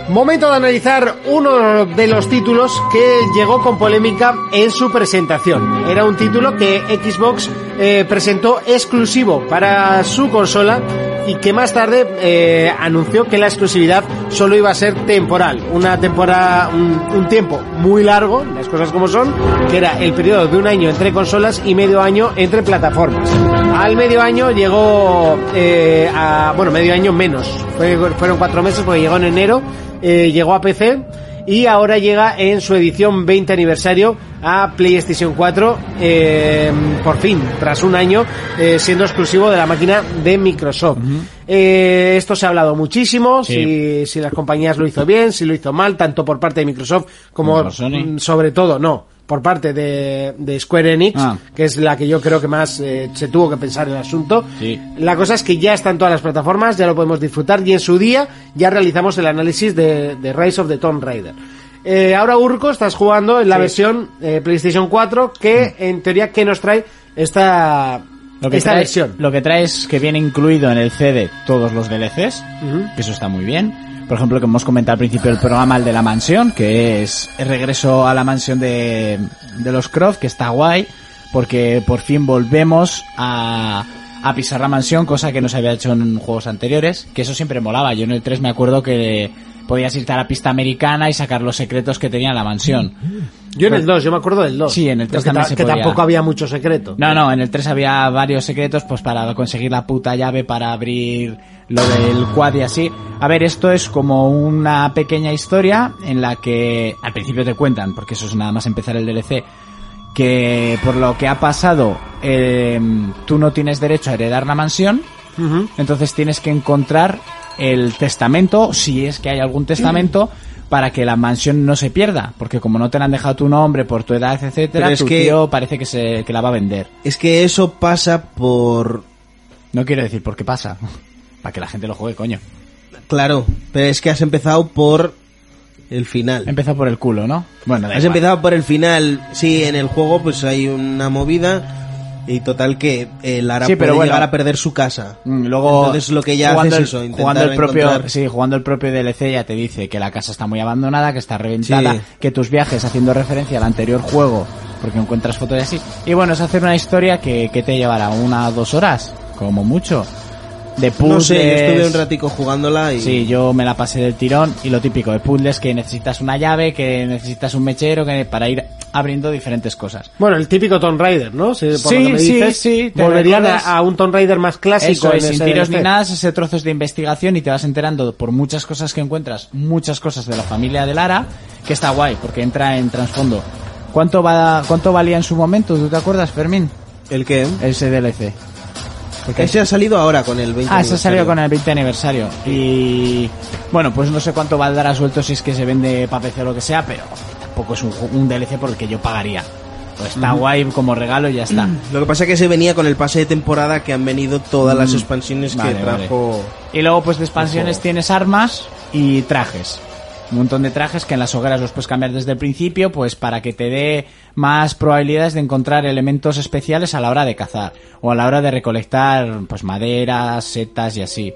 B: Momento de analizar uno de los títulos que llegó con polémica en su presentación. Era un título que Xbox eh, presentó exclusivo para su consola y que más tarde eh, anunció que la exclusividad solo iba a ser temporal. Una temporada, un, un tiempo muy largo, las cosas como son, que era el periodo de un año entre consolas y medio año entre plataformas. Al medio año llegó eh, a, bueno, medio año menos. Fue- fueron cuatro meses porque llegó en enero, eh, llegó a PC y ahora llega en su edición 20 aniversario a PlayStation 4, eh, por fin, tras un año eh, siendo exclusivo de la máquina de Microsoft. Eh, esto se ha hablado muchísimo, si, si las compañías lo hizo bien, si lo hizo mal, tanto por parte de Microsoft como
C: Como Sony.
B: mm, sobre todo, no, por parte de, de Square Enix,
C: Ah.
B: que es la que yo creo que más eh, se tuvo que pensar en el asunto.
C: Sí.
B: La cosa es que ya está en todas las plataformas, ya lo podemos disfrutar y en su día ya realizamos el análisis de, de Rise of the Tomb Raider. Eh, ahora Urco, estás jugando en la versión eh, PlayStation 4 que en teoría que nos trae esta,
C: Mm. Lo que,
B: esta
C: trae,
B: versión.
C: lo que trae es que viene incluido en el CD todos los DLCs,
B: Ujú.
C: que eso está muy bien. Por ejemplo, que hemos comentado al principio el programa, el de la mansión, que es el regreso a la mansión de, de los Croft, que está guay, porque por fin volvemos a, a pisar la mansión, cosa que no se había hecho en juegos anteriores, que eso siempre molaba. Yo en el 3 me acuerdo que podías irte a la pista americana y sacar los secretos que tenía la mansión.
B: Yo en el 2, yo me acuerdo del 2.
C: Sí, en el
B: Pero
C: 3
B: que,
C: también
B: ta-
C: se
B: que
C: podía.
B: tampoco había mucho secreto.
C: No, no, en el 3 había varios secretos pues para conseguir la puta llave para abrir lo del quad y así. A ver, esto es como una pequeña historia en la que al principio te cuentan, porque eso es nada más empezar el DLC, que por lo que ha pasado eh, tú no tienes derecho a heredar la mansión,
B: Ujú.
C: entonces tienes que encontrar el testamento, si es que hay algún testamento, para que la mansión no se pierda, porque como no te la han dejado tu nombre por tu edad, etcétera,
D: Pero es
C: tu
D: que-
C: tío parece que se que la va a vender.
D: Es que eso pasa por...
C: No quiero decir por qué pasa. Para que la gente lo juegue, coño.
D: Claro, pero es que has empezado por el final.
C: Empezó por el culo, ¿no? Bueno, Em- da
D: Has
C: igual.
D: empezado por el final. Sí, en el juego pues hay una movida y total que eh, Lara
C: Sí, pero
D: puede
C: bueno.
D: llegar a perder su casa.
C: Mm, Luego,
D: Entonces lo que ya
C: jugando
D: haces
C: el-
D: es eso, intentar
C: jugando el propio,
D: encontrar-
C: sí, jugando el propio DLC ya te dice que la casa está muy abandonada, que está reventada,
D: Sí.
C: que tus viajes haciendo referencia al anterior juego, porque encuentras fotos y así. Y bueno, es hacer una historia que, que te llevará una o dos horas, como mucho. De puzzles.
D: No sé, yo estuve un ratico jugándola y...
C: Sí, yo me la pasé del tirón y lo típico de puzzles que necesitas una llave, que necesitas un mechero, que para ir abriendo diferentes cosas.
B: Bueno, el típico Tomb Raider, ¿no? Si, por
C: Sí,
B: lo que me
C: sí,
B: dices,
C: sí, te
B: Volverían a,
C: recuerdas.
B: a un Tomb Raider más clásico.
C: Eso es,
B: en
C: sin
B: ese
C: tiros
B: DLC.
C: ni nada, ese trozos de investigación y te vas enterando por muchas cosas que encuentras, muchas cosas de la familia de Lara, que está guay, porque entra en trasfondo. ¿Cuánto, va, ¿Cuánto valía en su momento? ¿Tú te acuerdas, Fermín?
D: ¿El qué?
C: Ese DLC.
D: Ese ha salido ahora con el 20
C: Ah, se salió
D: aniversario.
C: con el 20 aniversario. Y bueno, pues no sé cuánto valdrá suelto si es que se vende para PC o lo que sea, pero tampoco es un, ju- un DLC por el que yo pagaría. Pues está guay como regalo y ya está.
D: Lo que pasa es que se venía con el pase de temporada que han venido todas las
C: Mm.
D: expansiones
C: Vale,
D: que
C: vale.
D: trajo...
C: Y luego, pues de expansiones tienes armas y trajes. Un montón de trajes que en las hogueras los puedes cambiar desde el principio, pues para que te dé más probabilidades de encontrar elementos especiales a la hora de cazar o a la hora de recolectar, pues maderas, setas y así.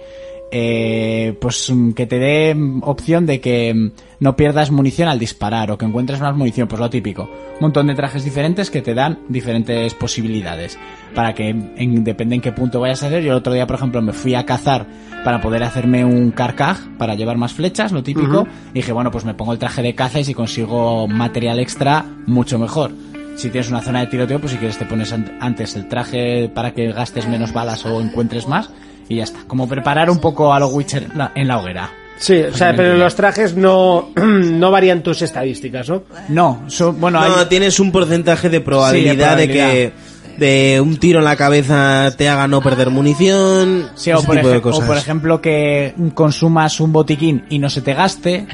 C: Eh, pues mm, que te dé mm, opción de que mm, no pierdas munición al disparar o que encuentres más munición, pues lo típico. Un montón de trajes diferentes que te dan diferentes posibilidades para que mm, en, depende en qué punto vayas a hacer. Yo el otro día, por ejemplo, me fui a cazar para poder hacerme un carcaj, para llevar más flechas, lo típico. Y dije, bueno, pues me pongo el traje de caza y si consigo material extra, mucho mejor. Si tienes una zona de tiroteo, pues si quieres te pones an- antes el traje para que gastes menos balas o encuentres más. Y ya está. Como preparar un poco a los Witcher la- en la hoguera.
B: Sí, o sea, pero los trajes no, no varían tus estadísticas, ¿no?
C: No, son- bueno, hay-
D: No, tienes un porcentaje de probabilidad, de
C: probabilidad.
D: que de un tiro en la cabeza te haga no perder munición,
C: Sí, o
D: ese
C: por,
D: tipo de
C: ejem- o
D: cosas.
C: por ejemplo que consumas un botiquín y no se te gaste,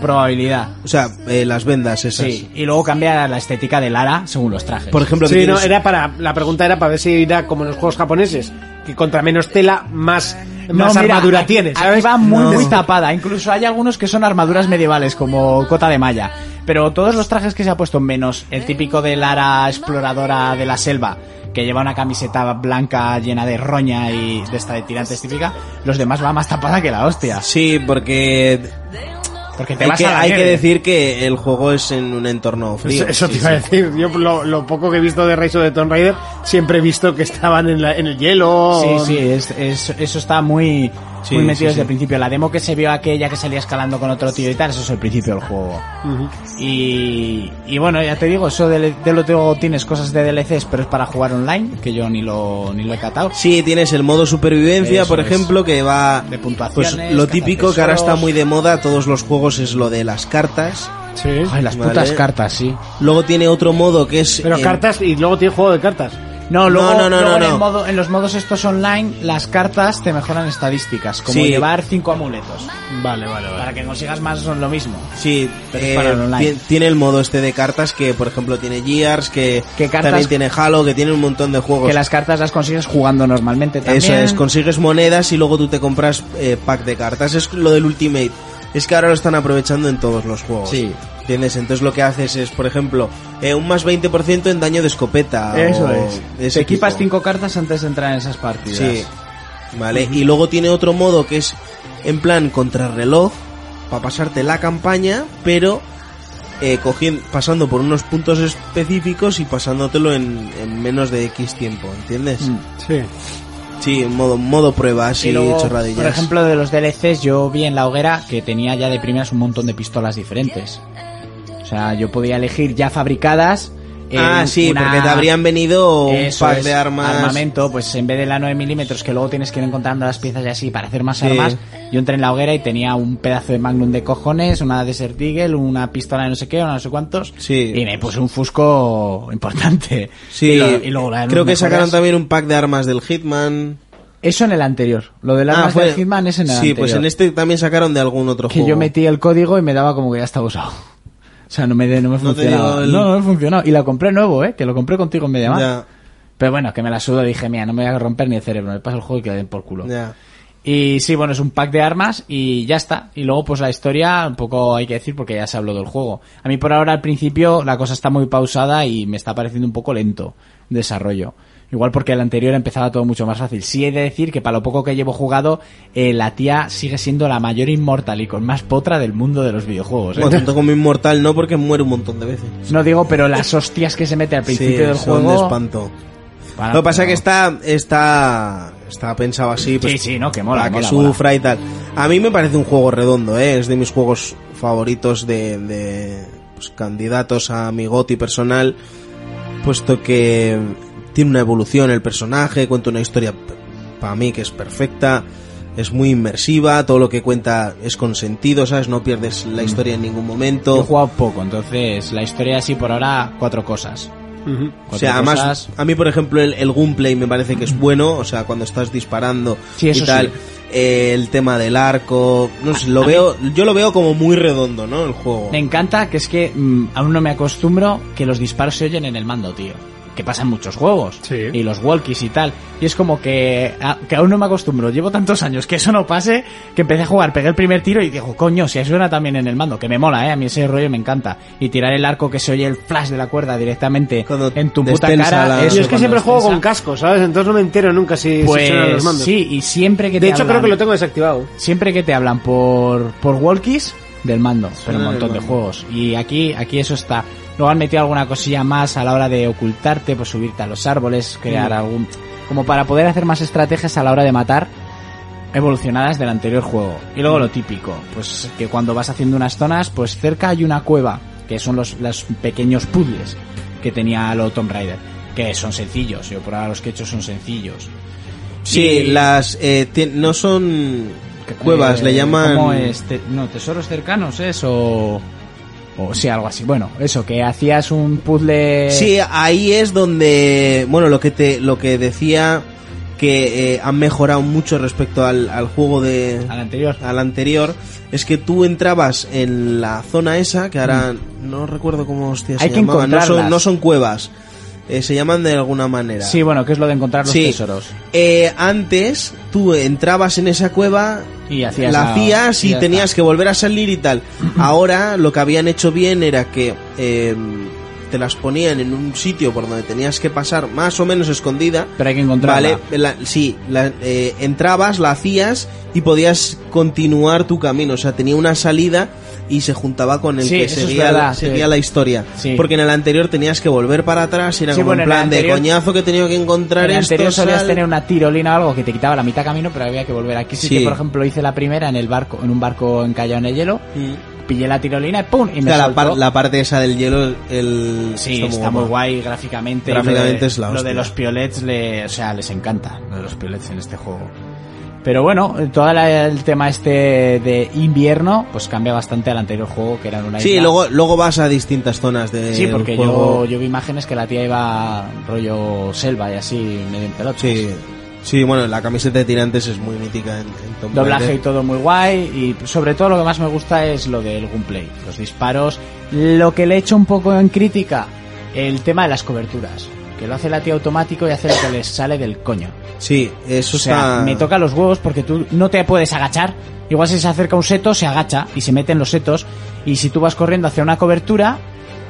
C: probabilidad.
D: O sea, eh, las vendas esas.
C: Sí, y luego cambia la estética de Lara según los trajes.
D: Por ejemplo, que
B: Sí, no,
D: tienes-
B: era para, la pregunta era para ver si era como en los juegos japoneses, que contra menos tela, más más armadura tienes,
C: aquí
B: ¿sabes?
C: va muy, muy tapada. Incluso hay algunos que son armaduras medievales, como cota de malla. Pero todos los trajes que se ha puesto, menos el típico de Lara exploradora de la selva, que lleva una camiseta blanca llena de roña y de esta de tirantes típica, los demás va más tapada que la hostia.
D: Sí, porque
C: Porque te
D: hay
C: vas
D: que,
C: a la
D: hay que
C: nieve.
D: decir que el juego es en un entorno frío.
B: Eso, eso te
D: Sí,
B: iba a
D: sí.
B: decir. Yo lo, lo poco que he visto de Rise of the Tomb Raider, siempre he visto que estaban en, la- en el hielo.
C: Sí, sí, es- es- eso está muy,
D: Sí,
C: muy metido desde
D: sí, sí.
C: el principio. La demo que se vio aquella que salía escalando con otro tío y tal, eso es el principio del juego. y, y bueno, ya te digo, eso del, del otro tienes cosas de DLCs, pero es para jugar online, que yo ni lo, ni lo he catado.
D: Sí, tienes el modo supervivencia,
C: Eso
D: por
C: es.
D: ejemplo, que va...
C: De puntuaciones,
D: Pues lo típico que ahora está muy de moda, todos los juegos, es lo de las cartas.
B: Sí.
C: Ay, las
D: Vale.
C: putas cartas, sí.
D: Luego tiene otro modo que es... eh,
B: Pero
D: en-
B: cartas, y luego tiene juego de cartas.
C: No,
D: No,
C: luego,
D: no, no,
C: luego
D: no,
C: en, el
D: no.
C: modo- en los modos estos online, las cartas te mejoran estadísticas, como
D: Sí.
C: llevar cinco amuletos.
B: Vale, vale,
C: Para que consigas más son lo mismo.
D: Sí,
C: Pero es para el online.
D: ti- tiene el modo este de cartas que, por ejemplo, tiene Gears, que
C: Que cartas-
D: también tiene Halo, que tiene un montón de juegos.
C: Que las cartas las consigues jugando normalmente también.
D: Eso es, consigues monedas y luego tú te compras eh, pack de cartas. Es lo del Ultimate. Es que ahora lo están aprovechando en todos los juegos.
C: Sí.
D: ¿Entiendes? Entonces lo que haces es, por ejemplo, eh, un más 20% en daño de escopeta.
C: Eso
D: o
C: es.
D: de ese
C: Te equipas
D: tipo.
C: cinco cartas antes de entrar en esas partidas.
D: Sí. Vale. Y luego tiene otro modo que es en plan contrarreloj para pasarte la campaña, pero eh, cogiendo, pasando por unos puntos específicos y pasándotelo en, en menos de X tiempo, ¿entiendes?
C: Mm.
B: Sí.
D: Sí, en modo, modo prueba, así
C: Y luego,
D: chorradillas.
C: por ejemplo, de los DLCs, yo vi en la hoguera que tenía ya de primeras un montón de pistolas diferentes. O sea, yo podía elegir ya fabricadas. eh,
D: ah, sí,
C: una-
D: porque te habrían venido un
C: Eso
D: pack
C: es,
D: de armas.
C: Armamento, pues en vez de la 9 milímetros que luego tienes que ir encontrando las piezas y así para hacer más
D: Sí.
C: armas, yo entré en la hoguera y tenía un pedazo de Magnum de cojones, una Desert Eagle, una pistola de no sé qué, una no sé cuántos.
D: Sí.
C: Y me puse un fusco importante.
D: Sí,
C: Y lo- y luego la de
D: creo que
C: mejoras-
D: sacaron también un pack de armas del Hitman. Ah,
C: Eso en el anterior. Lo del arma del Hitman es en el
D: sí,
C: anterior.
D: pues en este también sacaron de algún otro
C: Que
D: juego.
C: yo metí el código y me daba como que ya estaba usado. O sea, no me, de- no me
D: No te
C: funcionaba.
D: dio el-
C: No, no me funcionó. Y la compré nuevo, ¿eh? Que lo compré contigo en MediaMarkt.
D: Ya,
C: Pero bueno, que me la sudo. Dije, mira, no me voy a romper ni el cerebro. Me paso el juego y que le den por culo.
D: ya.
C: Y sí, bueno, es un pack de armas y ya está. Y luego, pues la historia, un poco hay que decir porque ya se habló del juego. A mí por ahora, al principio, la cosa está muy pausada y me está pareciendo un poco lento el desarrollo. Igual porque el anterior empezaba todo mucho más fácil. Sí he de decir que para lo poco que llevo jugado, eh, la tía sigue siendo la mayor inmortal y con más potra del mundo de los videojuegos. ¿eh?
D: Bueno, tanto como Inmortal no, porque muere un montón de veces.
C: No digo, pero las hostias que se mete al principio
D: Sí,
C: del
D: son de
C: juego... Ah,
D: espanto.
C: Para-
D: Lo que pasa es que está, está, está pensado así. Pues,
C: Sí, sí, no, que mola,
D: Para que
C: mola, mola.
D: sufra y tal. A mí me parece un juego redondo, ¿eh? Es de mis juegos favoritos de, de, pues, candidatos a mi goti personal. Puesto que tiene una evolución el personaje, cuenta una historia para mí que es perfecta. Es muy inmersiva, todo lo que cuenta es con sentido, ¿sabes? No pierdes la historia en ningún
C: Mm. Yo He
D: momento.
C: jugado poco, entonces la historia así por ahora, cuatro cosas.
D: O sea,
C: Cuatro
D: además,
C: cosas.
D: a mí, por ejemplo, el, el gunplay me parece que es bueno. O sea, cuando estás disparando
C: Sí, eso
D: y tal.
C: sí.
D: eh, el tema del arco. No sé, lo veo, yo lo veo como muy redondo, ¿no? El juego.
C: Me encanta que es que mm, aún no me acostumbro que los disparos se oyen en el mando, tío. Que pasa en muchos juegos.
B: Sí.
C: Y los walkies y tal. Y es como que, a- que aún no me acostumbro. Llevo tantos años que eso no pase que empecé a jugar, pegué el primer tiro y digo, coño, si suena también en el mando. Que me mola, eh. A mí ese rollo me encanta. Y tirar el arco que se oye el flash de la cuerda directamente
D: Cuando
C: en tu puta
D: destensa
C: cara.
D: la-
C: Ah, eso
B: Y es que
C: cuando
B: siempre juego
C: destensa.
B: con casco, ¿sabes? Entonces no me entero nunca si si suenan los
C: Pues
B: mandos.
C: sí, y siempre que te
B: De hecho, creo
C: hablan-
B: que lo tengo desactivado.
C: siempre que te hablan por, por walkies del mando, pero un
D: del
C: montón de
D: mando.
C: juegos. Y aquí, aquí eso está. Luego han metido alguna cosilla más a la hora de ocultarte, pues subirte a los árboles, crear algún. como para poder hacer más estrategias a la hora de matar evolucionadas del anterior juego. Y
D: Mm.
C: luego lo típico, pues que cuando vas haciendo unas zonas, pues cerca hay una cueva, que son los, los pequeños puzzles que tenía lo Tomb Raider, que son sencillos, yo por ahora los que he hecho son sencillos.
D: Sí,
C: y-
D: las. eh, ti- no son. Cuevas,
C: Eh,
D: le llaman.
C: ¿cómo es? Te- no, tesoros cercanos, eso. O sí, algo así. Bueno, eso, que hacías un puzzle.
D: Sí, ahí es donde, bueno, lo que te, lo que decía que eh, han mejorado mucho respecto al, al juego de
C: Al anterior.
D: al anterior es que tú entrabas en la zona esa que ahora no recuerdo cómo hostia
C: Mm.
D: se
C: Hay que
D: llamaba, no son,
C: encontrarlas.
D: no son cuevas eh, se llaman de alguna manera.
C: Sí, bueno, que es lo de encontrar los
D: Sí.
C: tesoros.
D: Eh, antes tú entrabas en esa cueva,
C: Y hacías
D: la
C: la-
D: hacías
C: y
D: y
C: ya
D: tenías
C: está.
D: que volver a salir y tal. Ahora lo que habían hecho bien era que eh, te las ponían en un sitio por donde tenías que pasar más o menos escondida.
C: Pero hay que encontrarla.
D: Vale, la- sí, la- eh, entrabas, la hacías y podías continuar tu camino. O sea, tenía una salida y se juntaba con el
C: Sí,
D: que
C: eso es
D: seguía,
C: verdad,
D: la, seguía
C: sí.
D: la historia.
C: Sí.
D: Porque en el anterior tenías que volver para atrás y era
C: Sí,
D: como
C: bueno,
D: en
C: en el
D: plan
C: anterior-
D: de coñazo que he tenido que encontrar
C: En el
D: esto.
C: anterior solías
D: sal".
C: tener una tirolina o algo que te quitaba la mitad camino, pero había que volver. Aquí sí,
D: Sí.
C: que, por ejemplo, hice la primera en el barco, en un barco encallado en el hielo,
D: Mm.
C: pillé la tirolina y ¡pum! Y me
D: Claro, la,
C: soltó.
D: par- la parte esa del hielo, el...
C: Sí, está, muy,
D: guapo.
C: guay gráficamente. y
D: Gráficamente
C: lo de,
D: es la
C: lo
D: hostia.
C: de los piolets, le, o sea, les encanta. Lo de los piolets en este juego. Pero bueno, eh, todo la- el tema este de invierno, pues cambia bastante al anterior juego, que era en una
D: Sí,
C: isla.
D: luego, luego vas a distintas zonas de
C: Sí, porque yo, yo vi imágenes que la tía iba rollo selva y así, medio en pelotas.
D: Sí. Sí, bueno, la camiseta de tirantes es muy mítica en, en Tomb
C: Doblaje y
D: Raider.
C: todo muy guay y sobre todo lo que más me gusta es lo del gunplay, los disparos. Lo que le he hecho un poco en crítica, el tema de las coberturas, que lo hace la tía automático y hace lo que les sale del coño.
D: Sí, eso
C: O sea,
D: está...
C: me toca los huevos porque tú no te puedes agachar. Igual si se acerca un seto, se agacha y se meten los setos. Y si tú vas corriendo hacia una cobertura,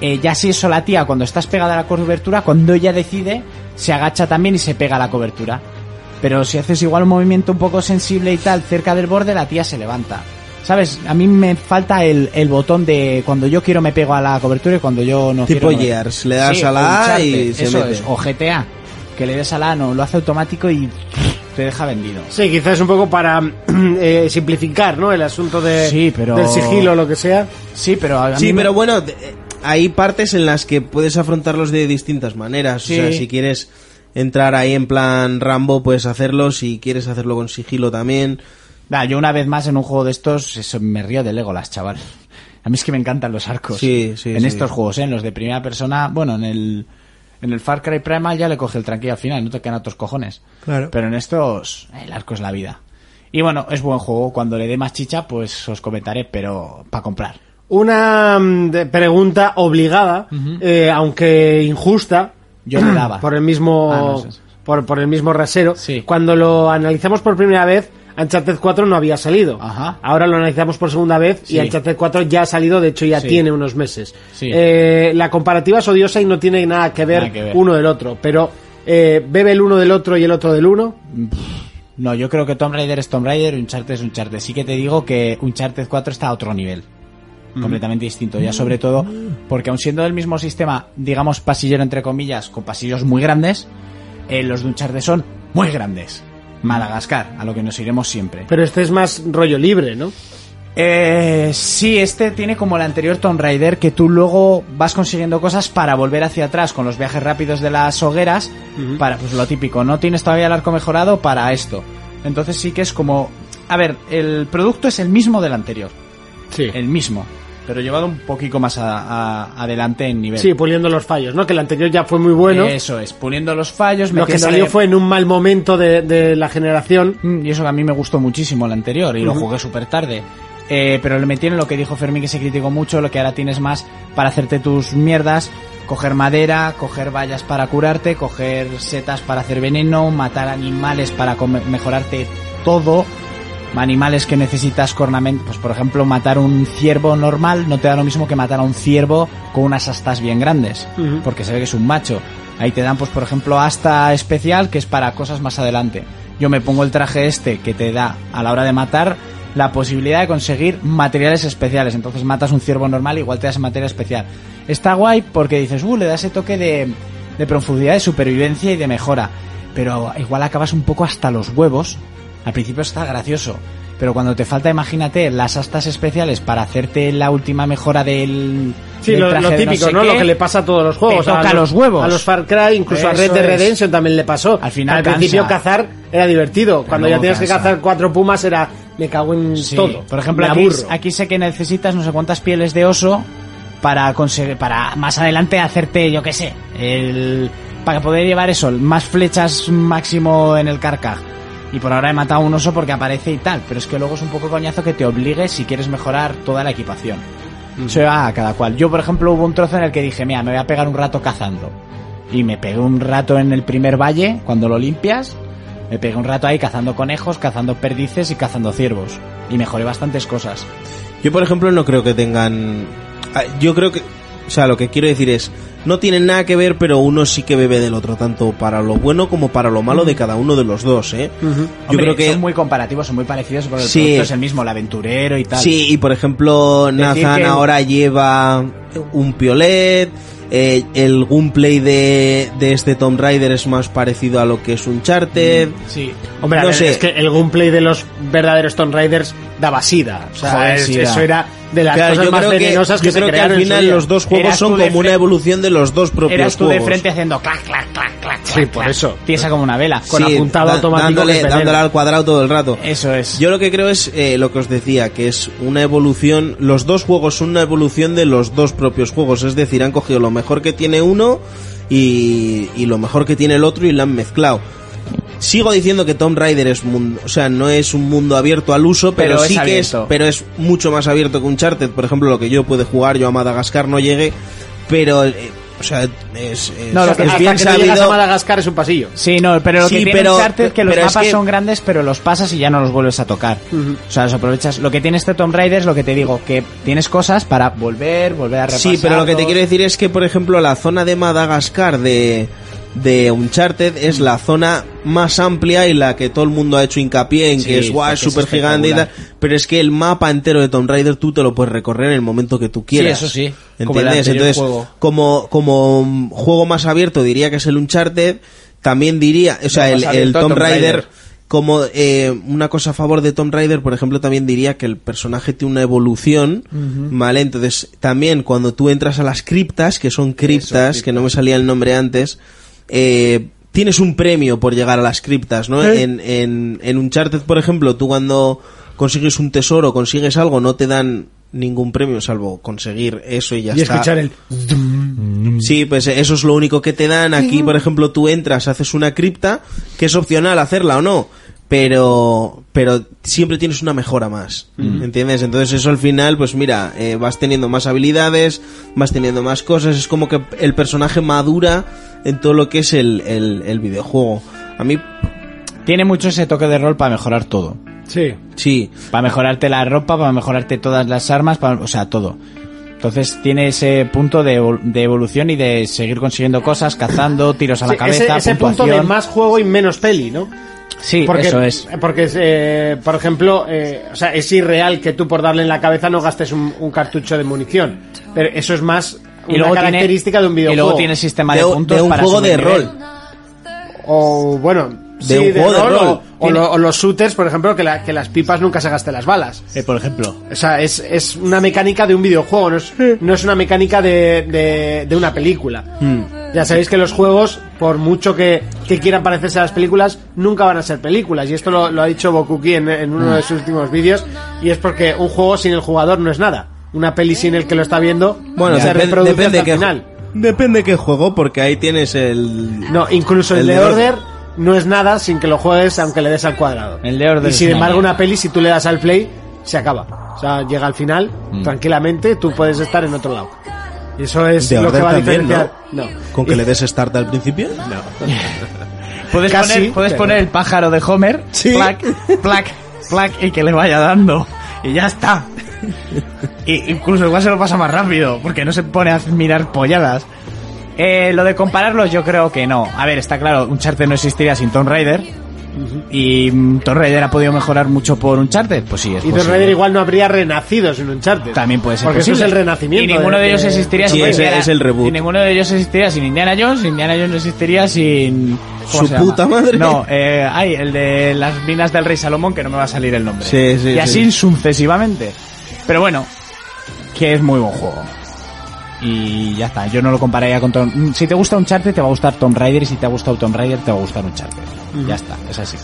C: eh, ya si eso la tía, cuando estás pegada a la cobertura, cuando ella decide, se agacha también y se pega a la cobertura. Pero si haces igual un movimiento un poco sensible y tal, cerca del borde, la tía se levanta. ¿Sabes? A mí me falta el, el botón de cuando yo quiero me pego a la cobertura y cuando yo no
D: Tipo
C: quiero. no me-
D: Gears, le das
C: Sí,
D: a la A y
C: Uncharted,
D: se
C: eso
D: mete.
C: es, o GTA, que le des a la A, no, lo hace automático y te deja vendido.
B: Sí, quizás un poco para eh, simplificar, ¿no? El asunto de,
C: Sí, pero-
B: del sigilo o lo que sea.
C: Sí, pero a
D: Sí,
C: mí me-
D: pero bueno, de- eh, hay partes en las que puedes afrontarlos de distintas maneras.
C: Sí.
D: O sea, si quieres entrar ahí en plan Rambo, puedes hacerlo. Si quieres hacerlo con sigilo también.
C: Nah, yo una vez más en un juego de estos eso, me río de Legolas, chaval. A mí es que me encantan los arcos.
D: Sí, sí,
C: En
D: sí.
C: estos juegos, ¿eh? en los de primera persona, bueno, en el en el Far Cry Primal ya le coge el tranquillo al final, no te quedan otros cojones.
D: Claro.
C: Pero en estos el arco es la vida. Y bueno, es buen juego, cuando le dé más chicha pues os comentaré, pero para comprar.
B: Una mm, de- pregunta obligada, eh, aunque injusta.
C: Yo le daba.
B: Por el mismo,
C: Ah, no, sí, sí.
B: por, por el mismo rasero.
C: Sí.
B: Cuando lo analizamos por primera vez, Uncharted 4 no había salido.
C: Ajá.
B: Ahora lo analizamos por segunda vez
C: Sí.
B: y Uncharted 4 ya ha salido, de hecho ya
C: Sí.
B: tiene unos meses.
C: Sí.
B: Eh, la comparativa es odiosa y no tiene nada que ver,
C: Nada que ver.
B: uno del otro, pero eh, bebe el uno del otro y el otro del uno.
C: No, yo creo que Tomb Raider es Tomb Raider y Uncharted es Uncharted. Sí que te digo que Uncharted 4 está a otro nivel. Completamente distinto. Ya sobre todo porque aun siendo el mismo sistema, digamos pasillero entre comillas, con pasillos muy grandes, eh, los de Uncharted son muy grandes. Madagascar, a lo que nos iremos siempre.
B: Pero este es más rollo libre, ¿no?
C: Eh, sí, este tiene como el anterior Tomb Raider que tú luego vas consiguiendo cosas para volver hacia atrás con los viajes rápidos de las hogueras para pues lo típico, no tienes todavía el arco mejorado para esto. Entonces sí que es como, a ver, el producto es el mismo del anterior,
B: Sí.
C: el mismo, pero llevado un poquito más a- a- adelante en nivel.
B: Sí, puliendo los fallos, ¿no? Que el anterior ya fue muy bueno.
C: Eso es, puliendo los fallos,
B: Lo que
C: metiéndole-
B: salió fue en un mal momento de, de la generación.
C: Mm, Y eso que a mí me gustó muchísimo el anterior y lo
B: Ujú.
C: jugué súper tarde. Eh, pero le metieron lo que dijo Fermín que se criticó mucho, lo que ahora tienes más para hacerte tus mierdas, coger madera, coger vallas para curarte, coger setas para hacer veneno, matar animales para come- mejorarte todo, animales que necesitas cornamentos, pues por ejemplo matar un ciervo normal no te da lo mismo que matar a un ciervo con unas astas bien grandes,
B: Ujú.
C: porque se ve que es un macho. Ahí te dan pues por ejemplo asta especial que es para cosas más adelante. Yo me pongo el traje este que te da a la hora de matar la posibilidad de conseguir materiales especiales. Entonces matas un ciervo normal, igual te das materia especial. Está guay porque dices, uh, le da ese toque de, de profundidad, de supervivencia y de mejora. Pero igual acabas un poco hasta los huevos al principio está gracioso, pero cuando te falta, imagínate, las astas especiales para hacerte la última mejora del.
B: Sí,
C: del
B: lo,
C: traje
B: lo
C: de
B: típico,
C: sé
B: ¿no?
C: qué,
B: Lo que le pasa a todos los juegos.
C: Te toca los huevos.
B: A los Far Cry, incluso a Red
C: Eso
B: Dead
C: es.
B: Redemption también le pasó.
C: Al final
B: principio
C: cansa.
B: cazar era divertido. Cuando ya
C: luego
B: tenías que
C: cansa.
B: cazar cuatro pumas era... Me cago en
C: Sí,
B: todo.
C: Por ejemplo,
B: Me
C: aquí,
B: aburro.
C: aquí sé que necesitas no sé cuántas pieles de oso para conseguir, para más adelante hacerte, yo qué sé, el, para poder llevar eso, más flechas máximo en el carcaj. Y por ahora he matado a un oso porque aparece y tal, pero es que luego es un poco coñazo que te obligue si quieres mejorar toda la
B: Mm.
C: equipación. Eso va a cada cual. Yo, por ejemplo, hubo un trozo en el que dije, mira, me voy a pegar un rato cazando. Y me pegué un rato en el primer valle, cuando lo limpias. Me pegué un rato ahí cazando conejos, cazando perdices y cazando ciervos. Y mejoré bastantes cosas.
D: Yo, por ejemplo, no creo que tengan. ah, Yo creo que. O sea, lo que quiero decir es. No tienen nada que ver, pero uno sí que bebe del otro, tanto para lo bueno como para lo malo de cada uno de los dos, ¿eh? Yo
C: Mm. Hombre,
D: creo que.
C: son muy comparativos, son muy parecidos porque el
D: Sí.
C: producto es el mismo, el aventurero y tal.
D: Sí, y por ejemplo, Nathan
C: que-
D: ahora lleva un piolet. eh, el gameplay de, de este Tomb Raider es más parecido a lo que es un charter.
B: Mm.
C: sí.
B: Hombre, a
D: No
B: ver,
D: sé.
B: es que el gameplay de los verdaderos Tomb Raiders daba sida. O sea,
C: Joder,
B: es-
C: sida.
B: eso era de las cosas más venenosas que,
D: yo
B: se
D: creo que
B: crearon
D: al
B: en su
D: final
B: día.
D: los dos juegos
C: Eras tú
D: son
C: de
D: como una
C: frente-
D: evolución de los dos propios
C: Eras tú
D: juegos.
C: de frente haciendo clac, clac, clac, clac.
B: Sí,
C: clac,
B: por
C: clac.
B: eso.
C: Piensa como una vela.
B: con apuntado
D: da-
B: automático que
D: dándole,
B: es veneno.
D: dándole al cuadrado todo el rato.
C: Eso es.
D: Yo lo que creo es eh, lo que os decía, que es una evolución, los dos juegos son una evolución de los dos propios juegos, es decir, han cogido lo mejor que tiene uno y, y lo mejor que tiene el otro y lo han mezclado. Sigo diciendo que Tomb Raider es mundo, o sea, no es un mundo abierto al uso, pero,
C: Pero es
D: sí que es,
C: abierto.
D: pero es mucho más abierto que Uncharted, por ejemplo, lo que yo pude jugar, yo a Madagascar no llegué, pero eh, o sea, es, es-
C: No, lo que-
D: es
B: Hasta
D: bien
B: que no llegas a
D: sabido-
B: Madagascar es un pasillo.
C: Sí, no, pero lo
D: Sí,
C: que tiene
D: pero-
C: Uncharted es que los
D: pero es
C: mapas
D: que-
C: son grandes, pero los pasas y ya no los vuelves a tocar. O sea, los aprovechas. Lo que tiene este Tomb Raider es lo que te digo, que tienes cosas para volver, volver a repasar.
D: Sí, pero lo que te quiero decir es que, por ejemplo, la zona de Madagascar de, de Uncharted es la zona más amplia y la que todo el mundo ha hecho hincapié en
C: Sí,
D: que es guay,
C: porque es
D: súper gigante y tal. Pero es que el mapa entero de Tomb Raider tú te lo puedes recorrer en el momento que tú quieras.
C: eso sí, como el
D: ¿Entiendes?
C: anterior
D: Entonces,
C: juego.
D: como, como un juego más abierto diría que es el Uncharted, también diría, o sea,
C: No, más
D: el, el
C: abierto a
D: Tomb
C: Tomb
D: Raider...
C: Raider.
D: Como eh, una cosa a favor de Tomb Raider, por ejemplo, también diría que el personaje tiene una evolución, ¿vale? Entonces, también cuando tú entras a las criptas, que son criptas, que no me salía el nombre antes, eh, tienes un premio por llegar a las criptas, ¿no? En, en, en Uncharted, por ejemplo, tú cuando consigues un tesoro, consigues algo, no te dan ningún premio salvo conseguir eso y ya
B: Y
D: está.
B: escuchar el...
D: Sí, pues eso es lo único que te dan. Aquí, por ejemplo, tú entras, haces una cripta, que es opcional hacerla o no, pero, pero siempre tienes una mejora más. ¿Entiendes? Entonces eso al final, pues mira, eh, vas teniendo más habilidades, vas teniendo más cosas, es como que el personaje madura en todo lo que es el, el, el videojuego. A mí,
C: Tiene mucho ese toque de rol para mejorar todo.
B: Sí.
D: sí.
C: Para mejorarte la ropa, para mejorarte todas las armas, para- o sea, todo. Entonces tiene ese punto de, evol- de evolución y de seguir consiguiendo cosas, cazando, tiros a la
B: Sí,
C: cabeza,
B: ese, ese punto
C: puntuación.
B: de más juego y menos peli, ¿no?
C: Sí,
B: Porque,
C: eso es.
B: Porque, eh, por ejemplo, eh, o sea, es irreal que tú por darle en la cabeza no gastes un, un cartucho de munición. Pero eso es más una
C: tiene-
B: característica de un videojuego.
C: Y luego tiene sistema de,
D: De, un-
C: puntos
D: de un
C: para
D: juego
C: subir
D: de
C: nivel.
D: rol.
B: O, bueno,
D: De
B: sí,
D: un juego de
B: o-
D: rol.
B: O, lo- o los shooters, por ejemplo, que, la- que las pipas nunca se gasten las balas.
J: Eh, por ejemplo.
B: O sea, es, es una mecánica de un videojuego, no es, no es una mecánica de, de, de una película.
D: Hmm.
B: Ya sabéis que los juegos, por mucho que, que quieran parecerse a las películas, nunca van a ser películas. Y esto lo, lo ha dicho Bokuki en, en
D: Hmm.
B: uno de sus últimos vídeos. Y es porque un juego sin el jugador no es nada. Una peli sin el que lo está viendo
D: Bueno,
B: se
D: depende,
B: reproduce
D: depende
B: hasta
D: qué
B: el
D: ju-
B: final.
D: depende qué juego, porque ahí tienes el...
B: No, incluso el,
D: El
B: de
D: de
B: Order no es nada sin que lo juegues aunque le des al cuadrado.
C: El de Order
B: Y
C: es
B: sin
C: una
B: embargo,
C: mierda.
B: una peli, si tú le das al play, se acaba. O sea, llega al final,
C: Mm.
B: tranquilamente, tú puedes estar en otro lado. Y eso es
D: De
B: lo que
D: Order
B: va a
D: también,
B: diferenciar.
D: ¿no? Con que le des start al principio. No.
K: Puedes,
B: Casi,
K: poner, puedes
B: pero-
K: poner el pájaro de Homer,
D: Sí.
K: plac, plac, plac, y que le vaya dando. Y ya está. Y incluso igual se lo pasa más rápido, porque no se pone a mirar polladas.
C: Eh, lo de compararlos yo creo que no. A ver, está claro, Uncharted no existiría sin Tomb Raider. Y mm, Tomb Raider ha podido mejorar mucho por Uncharted. Pues sí, es
B: Y Tomb
C: posible.
B: Raider igual no habría renacido sin un charter.
C: También puede ser
B: Porque eso
C: posible.
B: es el renacimiento.
C: Y ninguno de, ellos
B: que-
C: existiría
D: Sí,
C: sin
D: ese
C: Indiana-
D: es el reboot.
C: Y ninguno de ellos existiría sin Indiana Jones. Indiana Jones no existiría sin. ¿cómo
D: Su
C: se llama?
D: puta madre.
C: No, eh, ay, el de las minas del Rey Salomón, que no me va a salir el nombre.
D: Sí, sí,
C: y así
D: sí.
C: sucesivamente. Pero bueno, que es muy buen juego. Y ya está, yo no lo compararía con Tom. mm, Si te gusta Uncharted, te va a gustar Tomb Raider. Y si te ha gustado Tomb Raider, te va a gustar Uncharted. Ya está, es así.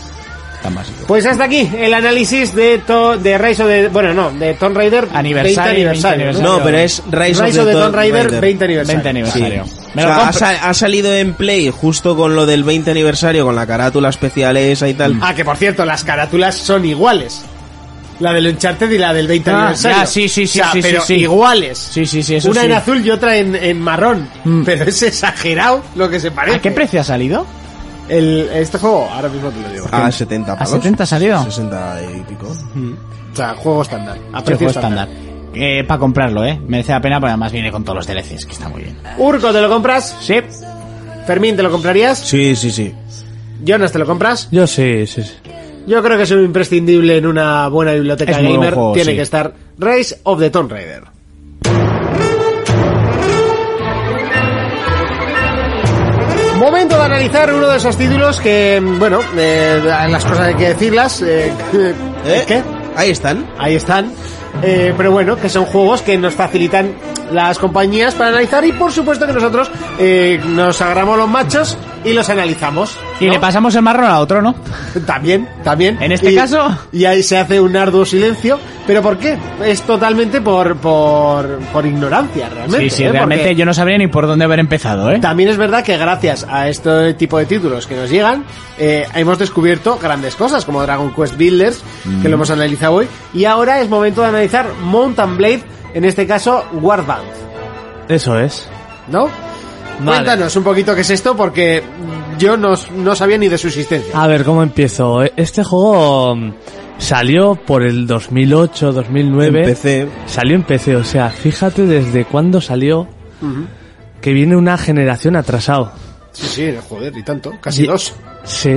C: Tan básico.
B: Pues hasta aquí el análisis de, to, de Rise of the- Bueno, no, de Tomb Raider 20
C: Aniversario, 20
B: aniversario. ¿no?
C: aniversario.
D: No, pero es Rise,
B: Rise of the Tomb Raider 20 aniversario.
C: 20 aniversario. Me
D: O
C: lo
D: sea, ha,
C: compro.
D: sa- ha salido en Play justo con lo del 20
B: Mm.
D: aniversario, con la carátula especial esa y tal.
B: Ah, que por cierto, las carátulas son iguales. La del Uncharted y la del 20
H: Ah,
B: aniversario.
H: ya, sí, sí, sí,
B: O sea,
H: sí, sí,
B: pero
H: sí.
B: iguales.
H: Sí, sí, sí, eso
B: Una
H: sí. Mm.
B: en azul y otra en, en marrón. Pero es exagerado lo que se parece.
H: ¿A qué precio ha salido?
B: El, este juego, ahora mismo te lo digo.
H: Ah.
D: A 70
H: ¿A
D: palos.
H: 70 ha salido?
D: 60 y pico.
B: O sea, juego estándar. A
H: Sí,
B: precio
H: juego estándar. Eh, para comprarlo, ¿eh? Merece la pena porque además viene con todos los DLCs, que está muy bien.
B: Urco, ¿te lo compras?
H: Sí.
B: Fermín, ¿te lo comprarías?
D: Sí, sí, sí.
B: Jonas, ¿te lo compras?
E: Yo sí, sí, sí.
B: Yo creo que es un imprescindible en una buena biblioteca
H: Es muy buen
B: gamer.
H: juego,
B: Tiene
H: sí.
B: que estar Race of the Tomb Raider. Momento de analizar uno de esos títulos que, bueno, eh, las cosas hay que decirlas. eh,
D: ¿Eh?
B: ¿Qué?
D: Ahí están.
B: Ahí están. Eh, pero bueno, que son juegos que nos facilitan las compañías para analizar y por supuesto que nosotros eh, nos agarramos los machos y los analizamos.
H: Y
B: ¿no?
H: le pasamos el marrón a otro, ¿no?
B: También, también.
H: En este
B: Y-
H: caso-
B: Y ahí se hace un arduo silencio. ¿Pero por qué? Es totalmente por, por, por ignorancia, realmente.
H: Sí, sí,
B: ¿eh?
H: realmente
B: Porque
H: yo no sabría ni por dónde haber empezado, ¿eh?
B: También es verdad que gracias a este tipo de títulos que nos llegan, eh, hemos descubierto grandes cosas, como Dragon Quest Builders, que
H: Mm.
B: lo hemos analizado hoy. Y ahora es momento de analizar Mountain Blade, en este caso Warband,
E: Eso es.
B: ¿no?
E: Vale.
B: Cuéntanos un poquito qué es esto, porque yo no, no sabía ni de su existencia.
H: Ah.
E: A ver, ¿cómo empiezo? E- Este juego mm, salió por el 2008, 2009.
D: Empecé.
E: Salió en PC, o sea, fíjate desde cuándo salió que viene una generación atrasado.
B: Sí, sí, joder, y tanto, casi
E: Y-
B: dos.
E: Sí,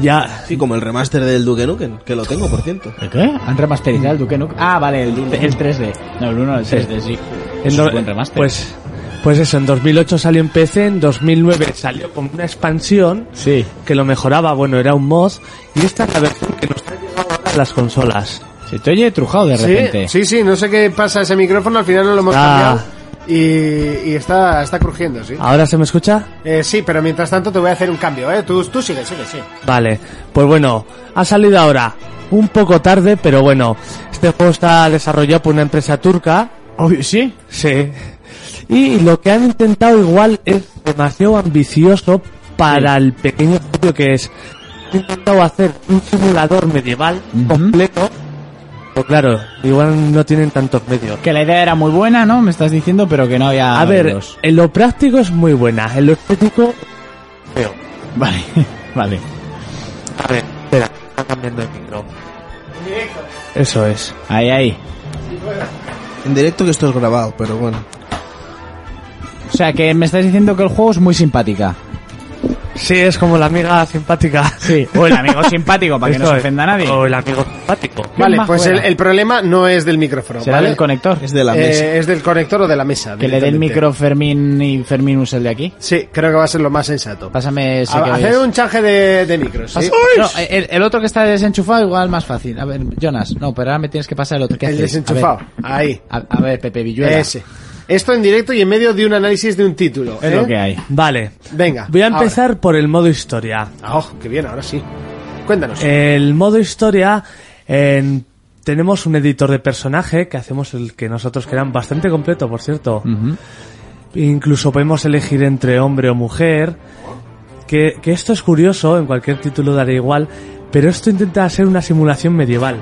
E: ya.
D: Sí, como el remaster del Duke Nukem, que lo tengo, por cierto.
H: ¿Qué? ¿Han remasterizado el Duque Nukem? Ah, vale, el, el 3D. No, el 1, el 3D, sí. Es
E: en
H: un
E: do-
H: buen remaster.
E: Pues, pues eso, en 2008 salió en PC, en 2009 salió con una expansión
H: Sí.
E: que lo mejoraba, bueno, era un mod, y esta es la versión que nos trae a las consolas.
H: Se te oye trujado de repente. Ah.
B: Sí, sí, sí, no sé qué pasa a ese micrófono, al final no lo hemos
E: Está-
B: cambiado y, y está, está crujiendo, sí.
E: ¿Ahora se me escucha?
B: Eh, sí, pero mientras tanto te voy a hacer un cambio, ¿eh? Tú, tú sigue, sigue, sí.
E: Vale, pues bueno, ha salido ahora, un poco tarde, pero bueno, este juego está desarrollado por una empresa turca,
H: Obvio, sí.
E: sí, y lo que han intentado igual es demasiado ambicioso para el pequeño estudio que es. Han intentado hacer un simulador medieval
H: Ujú.
E: completo, pues claro, igual no tienen tantos medios.
H: Que la idea era muy buena, ¿no? Me estás diciendo, pero que no había...
E: A ver,
H: euros.
E: en lo práctico es muy buena, en lo estético, feo.
H: Vale, vale.
E: A ver, espera, está cambiando el micro. Eso es.
H: Ahí, ahí.
D: En directo que esto es grabado, pero bueno.
H: O sea, que me estás diciendo que el juego es muy simpática.
E: Sí, es como la amiga simpática.
H: Sí. O el amigo simpático, para que no
E: Eso
H: se
E: es.
H: ofenda a nadie.
E: O el amigo simpático.
H: ¿Qué
B: Vale,
H: más
B: pues el,
H: juega?
B: el problema no es del micrófono,
H: Será
B: ¿vale?
H: del conector.
D: Es de la
B: Eh,
D: mesa.
B: es del conector o de la mesa.
H: Que le dé el
B: directamente.
H: micro Fermín y Fermín usa el de aquí.
B: Sí, creo que va a ser lo más sensato.
H: Pásame ese
B: A-
H: Ah, que
B: hacer
H: oyes.
B: un change de, de micros, ¿sí?
H: Pasa- No, eh, el, el otro que está desenchufado igual más fácil. A ver, Jonas, no, pero ahora me tienes que pasar el otro. que
B: El desenchufado, ahí.
H: A, a ver, Pepe Villuela.
B: Ese. Esto en directo y en medio de un análisis de un título.
H: Es
B: ¿eh?
H: lo que hay.
E: Vale.
B: Venga.
E: Voy a empezar por el modo historia.
B: ahora. Oh, qué bien, ahora sí. Cuéntanos.
H: Eh.
E: El modo historia en- tenemos un editor de personaje que hacemos el que nosotros queramos bastante completo, por cierto.
H: Ujú.
E: Incluso podemos elegir entre hombre o mujer. Que, que esto es curioso, en cualquier título dará igual, pero esto intenta ser una simulación medieval.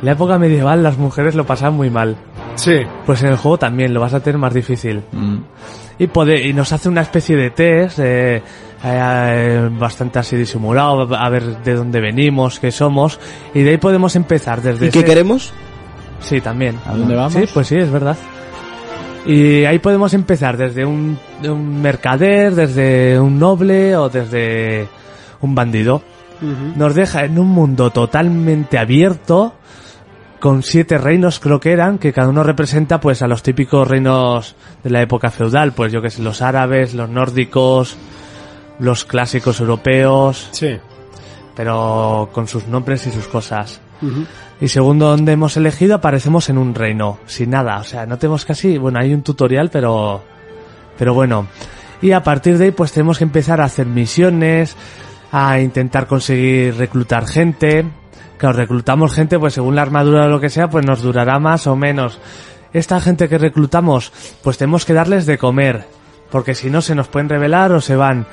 E: En la época medieval las mujeres lo pasaban muy mal.
B: Sí.
E: Pues en el juego también lo vas a tener más difícil.
H: Mm.
E: Y, pode- y nos hace una especie de test, eh, eh, eh, bastante así disimulado, a ver de dónde venimos, qué somos, y de ahí podemos empezar desde...
D: ¿Y qué
E: ese-
D: queremos?
E: Sí, también.
H: ¿A dónde vamos?
E: Sí, pues sí, es verdad. Y ahí podemos empezar desde un, de un mercader, desde un noble o desde un bandido. Nos deja en un mundo totalmente abierto, con siete reinos creo que eran, que cada uno representa pues a los típicos reinos de la época feudal, pues yo que sé, los árabes, los nórdicos, los clásicos europeos,
B: Sí.
E: pero con sus nombres y sus cosas. Y segundo donde hemos elegido aparecemos en un reino, sin nada, o sea, no tenemos casi, bueno, hay un tutorial, pero pero bueno. Y a partir de ahí pues tenemos que empezar a hacer misiones, a intentar conseguir reclutar gente. Claro, reclutamos gente pues según la armadura o lo que sea, pues nos durará más o menos. Esta gente que reclutamos, pues tenemos que darles de comer, porque si no se nos pueden rebelar o se van.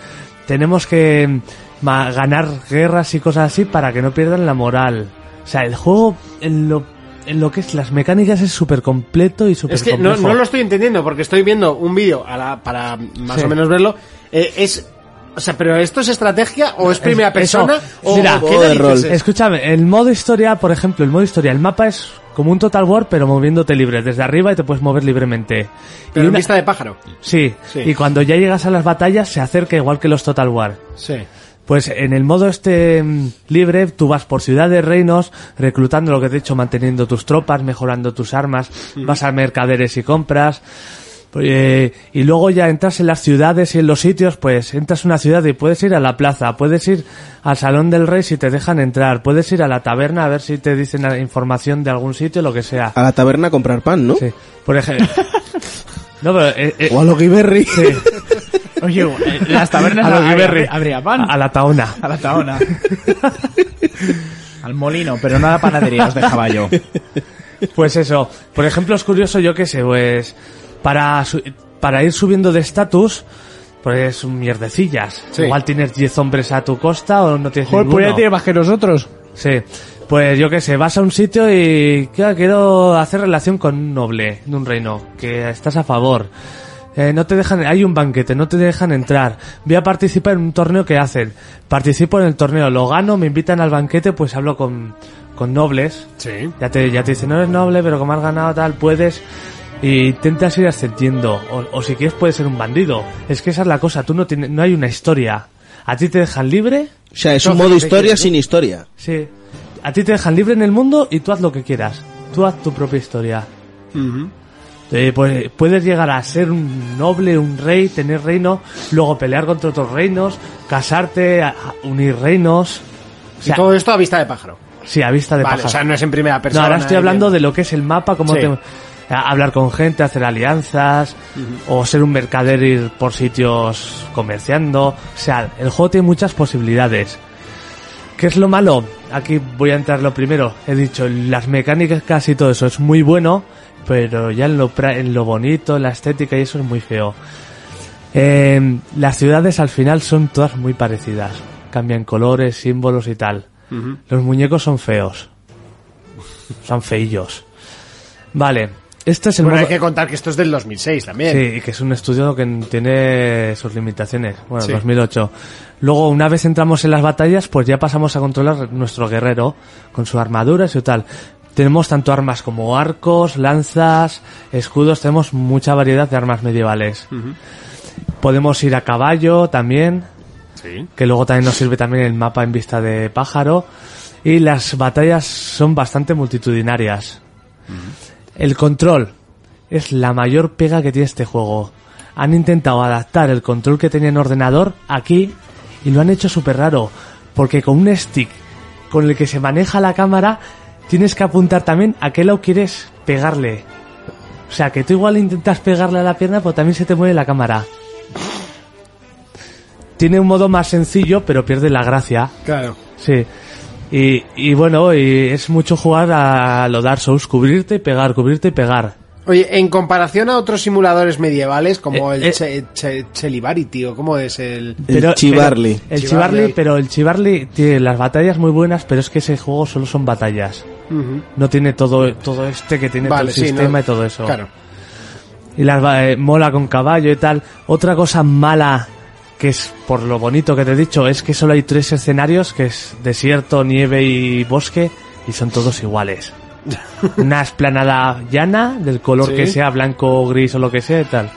E: Tenemos que mm, ma- ganar guerras y cosas así para que no pierdan la moral. O sea, el juego en lo lo que es las mecánicas es súper completo y súper
B: Es que no, no lo estoy entendiendo porque estoy viendo un vídeo a la- para más
E: Sí.
B: o menos verlo. Eh, es, o sea, pero esto es estrategia o es primera persona o
E: Mira,
B: ¿qué narices es?
E: Escúchame, el modo historia, por ejemplo, el modo historia, el mapa es como un Total War, pero moviéndote libre, desde arriba y te puedes mover libremente.
B: Pero
E: y
B: en
E: una-
B: vista de pájaro.
E: Sí,
B: Sí.
E: y cuando ya llegas a las batallas se acerca igual que los Total War.
B: Sí.
E: Pues en el modo este mm, libre, tú vas por ciudades, reinos, reclutando lo que te he dicho, manteniendo tus tropas, mejorando tus armas, vas a mercaderes y compras. eh, y luego ya entras en las ciudades y en los sitios, pues entras a una ciudad y puedes ir a la plaza, puedes ir al salón del rey si te dejan entrar, puedes ir a la taberna a ver si te dicen la información de algún sitio, lo que sea.
D: A la taberna a comprar pan, ¿no?
E: Sí. Por ejemplo. No, pero, eh, eh,
D: O a lo Berry.
E: sí.
C: Oye, eh, las tabernas
E: A lo
C: habría-
E: Guiberri.
C: habría pan.
E: A la taona.
C: A la taona.
H: Al molino, pero no a la panadería, os dejaba yo.
E: Pues eso, por ejemplo, es curioso, yo qué sé, pues para, su- para ir subiendo de estatus, pues mierdecillas.
B: Sí.
E: Igual tienes 10 hombres a tu costa o no tienes
C: Joder, pues
E: ninguno.
C: ya tiene más que nosotros.
E: Sí, pues yo qué sé, vas a un sitio y claro, quiero hacer relación con un noble de un reino, que estás a favor. Eh, no te dejan, hay un banquete, no te dejan entrar. Voy a participar en un torneo que hacen. Participo en el torneo, lo gano, me invitan al banquete, pues hablo con, con nobles.
B: Sí.
E: Ya te, ya te dicen, no eres noble, pero como has ganado tal, puedes. Y intentas ir ascendiendo. O, o si quieres, puedes ser un bandido. Es que esa es la cosa, tú no tienes, no hay una historia. A ti te dejan libre,
D: O sea, es un modo historia sin historia.
E: sí. A ti te dejan libre en el mundo y tú haz lo que quieras. Tú haz tu propia historia. Eh, pues, puedes llegar a ser un noble, un rey, tener reino, luego pelear contra otros reinos, casarte, a- a unir reinos. O sea,
B: y todo esto a vista de pájaro.
E: sí, a vista de
B: vale,
E: pájaro.
B: o sea, no es en primera persona.
E: No, ahora estoy
B: eh,
E: hablando de lo que es el mapa, cómo
B: Sí.
E: te- a- hablar con gente, hacer alianzas, o ser un mercader, ir por sitios comerciando. O sea, el juego tiene muchas posibilidades. ¿Qué es lo malo? Aquí voy a entrar lo primero. He dicho, las mecánicas casi todo eso es muy bueno, pero ya en lo, pra- en lo bonito, en la estética y eso es muy feo. Eh, las ciudades al final son todas muy parecidas. Cambian colores, símbolos y tal. Los muñecos son feos. Son feillos. Vale. Este es el
B: Bueno, hay
E: modo-
B: que contar que esto es del 2006 también.
E: Sí, y que es un estudio que tiene sus limitaciones. Bueno,
B: Sí.
E: 2008. Luego, una vez entramos en las batallas, pues ya pasamos a controlar nuestro guerrero con su armadura y su tal. Tenemos tanto armas como arcos, lanzas, escudos, tenemos mucha variedad de armas medievales. Podemos ir a caballo también, que luego también nos sirve también el mapa en vista de pájaro. Y las batallas son bastante multitudinarias. El control es la mayor pega que tiene este juego. Han intentado adaptar el control que tenía en ordenador aquí y lo han hecho súper raro, porque con un stick con el que se maneja la cámara tienes que apuntar también a qué lado quieres pegarle. O sea, que tú igual intentas pegarle a la pierna, pero también se te mueve la cámara. Tiene un modo más sencillo, pero pierde la gracia.
B: Claro.
E: Sí. Y, y bueno, y es mucho jugar a lo Dark Souls, cubrirte y pegar, cubrirte y pegar.
B: Oye, en comparación a otros simuladores medievales como
E: Eh,
B: el
E: eh.
B: Che- Che- Chelibarity o cómo es el...
D: El Chivarly.
E: pero- el
B: Chivarly.
E: Chivarly, pero el Chivarly tiene las batallas muy buenas, pero es que ese juego solo son batallas.
B: Ujú.
E: No tiene todo, todo este que tiene todo el
B: sí,
E: sistema
B: no-
E: y todo eso.
B: Claro.
E: Y las va- eh, mola con caballo y tal. Otra cosa mala, que es por lo bonito que te he dicho, es que solo hay tres escenarios, que es desierto, nieve y bosque, y son todos iguales. Una esplanada llana, del color
B: Sí.
E: que sea, blanco, gris o lo que sea y tal.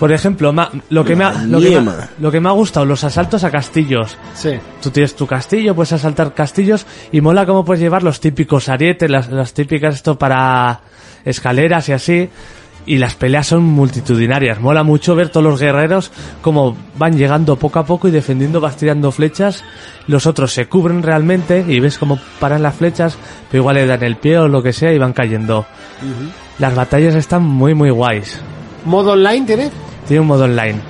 E: Por ejemplo, ma- lo, que me ha- lo, que me ha-
D: Niema.
E: lo que me ha gustado, los asaltos a castillos
B: Sí.
E: tú tienes tu castillo, puedes asaltar castillos y mola cómo puedes llevar los típicos arietes, las, las típicas esto para escaleras y así. Y las peleas son multitudinarias. Mola mucho ver todos los guerreros como van llegando poco a poco y defendiendo, vas tirando flechas. Los otros se cubren realmente y ves cómo paran las flechas, pero igual le dan el pie o lo que sea y van cayendo. Las batallas están muy, muy guays.
B: ¿Modo online tiene?
E: Tiene un modo online.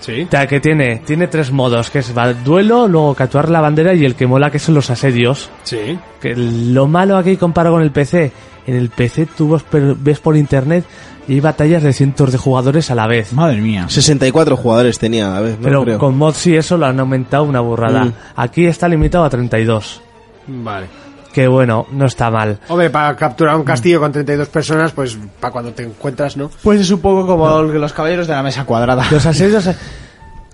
B: Sí.
E: O sea, que tiene, tiene tres modos, que es va- duelo, luego capturar la bandera y el que mola que son los asedios.
B: Sí.
E: Que lo malo aquí comparado con el PC, en el PC tú vas per- ves por internet y hay batallas de cientos de jugadores a la vez.
H: Madre mía.
D: 64 jugadores tenía a ver, no
E: Pero
D: creo.
E: con mods sí eso lo han aumentado una burrada.
D: Mm.
E: Aquí está limitado a 32.
B: Vale.
E: que bueno, no está mal.
B: Hombre, para capturar un castillo con 32 personas, pues para cuando te encuentras, ¿no?
H: Pues es un poco como el- los caballeros de la mesa cuadrada.
E: Los asedios,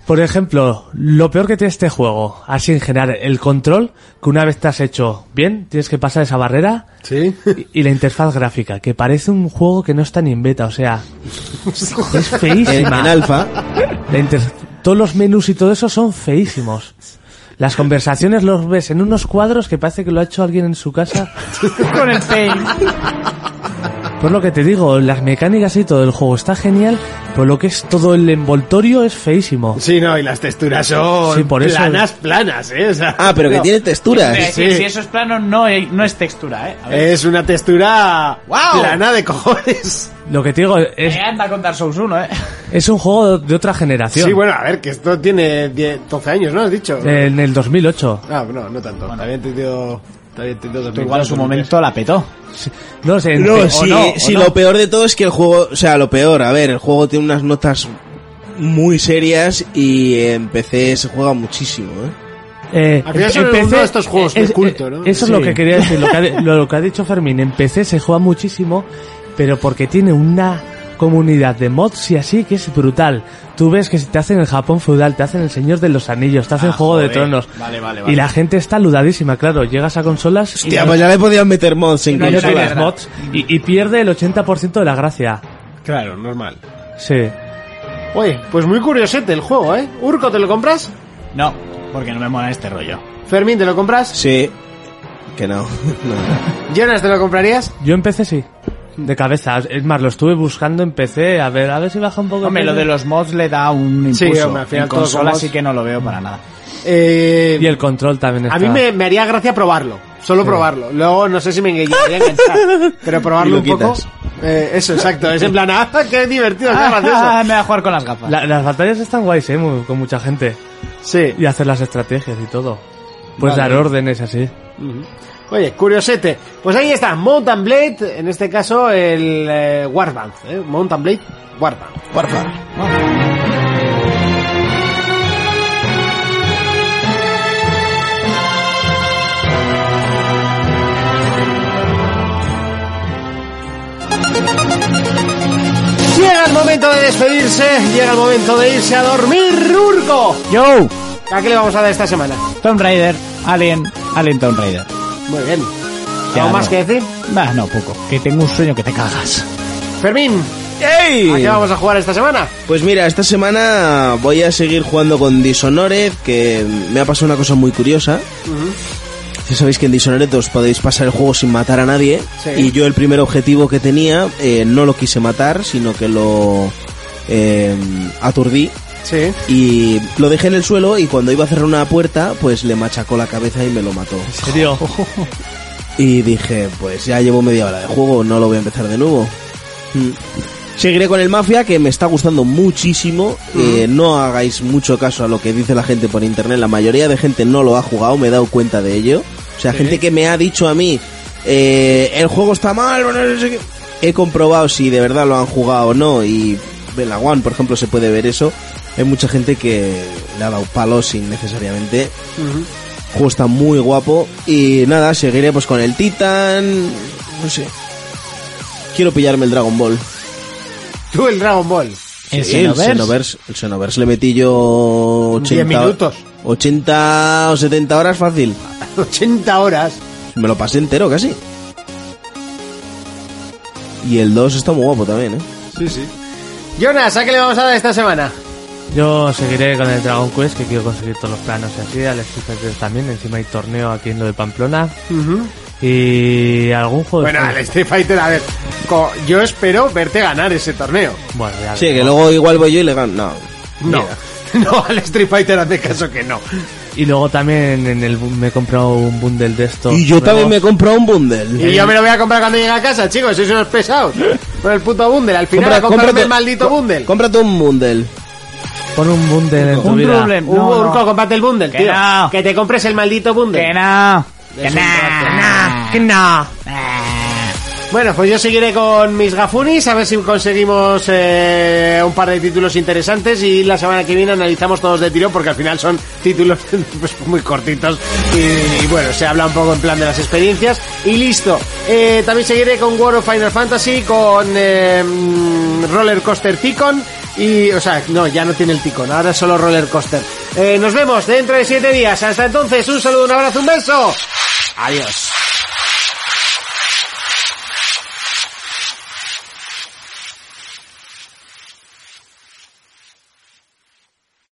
E: por ejemplo, lo peor que tiene este juego, así en general, el control, que una vez te has hecho bien, tienes que pasar esa barrera
B: Sí.
E: y- y la interfaz gráfica, que parece un juego que no está ni en beta, o sea, es
D: En,
E: feísima.
D: en alfa.
E: La inter- Todos los menús y todo eso son feísimos. Las conversaciones los ves en unos cuadros que parece que lo ha hecho alguien en su casa.
H: con el paint.
E: Por lo que te digo, las mecánicas y todo el juego está genial, por lo que es todo el envoltorio es feísimo.
B: Sí, no, y las texturas son
E: Sí, por eso-
B: planas, planas, ¿eh? O sea,
D: Ah, pero que
B: no.
D: tiene texturas.
B: Sí.
H: Eh, Si eso es plano, no, es- no es textura, ¿eh? A ver.
B: Es una textura
H: ¡Guau!
B: plana de cojones.
E: Lo que te digo es,
B: Eh.
H: Me anda con Dark Souls 1, ¿eh?
E: es un juego de otra generación.
B: Sí, bueno, a ver, que esto tiene 10, 12 años, ¿no? Has dicho.
E: En el 2008.
B: Ah, no, no tanto. También te dio... También te dio
H: Tú igual en
B: 2002,
H: su momento la petó.
E: No sé, en-
D: No,
E: o
D: si,
E: no, o
D: si
E: no.
D: lo peor de todo es que el juego, o sea, lo peor, a ver, el juego tiene unas notas muy serias y en PC se juega muchísimo, ¿eh?
E: Eh,
B: Al final
E: en-
B: son
E: en
B: uno
E: PC,
B: de estos juegos de culto, ¿no?
E: Eso es lo que quería decir, lo que, ha, de- lo que ha dicho Fermín. En PC se juega muchísimo, pero porque tiene una comunidad de mods y así que es brutal. Tú ves que si te hacen el Japón feudal, te hacen el Señor de los Anillos, te hacen Juego de Tronos.
B: Ah, Vale, vale,
E: Y la gente está ludadísima, claro. Llegas a consolas y
D: Hostia,
E: no-
D: pues ya le podían meter mods en
E: y no
D: consola.
E: tienes mods y, y pierde el 80% de la gracia.
B: Claro, normal.
E: Sí.
B: Oye, pues muy curiosete el juego, ¿eh? Urco, ¿te lo compras?
H: No, porque no me mola este rollo.
B: Fermín, ¿te lo compras?
D: Sí. Que no. no.
B: Jonas, ¿te lo comprarías?
E: Yo en PC sí. De cabeza. Es más, lo estuve buscando en PC. A ver, a ver si baja un poco. el
H: Hombre, lo
E: precio.
H: de los mods le da un
B: Sí,
H: impulso.
B: hombre, al final
H: en
B: todo con
H: consola
B: mods.
H: sí que no lo veo para nada.
B: Eh,
E: Y el control también está.
B: a mí me, me haría gracia probarlo. Solo probarlo. Luego no sé si me engañaría enganchar. pero probarlo
D: Y
B: un
D: lo
B: poco.
D: quitas.
B: Eh, eso, exacto. Es en plan, ah, qué divertido, qué
H: Ah,
B: gracioso.
H: me voy a jugar con las gafas.
E: La- las batallas están guays, ¿eh? Mu- Con mucha gente.
B: Sí.
E: Y hacer las estrategias y todo. Puedes
B: Vale.
E: dar órdenes así.
B: Oye, curiosete. Pues ahí está, Mountain Blade, en este caso el eh, Warband. ¿eh? Mountain Blade, Warband.
D: Porfa.
B: Llega el momento de despedirse, llega el momento de irse a dormir, Urco.
H: Yo,
B: ¿A qué le vamos a dar esta semana?
H: Tomb Raider, Alien, Alien Tomb Raider.
B: Muy bien.
H: Ya,
B: ¿Algo
H: no.
B: más que decir?
H: Bah, no, poco. Que tengo un sueño que te cagas.
B: Fermín,
D: ¡Ey!
B: ¿a qué vamos a jugar esta semana?
D: Pues mira, esta semana voy a seguir jugando con Dishonored, que me ha pasado una cosa muy curiosa. Ya sabéis que en Dishonored os podéis pasar el juego sin matar a nadie.
B: Sí.
D: Y yo el primer objetivo que tenía eh, no lo quise matar, sino que lo eh, aturdí.
B: Sí.
D: Y lo dejé en el suelo y cuando iba a cerrar una puerta, pues le machacó la cabeza y me lo mató.
E: ¿En serio?
D: Y dije, pues ya llevo media hora de juego, no lo voy a empezar de nuevo. Mm. Seguiré con el Mafia, que me está gustando muchísimo. Eh, no hagáis mucho caso a lo que dice la gente por internet. La mayoría de gente no lo ha jugado, me he dado cuenta de ello. O sea, gente que me ha dicho a mí, eh, el juego está mal, bueno, no sé qué. He comprobado si de verdad lo han jugado o no. Y en la One, por ejemplo, se puede ver eso. Hay mucha gente que le ha dado palos innecesariamente juego está muy guapo y nada, seguiré pues con el Titan, no sé. Quiero pillarme el Dragon Ball.
B: Tú el Dragon Ball.
H: El
D: Sí,
H: Xenoverse.
D: El Xenoverse, el Xenoverse le metí yo 80
B: Diez minutos.
D: 80 o 70 horas fácil.
B: 80 horas.
D: Me lo pasé entero casi. Y el 2 está muy guapo también, ¿eh?
B: Jonas, ¿a qué le vamos a dar esta semana?
E: Yo seguiré con el Dragon Quest, que quiero conseguir todos los planos y así. Al Street Fighter también. Encima hay torneo aquí en lo de Pamplona. Y algún juego
B: Bueno,
E: de...
B: al Street Fighter, a ver. co- Yo espero verte ganar ese torneo.
E: Bueno, ya
D: Sí, que
E: veremos.
D: luego igual voy yo y le gano. No.
B: No. No, al Street Fighter hace caso que no.
E: Y luego también en el bu- me he comprado un bundle de estos.
D: Y yo también me he
E: nuevos.
D: comprado un bundle.
B: Y yo me lo voy a comprar cuando llegue a casa, chicos. Sois unos pesados. Por el puto bundle. Al final,
D: Compra-
B: a comprarme
D: cómprate-
B: el maldito
D: co-
B: bundle.
D: Cómprate un bundle.
E: Pon un bundle en tu
H: Un
E: vida.
H: problem.
B: Uh,
H: No, no.
B: Urco, cómprate el bundle,
H: Que
B: tío.
H: no.
B: Que te compres el maldito bundle.
H: Que no. Que
B: Es
H: no.
B: un rato.
H: no.
E: Que no.
H: Ah.
B: Bueno, pues yo seguiré con mis gafunis, a ver si conseguimos eh, un par de títulos interesantes y la semana que viene analizamos todos de tiro porque al final son títulos pues, muy cortitos y, y, bueno, se habla un poco en plan de las experiencias y listo. Eh, también seguiré con World of Final Fantasy, con eh, Roller Coaster Ticon y, o sea, no, ya no tiene el Ticon, ahora es solo Roller Coaster. Eh, nos vemos dentro de siete días. Hasta entonces, un saludo, un abrazo, un beso. Adiós.